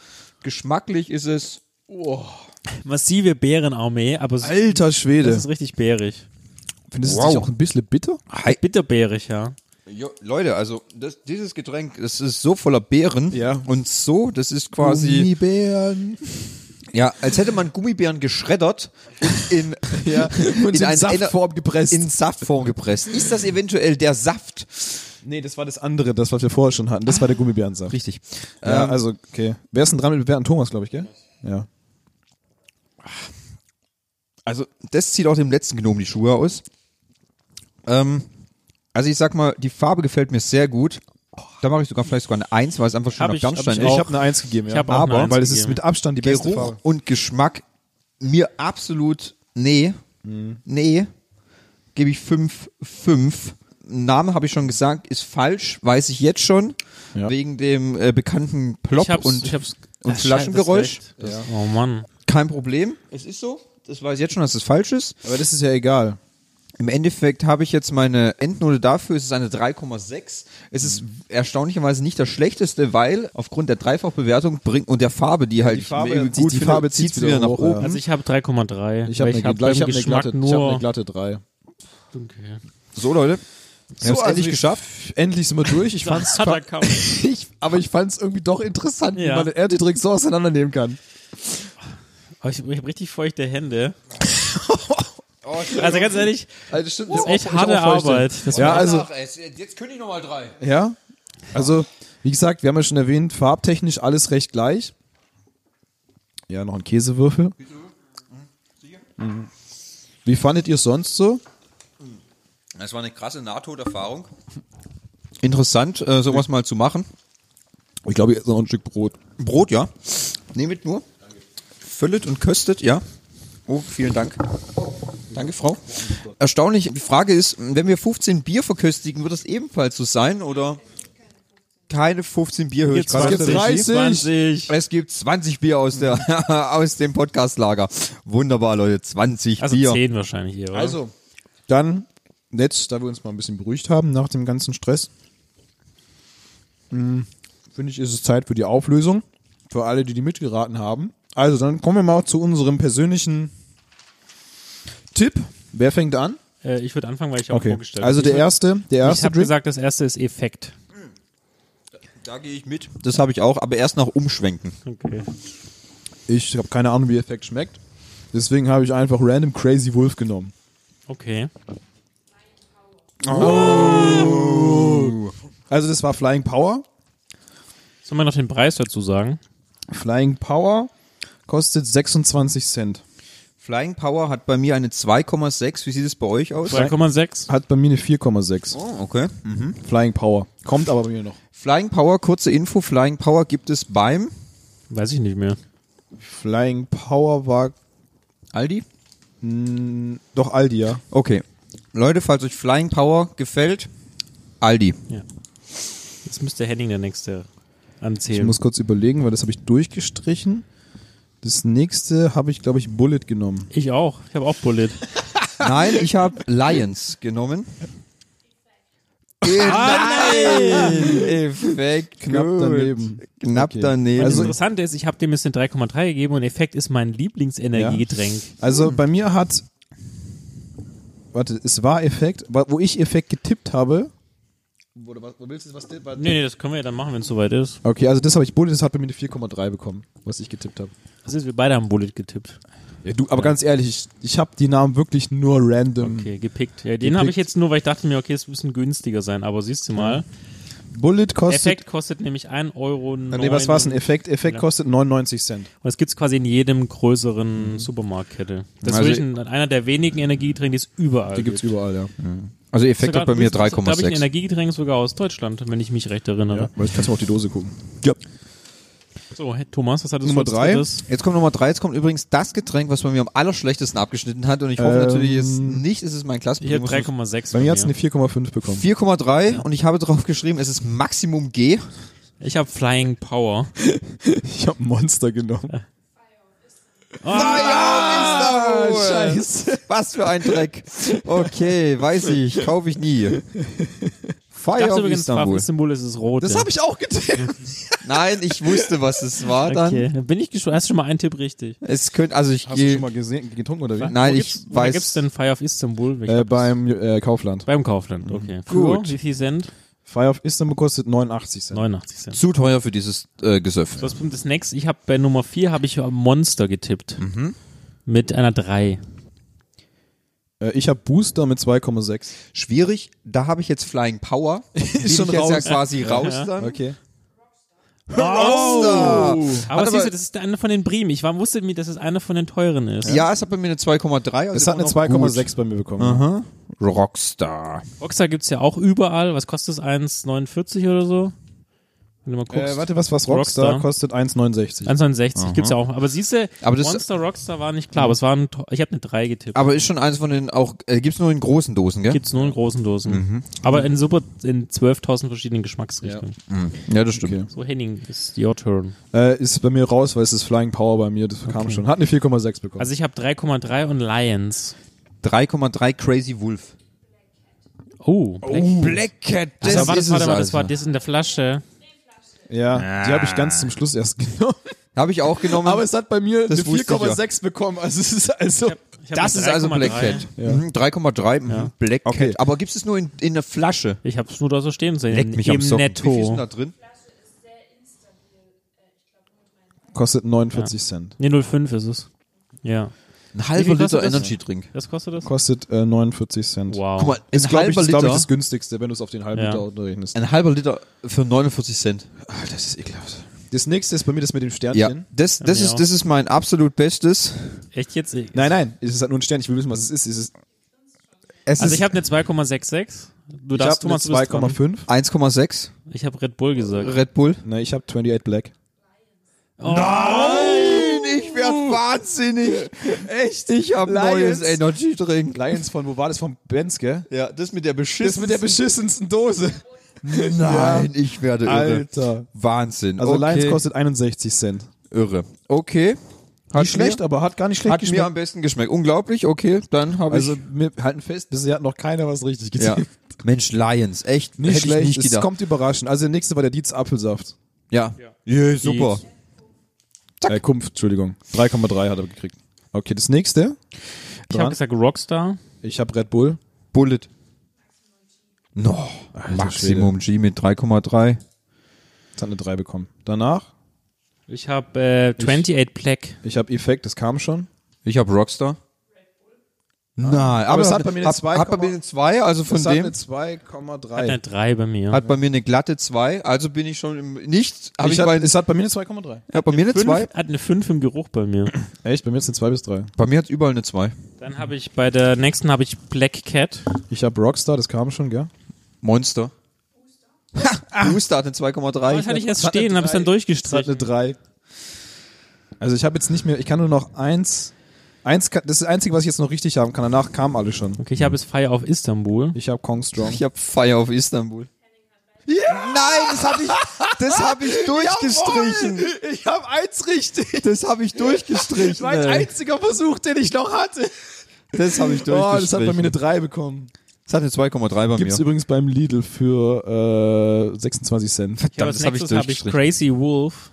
S3: Geschmacklich ist es.
S2: Massive Bärenarmee, aber es-
S1: alter Schwede.
S2: das ist richtig bärig.
S1: Findest du
S3: Wow.
S1: dich auch ein bisschen bitter?
S2: Bitterbärig, ja.
S3: Jo, Leute, also das, dieses Getränk, das ist so voller Beeren
S1: Ja.
S3: und so, das ist quasi,
S1: Gummibären.
S3: ja, als hätte man Gummibären geschreddert und in,
S1: Ja, und in,
S3: einer-
S1: Saftform gepresst.
S3: in Saftform gepresst. Ist das eventuell der Saft?
S1: nee, das war das andere, das, was wir vorher schon hatten. Das war der Gummibärensaft.
S3: Richtig.
S1: Ja,
S3: Ähm,
S1: also, okay. Wer ist denn dran mit Bewerten? Thomas, glaube ich, gell? Ja.
S3: Also, das zieht auch dem letzten Gnom die Schuhe aus. Ähm, also, ich sag mal, die Farbe gefällt mir sehr gut. Da mache ich sogar vielleicht sogar eine Eins, weil es einfach
S2: Hab
S3: schöner
S2: ich- hab
S3: Bernstein
S2: ich
S3: ist.
S2: auch.
S1: Ich habe eine Eins gegeben, ja.
S2: Ich hab auch eine
S1: aber
S2: Eins
S1: weil es ist
S2: gegeben.
S1: mit Abstand die beste
S3: Geruch
S1: Farbe.
S3: und Geschmack mir absolut nee. Nee. Gebe ich 5 5. Name habe ich schon gesagt, ist falsch, weiß ich jetzt schon
S1: Ja.
S3: wegen dem äh, bekannten Plop
S2: Ich hab's,
S3: und
S2: ich hab's,
S3: und
S2: Ah, scheiße,
S3: Flaschengeräusch.
S2: das ist recht. Oh Mann.
S3: kein Problem. Es ist so. Das weiß ich jetzt schon, dass es falsch ist.
S1: Aber das ist ja egal.
S3: Im Endeffekt habe ich jetzt meine Endnote dafür, es ist eine 3,6. Es ist erstaunlicherweise nicht das schlechteste, weil aufgrund der Dreifachbewertung bringt und der Farbe, die halt
S1: Farbe
S3: irgendwie
S1: zieht- Also die
S3: finde,
S1: Farbe zieht's
S3: zieht's
S1: wieder hoch, ja.
S2: Also ich habe 3,3.
S1: Ich habe
S2: weil
S1: eine,
S2: hab
S1: glatte- ich
S2: beim
S1: hab eine,
S2: Geschmack
S1: glatte- ich hab
S2: nur.
S1: eine glatte 3.
S2: Okay.
S3: So, Leute. Wir haben es
S2: also
S3: endlich geschafft.
S1: Endlich sind wir durch. Ich fand's,
S2: Harter Kampf.
S1: ich, aber ich fand es irgendwie doch interessant,
S2: Ja.
S1: wie man den Energy Drink so auseinandernehmen kann.
S2: Aber ich ich habe richtig feuchte Hände.
S1: Oh,
S2: also ganz ehrlich,
S1: Also stimmt,
S2: das ist echt harte Arbeit. Das
S1: Ja,
S2: war-
S1: also
S3: jetzt kündige ich nochmal drei.
S1: Ja. Also, wie gesagt, wir haben ja schon erwähnt, farbtechnisch alles recht gleich. Ja, noch ein Käsewürfel. Mhm. Wie fandet ihr es sonst so?
S3: Das war eine krasse Nahtoderfahrung. Interessant, äh, sowas mal zu machen.
S1: Ich glaube, jetzt noch ein Stück Brot.
S3: Brot, ja. Nehmet nur. Füllet und köstet, ja. Oh, vielen Dank. Danke, Frau. Erstaunlich. Die Frage ist, wenn wir 15 Bier verköstigen, wird das ebenfalls so sein oder? Keine 15 Bier höre ich
S2: Jetzt
S3: gerade.
S1: 20.
S3: tatsächlich.
S2: 20.
S3: Es gibt 20 Bier aus, der, aus dem Podcastlager. Wunderbar, Leute. 20
S2: Also
S3: Bier.
S2: 10 wahrscheinlich hier, oder?
S1: Also, dann, jetzt, da wir uns mal ein bisschen beruhigt haben nach dem ganzen Stress, mh, finde ich, ist es Zeit für die Auflösung. Für alle, die die mitgeraten haben. Also, dann kommen wir mal zu unserem persönlichen Tipp. Wer fängt an?
S2: äh, ich würde anfangen, weil ich auch vorgestellt
S1: Also
S2: hab.
S1: der
S2: Ich
S1: erste, der
S2: hab- Ich
S1: erste
S2: habe
S1: Drink.
S2: gesagt, das erste ist Effekt.
S3: Da gehe ich mit. Das habe ich auch, aber erst nach Umschwenken.
S2: Okay.
S1: Ich habe keine Ahnung, wie Effekt schmeckt. Deswegen habe ich einfach random Crazy Wolf genommen.
S2: Okay.
S1: Also das war Flying Power.
S2: Sollen wir noch den Preis dazu sagen?
S1: Flying Power kostet 26 Cent.
S3: Flying Power hat bei mir eine 2,6. Wie sieht es bei euch aus?
S2: 3,6.
S1: Hat bei mir eine 4,6.
S3: Oh, okay.
S1: Flying Power. Kommt aber bei mir noch.
S3: Flying Power, kurze Info, Flying Power gibt es beim
S2: Weiß ich nicht mehr.
S1: Flying Power war
S3: Aldi.
S1: doch Aldi, ja.
S3: Okay. Leute, falls euch Flying Power gefällt, Aldi.
S2: Ja. Das müsste Henning der nächste anzählen.
S1: Ich muss kurz überlegen, weil das habe ich durchgestrichen. Das nächste habe ich, glaube ich, Bullet genommen.
S2: Ich auch. Ich habe auch Bullet.
S3: Nein, ich habe Lions genommen. Ah, nein! Genau. Effekt.
S1: Knapp
S3: gut.
S1: daneben.
S3: Knapp
S1: Okay.
S3: daneben.
S2: Das
S1: Also-
S2: Interessante ist, ich habe dem jetzt eine 3,3 gegeben und Effekt ist mein Lieblingsenergiegetränk.
S1: Also bei mir hat. Warte, es war Effekt, wa- wo ich Effekt getippt habe.
S2: Nee, nee, das können wir ja dann machen, wenn es soweit ist.
S1: Okay, also das habe ich Bullet, das hat bei mir eine 4,3 bekommen, was ich getippt habe.
S2: Das ist, wir beide haben Bullet getippt.
S1: Ja, du, aber ganz ehrlich, ich, ich habe die Namen wirklich nur random.
S2: Okay, gepickt. Hm. Ja, den habe ich
S1: Gepickt.
S2: jetzt nur, weil ich dachte mir, okay, es müssen günstiger sein, aber siehst du mal.
S1: Bullet kostet. Ah,
S2: Effekt kostet Ah, nämlich 1 Euro.
S1: Nee, was war's? Ein Effekt? Effekt
S2: Ja.
S1: kostet 99 Cent.
S2: Und das gibt's quasi in jedem größeren Supermarktkette. Das
S3: Also-
S2: ist wirklich ein, einer der wenigen Energiegetränke, die es überall
S1: Die gibt's
S2: gibt.
S1: überall, ja.
S3: also Effekt
S2: Sogar-
S3: hat bei mir
S2: Glaube ich, ein
S3: 3,6.
S2: Energiegetränk sogar aus Deutschland, wenn ich mich recht
S1: ja.
S2: erinnere.
S1: Weil ich kannst mal auf die Dose gucken.
S2: So, hey, Thomas, was hattest
S1: Nummer
S2: du als
S1: drei.
S2: drittes?
S3: Jetzt kommt Nummer drei. Jetzt kommt übrigens das Getränk, was bei mir am allerschlechtesten abgeschnitten hat. Und ich hoffe natürlich
S1: Ähm,
S3: jetzt nicht, es ist
S2: Ich
S3: mein
S2: habe
S3: Klassenprimus.
S2: 3,6.
S1: Bei mir hat's
S2: von
S1: eine 4,5 bekommen.
S3: 4,3 und ich habe drauf geschrieben, es ist Maximum G.
S2: Ich habe Flying Power.
S1: Ich habe Monster genommen.
S3: Ah, Was für ein Dreck. Okay, weiß ich, kaufe ich nie.
S2: Ich
S3: Fire
S2: dachte
S3: of
S2: übrigens,
S3: Istanbul.
S2: Waffensymbol ist das Rote.
S1: Das habe ich auch getippt.
S3: Nein, ich wusste, was es war dann.
S2: Okay, dann bin ich gespannt. Hast du schon mal einen Tipp richtig?
S3: Es könnte, also ich
S1: Hast du
S3: gehe.
S1: schon mal gesehen, getrunken oder wie?
S3: Nein,
S2: wo
S3: ich
S2: gibt's, Wo
S3: weiß.
S2: gibt's denn Fire of Istanbul? Ich
S1: Äh,
S2: hab-
S1: beim äh, Kaufland.
S2: beim Kaufland, okay.
S3: Gut.
S2: Für, wie viel Cent?
S1: Fire of Istanbul kostet 89 Cent.
S2: 89 Cent.
S3: Zu teuer für dieses äh, Gesöff.
S2: Was kommt das nächste? Ich habe bei Nummer 4 habe ich Monster getippt.
S3: Mhm.
S2: Mit einer 3.
S1: Äh, ich habe Booster mit 2,6.
S3: Schwierig, da habe ich jetzt Flying Power. Bin
S1: schon
S3: ich jetzt ja
S1: raus.
S3: quasi raus dann.
S1: Okay.
S3: Rockstar!
S2: Aber
S3: Hat
S2: siehst
S3: aber-
S2: du, das ist einer von den Bremen. Ich war, wusste mir, dass es einer von den teuren ist.
S3: Ja, es hat bei mir eine 2,3. also
S1: Es hat eine
S3: immer noch gut.
S1: 2,6 bei mir bekommen.
S3: Rockstar.
S2: Rockstar gibt's ja auch überall. Was kostet es? 1,49 oder so? Wenn du mal guckst.
S1: Äh, warte, was, was Rockstar,
S2: Rockstar.
S1: kostet 1,69.
S2: 1,69 gibt's ja auch. Aber siehst du,
S3: Aber das-
S2: Monster Rockstar war nicht klar, aber es war ein, to- ich habe eine 3 getippt.
S3: Aber ist schon eins von den auch, äh, gibt's nur in großen Dosen, gell?
S2: Gibt's nur in großen Dosen.
S3: Mhm.
S2: Aber in super, in 12.000 verschiedenen Geschmacksrichtungen.
S3: Hm. Ja, das stimmt.
S2: So, Henning, it's your turn.
S1: Äh, ist bei mir raus, weil es ist Flying Power bei mir, das kam schon. Hat eine 4,6 bekommen.
S2: Also ich habe 3,3 und Lions.
S3: 3,3 Crazy Wolf.
S2: Oh, Black.
S3: Black Cat, das
S2: also, warte,
S3: ist
S2: warte
S3: es
S2: mal, das war
S3: also.
S2: das in der Flasche.
S1: ja, die habe ich ganz zum Schluss erst genommen.
S3: Habe ich auch genommen.
S1: Aber es hat bei mir
S3: Das
S1: eine
S3: wusste ich ja.
S1: 4,6 bekommen. Also es ist also.
S2: Ich hab
S3: das
S2: eine
S3: ist also Black
S2: 3,3.
S3: Cat. Mhm, 3,3 mhm, Black
S1: Okay.
S3: Cat. Aber gibt's es nur in, in der Flasche?
S2: Ich habe es nur da so stehen sehen.
S3: Leck mich
S2: Im
S3: am Socken. Wie viel ist
S2: Netto.
S3: denn da drin?
S1: Kostet 49 Cent.
S2: Nee, 05 ist es. Ja.
S3: Ein
S2: Wie viel kostet
S3: halber Liter
S2: das? Oh.
S3: Energy Drink.
S2: Das kostet das?
S1: Kostet äh, 49 Cent.
S2: Wow.
S3: Guck mal, ein
S1: Ist, glaube ich,
S3: halber
S1: ist, glaub ich,
S3: Liter.
S1: das günstigste, wenn du es auf den halben
S2: Ja.
S1: Liter unterrechnest.
S3: Ein halber Liter für 49 Cent. Ah, Das ist ekelhaft.
S1: Das nächste ist bei mir das mit dem
S3: Ja,
S1: Sternchen.
S3: das, das,
S2: mir
S3: ist,
S2: auch.
S3: das ist mein absolut bestes.
S2: Echt jetzt?
S1: Nein, nein, es ist halt nur ein Stern. Ich will wissen, was es ist. Es ist
S3: Es
S2: Also
S3: ist
S2: ich habe eine 2,66. Du
S1: ich
S2: darfst,
S1: habe
S2: Thomas, du bist dran.
S1: 2,5.
S3: 1,6
S2: Ich habe Red Bull gesagt.
S3: Red Bull.
S1: Nein, Ne, ich habe 28 Black.
S3: Nein, ich werd
S2: Uh.
S3: wahnsinnig. Echt, ich hab
S1: Lions.
S3: neues Energy Drink.
S1: Lions von, wo war das? Von Benz, gell?
S3: Ja, das mit der
S1: Das
S3: Beschiss.
S1: mit der beschissensten Dose.
S3: Nein, ich werde irre.
S1: Alter.
S3: Wahnsinn.
S1: Also
S3: okay.
S1: Lions kostet 61 Cent.
S3: irre. Okay. Hat
S1: Nicht schlecht, aber hat gar nicht
S3: Mir,
S1: schlecht
S3: hat mir am
S1: geschmeckt.
S3: besten geschmeckt. Unglaublich. Okay, dann habe
S1: Also
S3: ich.
S1: wir halten fest, bisher hat noch keiner was richtig
S3: Ja.
S1: getan.
S3: Mensch, Lions, echt.
S1: Nicht
S3: hätte
S1: schlecht,
S3: Ich nicht
S1: es
S3: gedacht.
S1: kommt überraschend. Also der nächste war der Dietz Apfelsaft.
S3: Ja. Yeah, super.
S1: Äh, Kumpf, Entschuldigung. 3,3 hat er gekriegt. Okay, das nächste.
S2: Ich habe
S1: Dran.
S2: gesagt Rockstar.
S1: Ich habe Red Bull.
S3: Bullet. No. Maximum G mit 3,3.
S1: Das hat eine 3 bekommen. Danach,
S2: Ich habe äh, 28 Black.
S1: ich habe Effekt, das kam schon.
S3: Ich habe Rockstar. Nein, aber,
S1: es hat bei mir eine
S3: hab-
S1: 2,
S3: Hat bei mir eine 2, also von
S1: Das hat eine
S3: dem.
S1: 2,3.
S2: Eine 3 bei mir.
S3: Hat bei mir eine glatte 2, also bin ich schon im nicht. Hab ich,
S1: hat-
S3: bei,
S1: es hat bei mir eine 2,3.
S3: ja, bei mir eine
S2: Fünf-
S3: 2.
S2: Hat eine 5 im Geruch bei mir.
S1: Echt? Bei mir ist eine 2 bis 3.
S3: Bei mir hat überall eine 2.
S2: Dann habe ich bei der nächsten habe ich Black Cat.
S1: Ich habe Rockstar, das kam schon, gell?
S3: Monster. Ha, Booster hat eine 2,3.
S2: Das hatte ich erst
S1: hat eine
S2: stehen, habe es
S1: drei. Das
S2: dann
S1: hat eine
S2: durchgestrichen.
S1: 3. Also ich habe jetzt nicht mehr, ich kann nur noch eins. Eins, kann- das ist das Einzige, was ich jetzt noch richtig haben kann. Danach kamen alle schon.
S2: Okay, ich habe jetzt Fire auf Istanbul.
S1: Ich habe Kong Strong.
S3: Ich hab Fire auf Istanbul. Ja! Nein, das habe ich, das hab ich durchgestrichen.
S1: Ich habe eins richtig.
S3: Das habe ich durchgestrichen. ey.
S1: einziger Versuch, den ich noch hatte.
S3: Das habe ich durchgestrichen.
S1: Oh, das hat bei mir eine 3 bekommen.
S3: das hat eine 2,3 bei
S1: Gibt es
S3: mir.
S1: übrigens beim Lidl für äh, 26 Cent.
S2: Ich habe
S3: das
S2: als
S3: hab ich
S2: nächstes habe ich
S3: durchgestrichen.
S2: Crazy Wolf.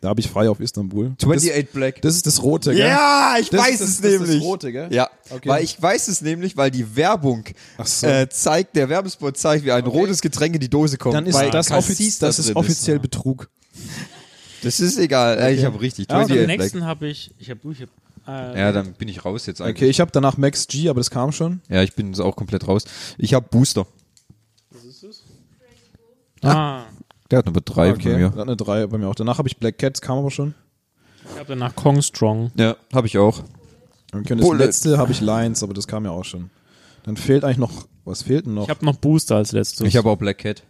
S1: Da habe ich frei auf Istanbul. Das,
S3: 28 Black.
S1: das ist das Rote, gell?
S3: Ja, ich
S1: Das
S3: weiß
S1: ist das-
S3: es
S1: das ist das
S3: nämlich.
S1: Rote, gell?
S3: Ja,
S1: Okay.
S3: weil ich weiß es nämlich, weil die Werbung
S1: Ach so.
S3: äh, zeigt, der Werbespot zeigt, wie ein rotes Getränk in die Dose kommt.
S1: Dann ist
S3: weil
S1: das,
S3: Cassis
S1: offiz
S3: da
S1: das ist
S3: drin ne?
S1: offiziell Betrug.
S3: Das ist egal. Äh, Ich habe richtig.
S2: Und am
S3: 28 Black.
S2: nächsten habe ich, ich habe, ich hab, äh,
S3: Ja, dann bin ich raus jetzt
S1: Okay,
S3: eigentlich.
S1: ich habe danach Max G, aber das kam schon.
S3: Ja, ich bin jetzt auch komplett raus. Ich habe Booster.
S2: ah,
S3: Der hat Nummer 3
S1: Okay, hat eine 3 bei mir auch. Danach habe ich Black Cats, kam aber schon.
S2: ich habe danach Kong Strong.
S3: Ja, habe ich auch.
S1: Okay, und das
S3: Bullet.
S1: letzte habe ich Lions, aber das kam ja auch schon. Dann fehlt eigentlich noch, was fehlt denn noch?
S2: Ich habe noch Booster als letztes.
S3: Ich habe auch Black Cat.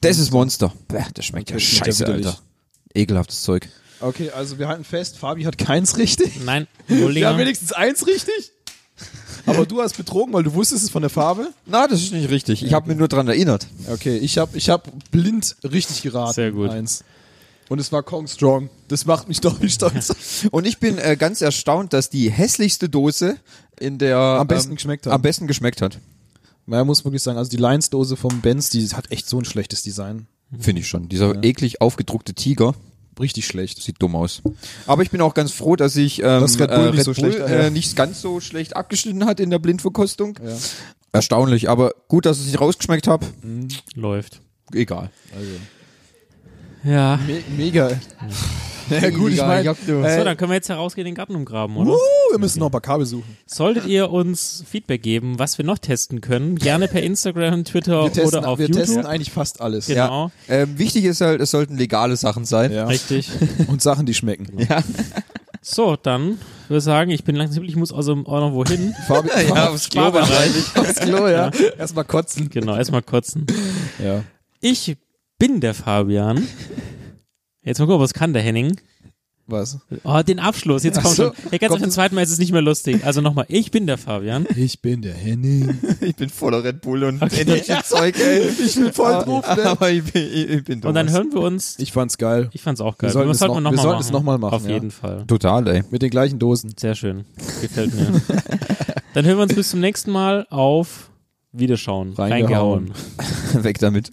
S3: Das ist Monster. Bäh, Das schmeckt ja
S1: Das schmeckt ja
S3: scheiße,
S1: widerlich.
S3: Alter. Ekelhaftes Zeug.
S1: okay, also wir halten fest, Fabi hat keins richtig.
S2: Nein,
S1: Wir haben
S2: Nullinger.
S1: wenigstens eins richtig. Aber du hast betrogen, weil du wusstest es von der Farbe.
S3: Na, das ist nicht richtig. Ich habe mir nur dran erinnert.
S1: Okay, ich habe ich hab blind richtig geraten.
S2: Sehr gut.
S1: Eins. Und es war Kong Strong. Das macht mich doch nicht stolz.
S3: Und ich bin äh, ganz erstaunt, dass die hässlichste Dose in der am
S1: besten geschmeckt hat.
S3: Am besten geschmeckt hat.
S1: Man muss wirklich sagen, also die Lions-Dose vom Benz, die hat echt so ein schlechtes Design.
S3: Finde ich schon. Dieser eklig aufgedruckte Tiger
S1: Mhm. Richtig schlecht.
S3: sieht dumm aus. Aber ich bin auch ganz froh, dass ich ähm,
S1: Dass Red Bull nicht so schlecht, ah, ja.
S3: äh, nicht ganz so schlecht abgeschnitten hat in der Blindverkostung. Erstaunlich, aber gut, dass ich es nicht rausgeschmeckt habe.
S2: Läuft.
S3: Egal.
S2: Ja.
S1: Me mega. Ja gut, ich
S3: Mega,
S1: meine,
S3: juckt nur.
S2: So,
S1: äh,
S2: dann können wir jetzt herausgehen, den Garten umgraben, oder?
S1: uh, wir müssen noch ein paar Kabel suchen.
S2: Solltet ihr uns Feedback geben, was wir noch testen können, gerne per Instagram, Twitter
S1: Wir testen,
S2: oder auf
S1: wir
S2: YouTube.
S1: testen eigentlich fast alles.
S2: Ja. Genau.
S3: Ja. Ähm, wichtig ist halt, es sollten legale Sachen sein.
S1: Ja.
S2: Richtig.
S1: Und Sachen, die schmecken.
S2: So, dann würde ich sagen, ich bin langsam, ich muss also auch noch wohin.
S1: Fabi,
S3: Ja, aufs Klo wahrscheinlich.
S1: aufs Klo, ja. Erstmal kotzen.
S2: Genau, erstmal kotzen.
S1: Ja.
S2: Ich bin der Fabian. Jetzt mal gucken, was kann der Henning?
S1: Was?
S2: Oh, den Abschluss, jetzt
S1: Ach
S2: kommt
S1: so,
S2: schon. Ja, ganz auf
S1: kommt
S2: den zweiten Mal ist es nicht mehr lustig. Also nochmal, ich bin der Fabian.
S1: Ich bin der Henning.
S3: Ich bin voller Red Bull und Energy-Zeug, ey. Ich bin voll
S1: drauf, ne?
S3: Ah, Aber ich bin, ich, ich bin
S2: Und dann
S3: Thomas.
S2: hören wir uns.
S1: Ich fand's geil.
S2: Ich fand's auch geil.
S1: Wir sollten
S2: Das
S1: es noch- wir
S2: noch mal
S1: sollten es noch mal machen,
S2: Auf
S1: ja.
S2: jeden Fall.
S3: Total, ey.
S1: Mit den gleichen Dosen.
S2: Sehr schön. Gefällt mir. Dann hören wir uns bis zum nächsten Mal auf Wiederschauen.
S1: Reingehauen.
S2: Reingehauen.
S3: Weg damit.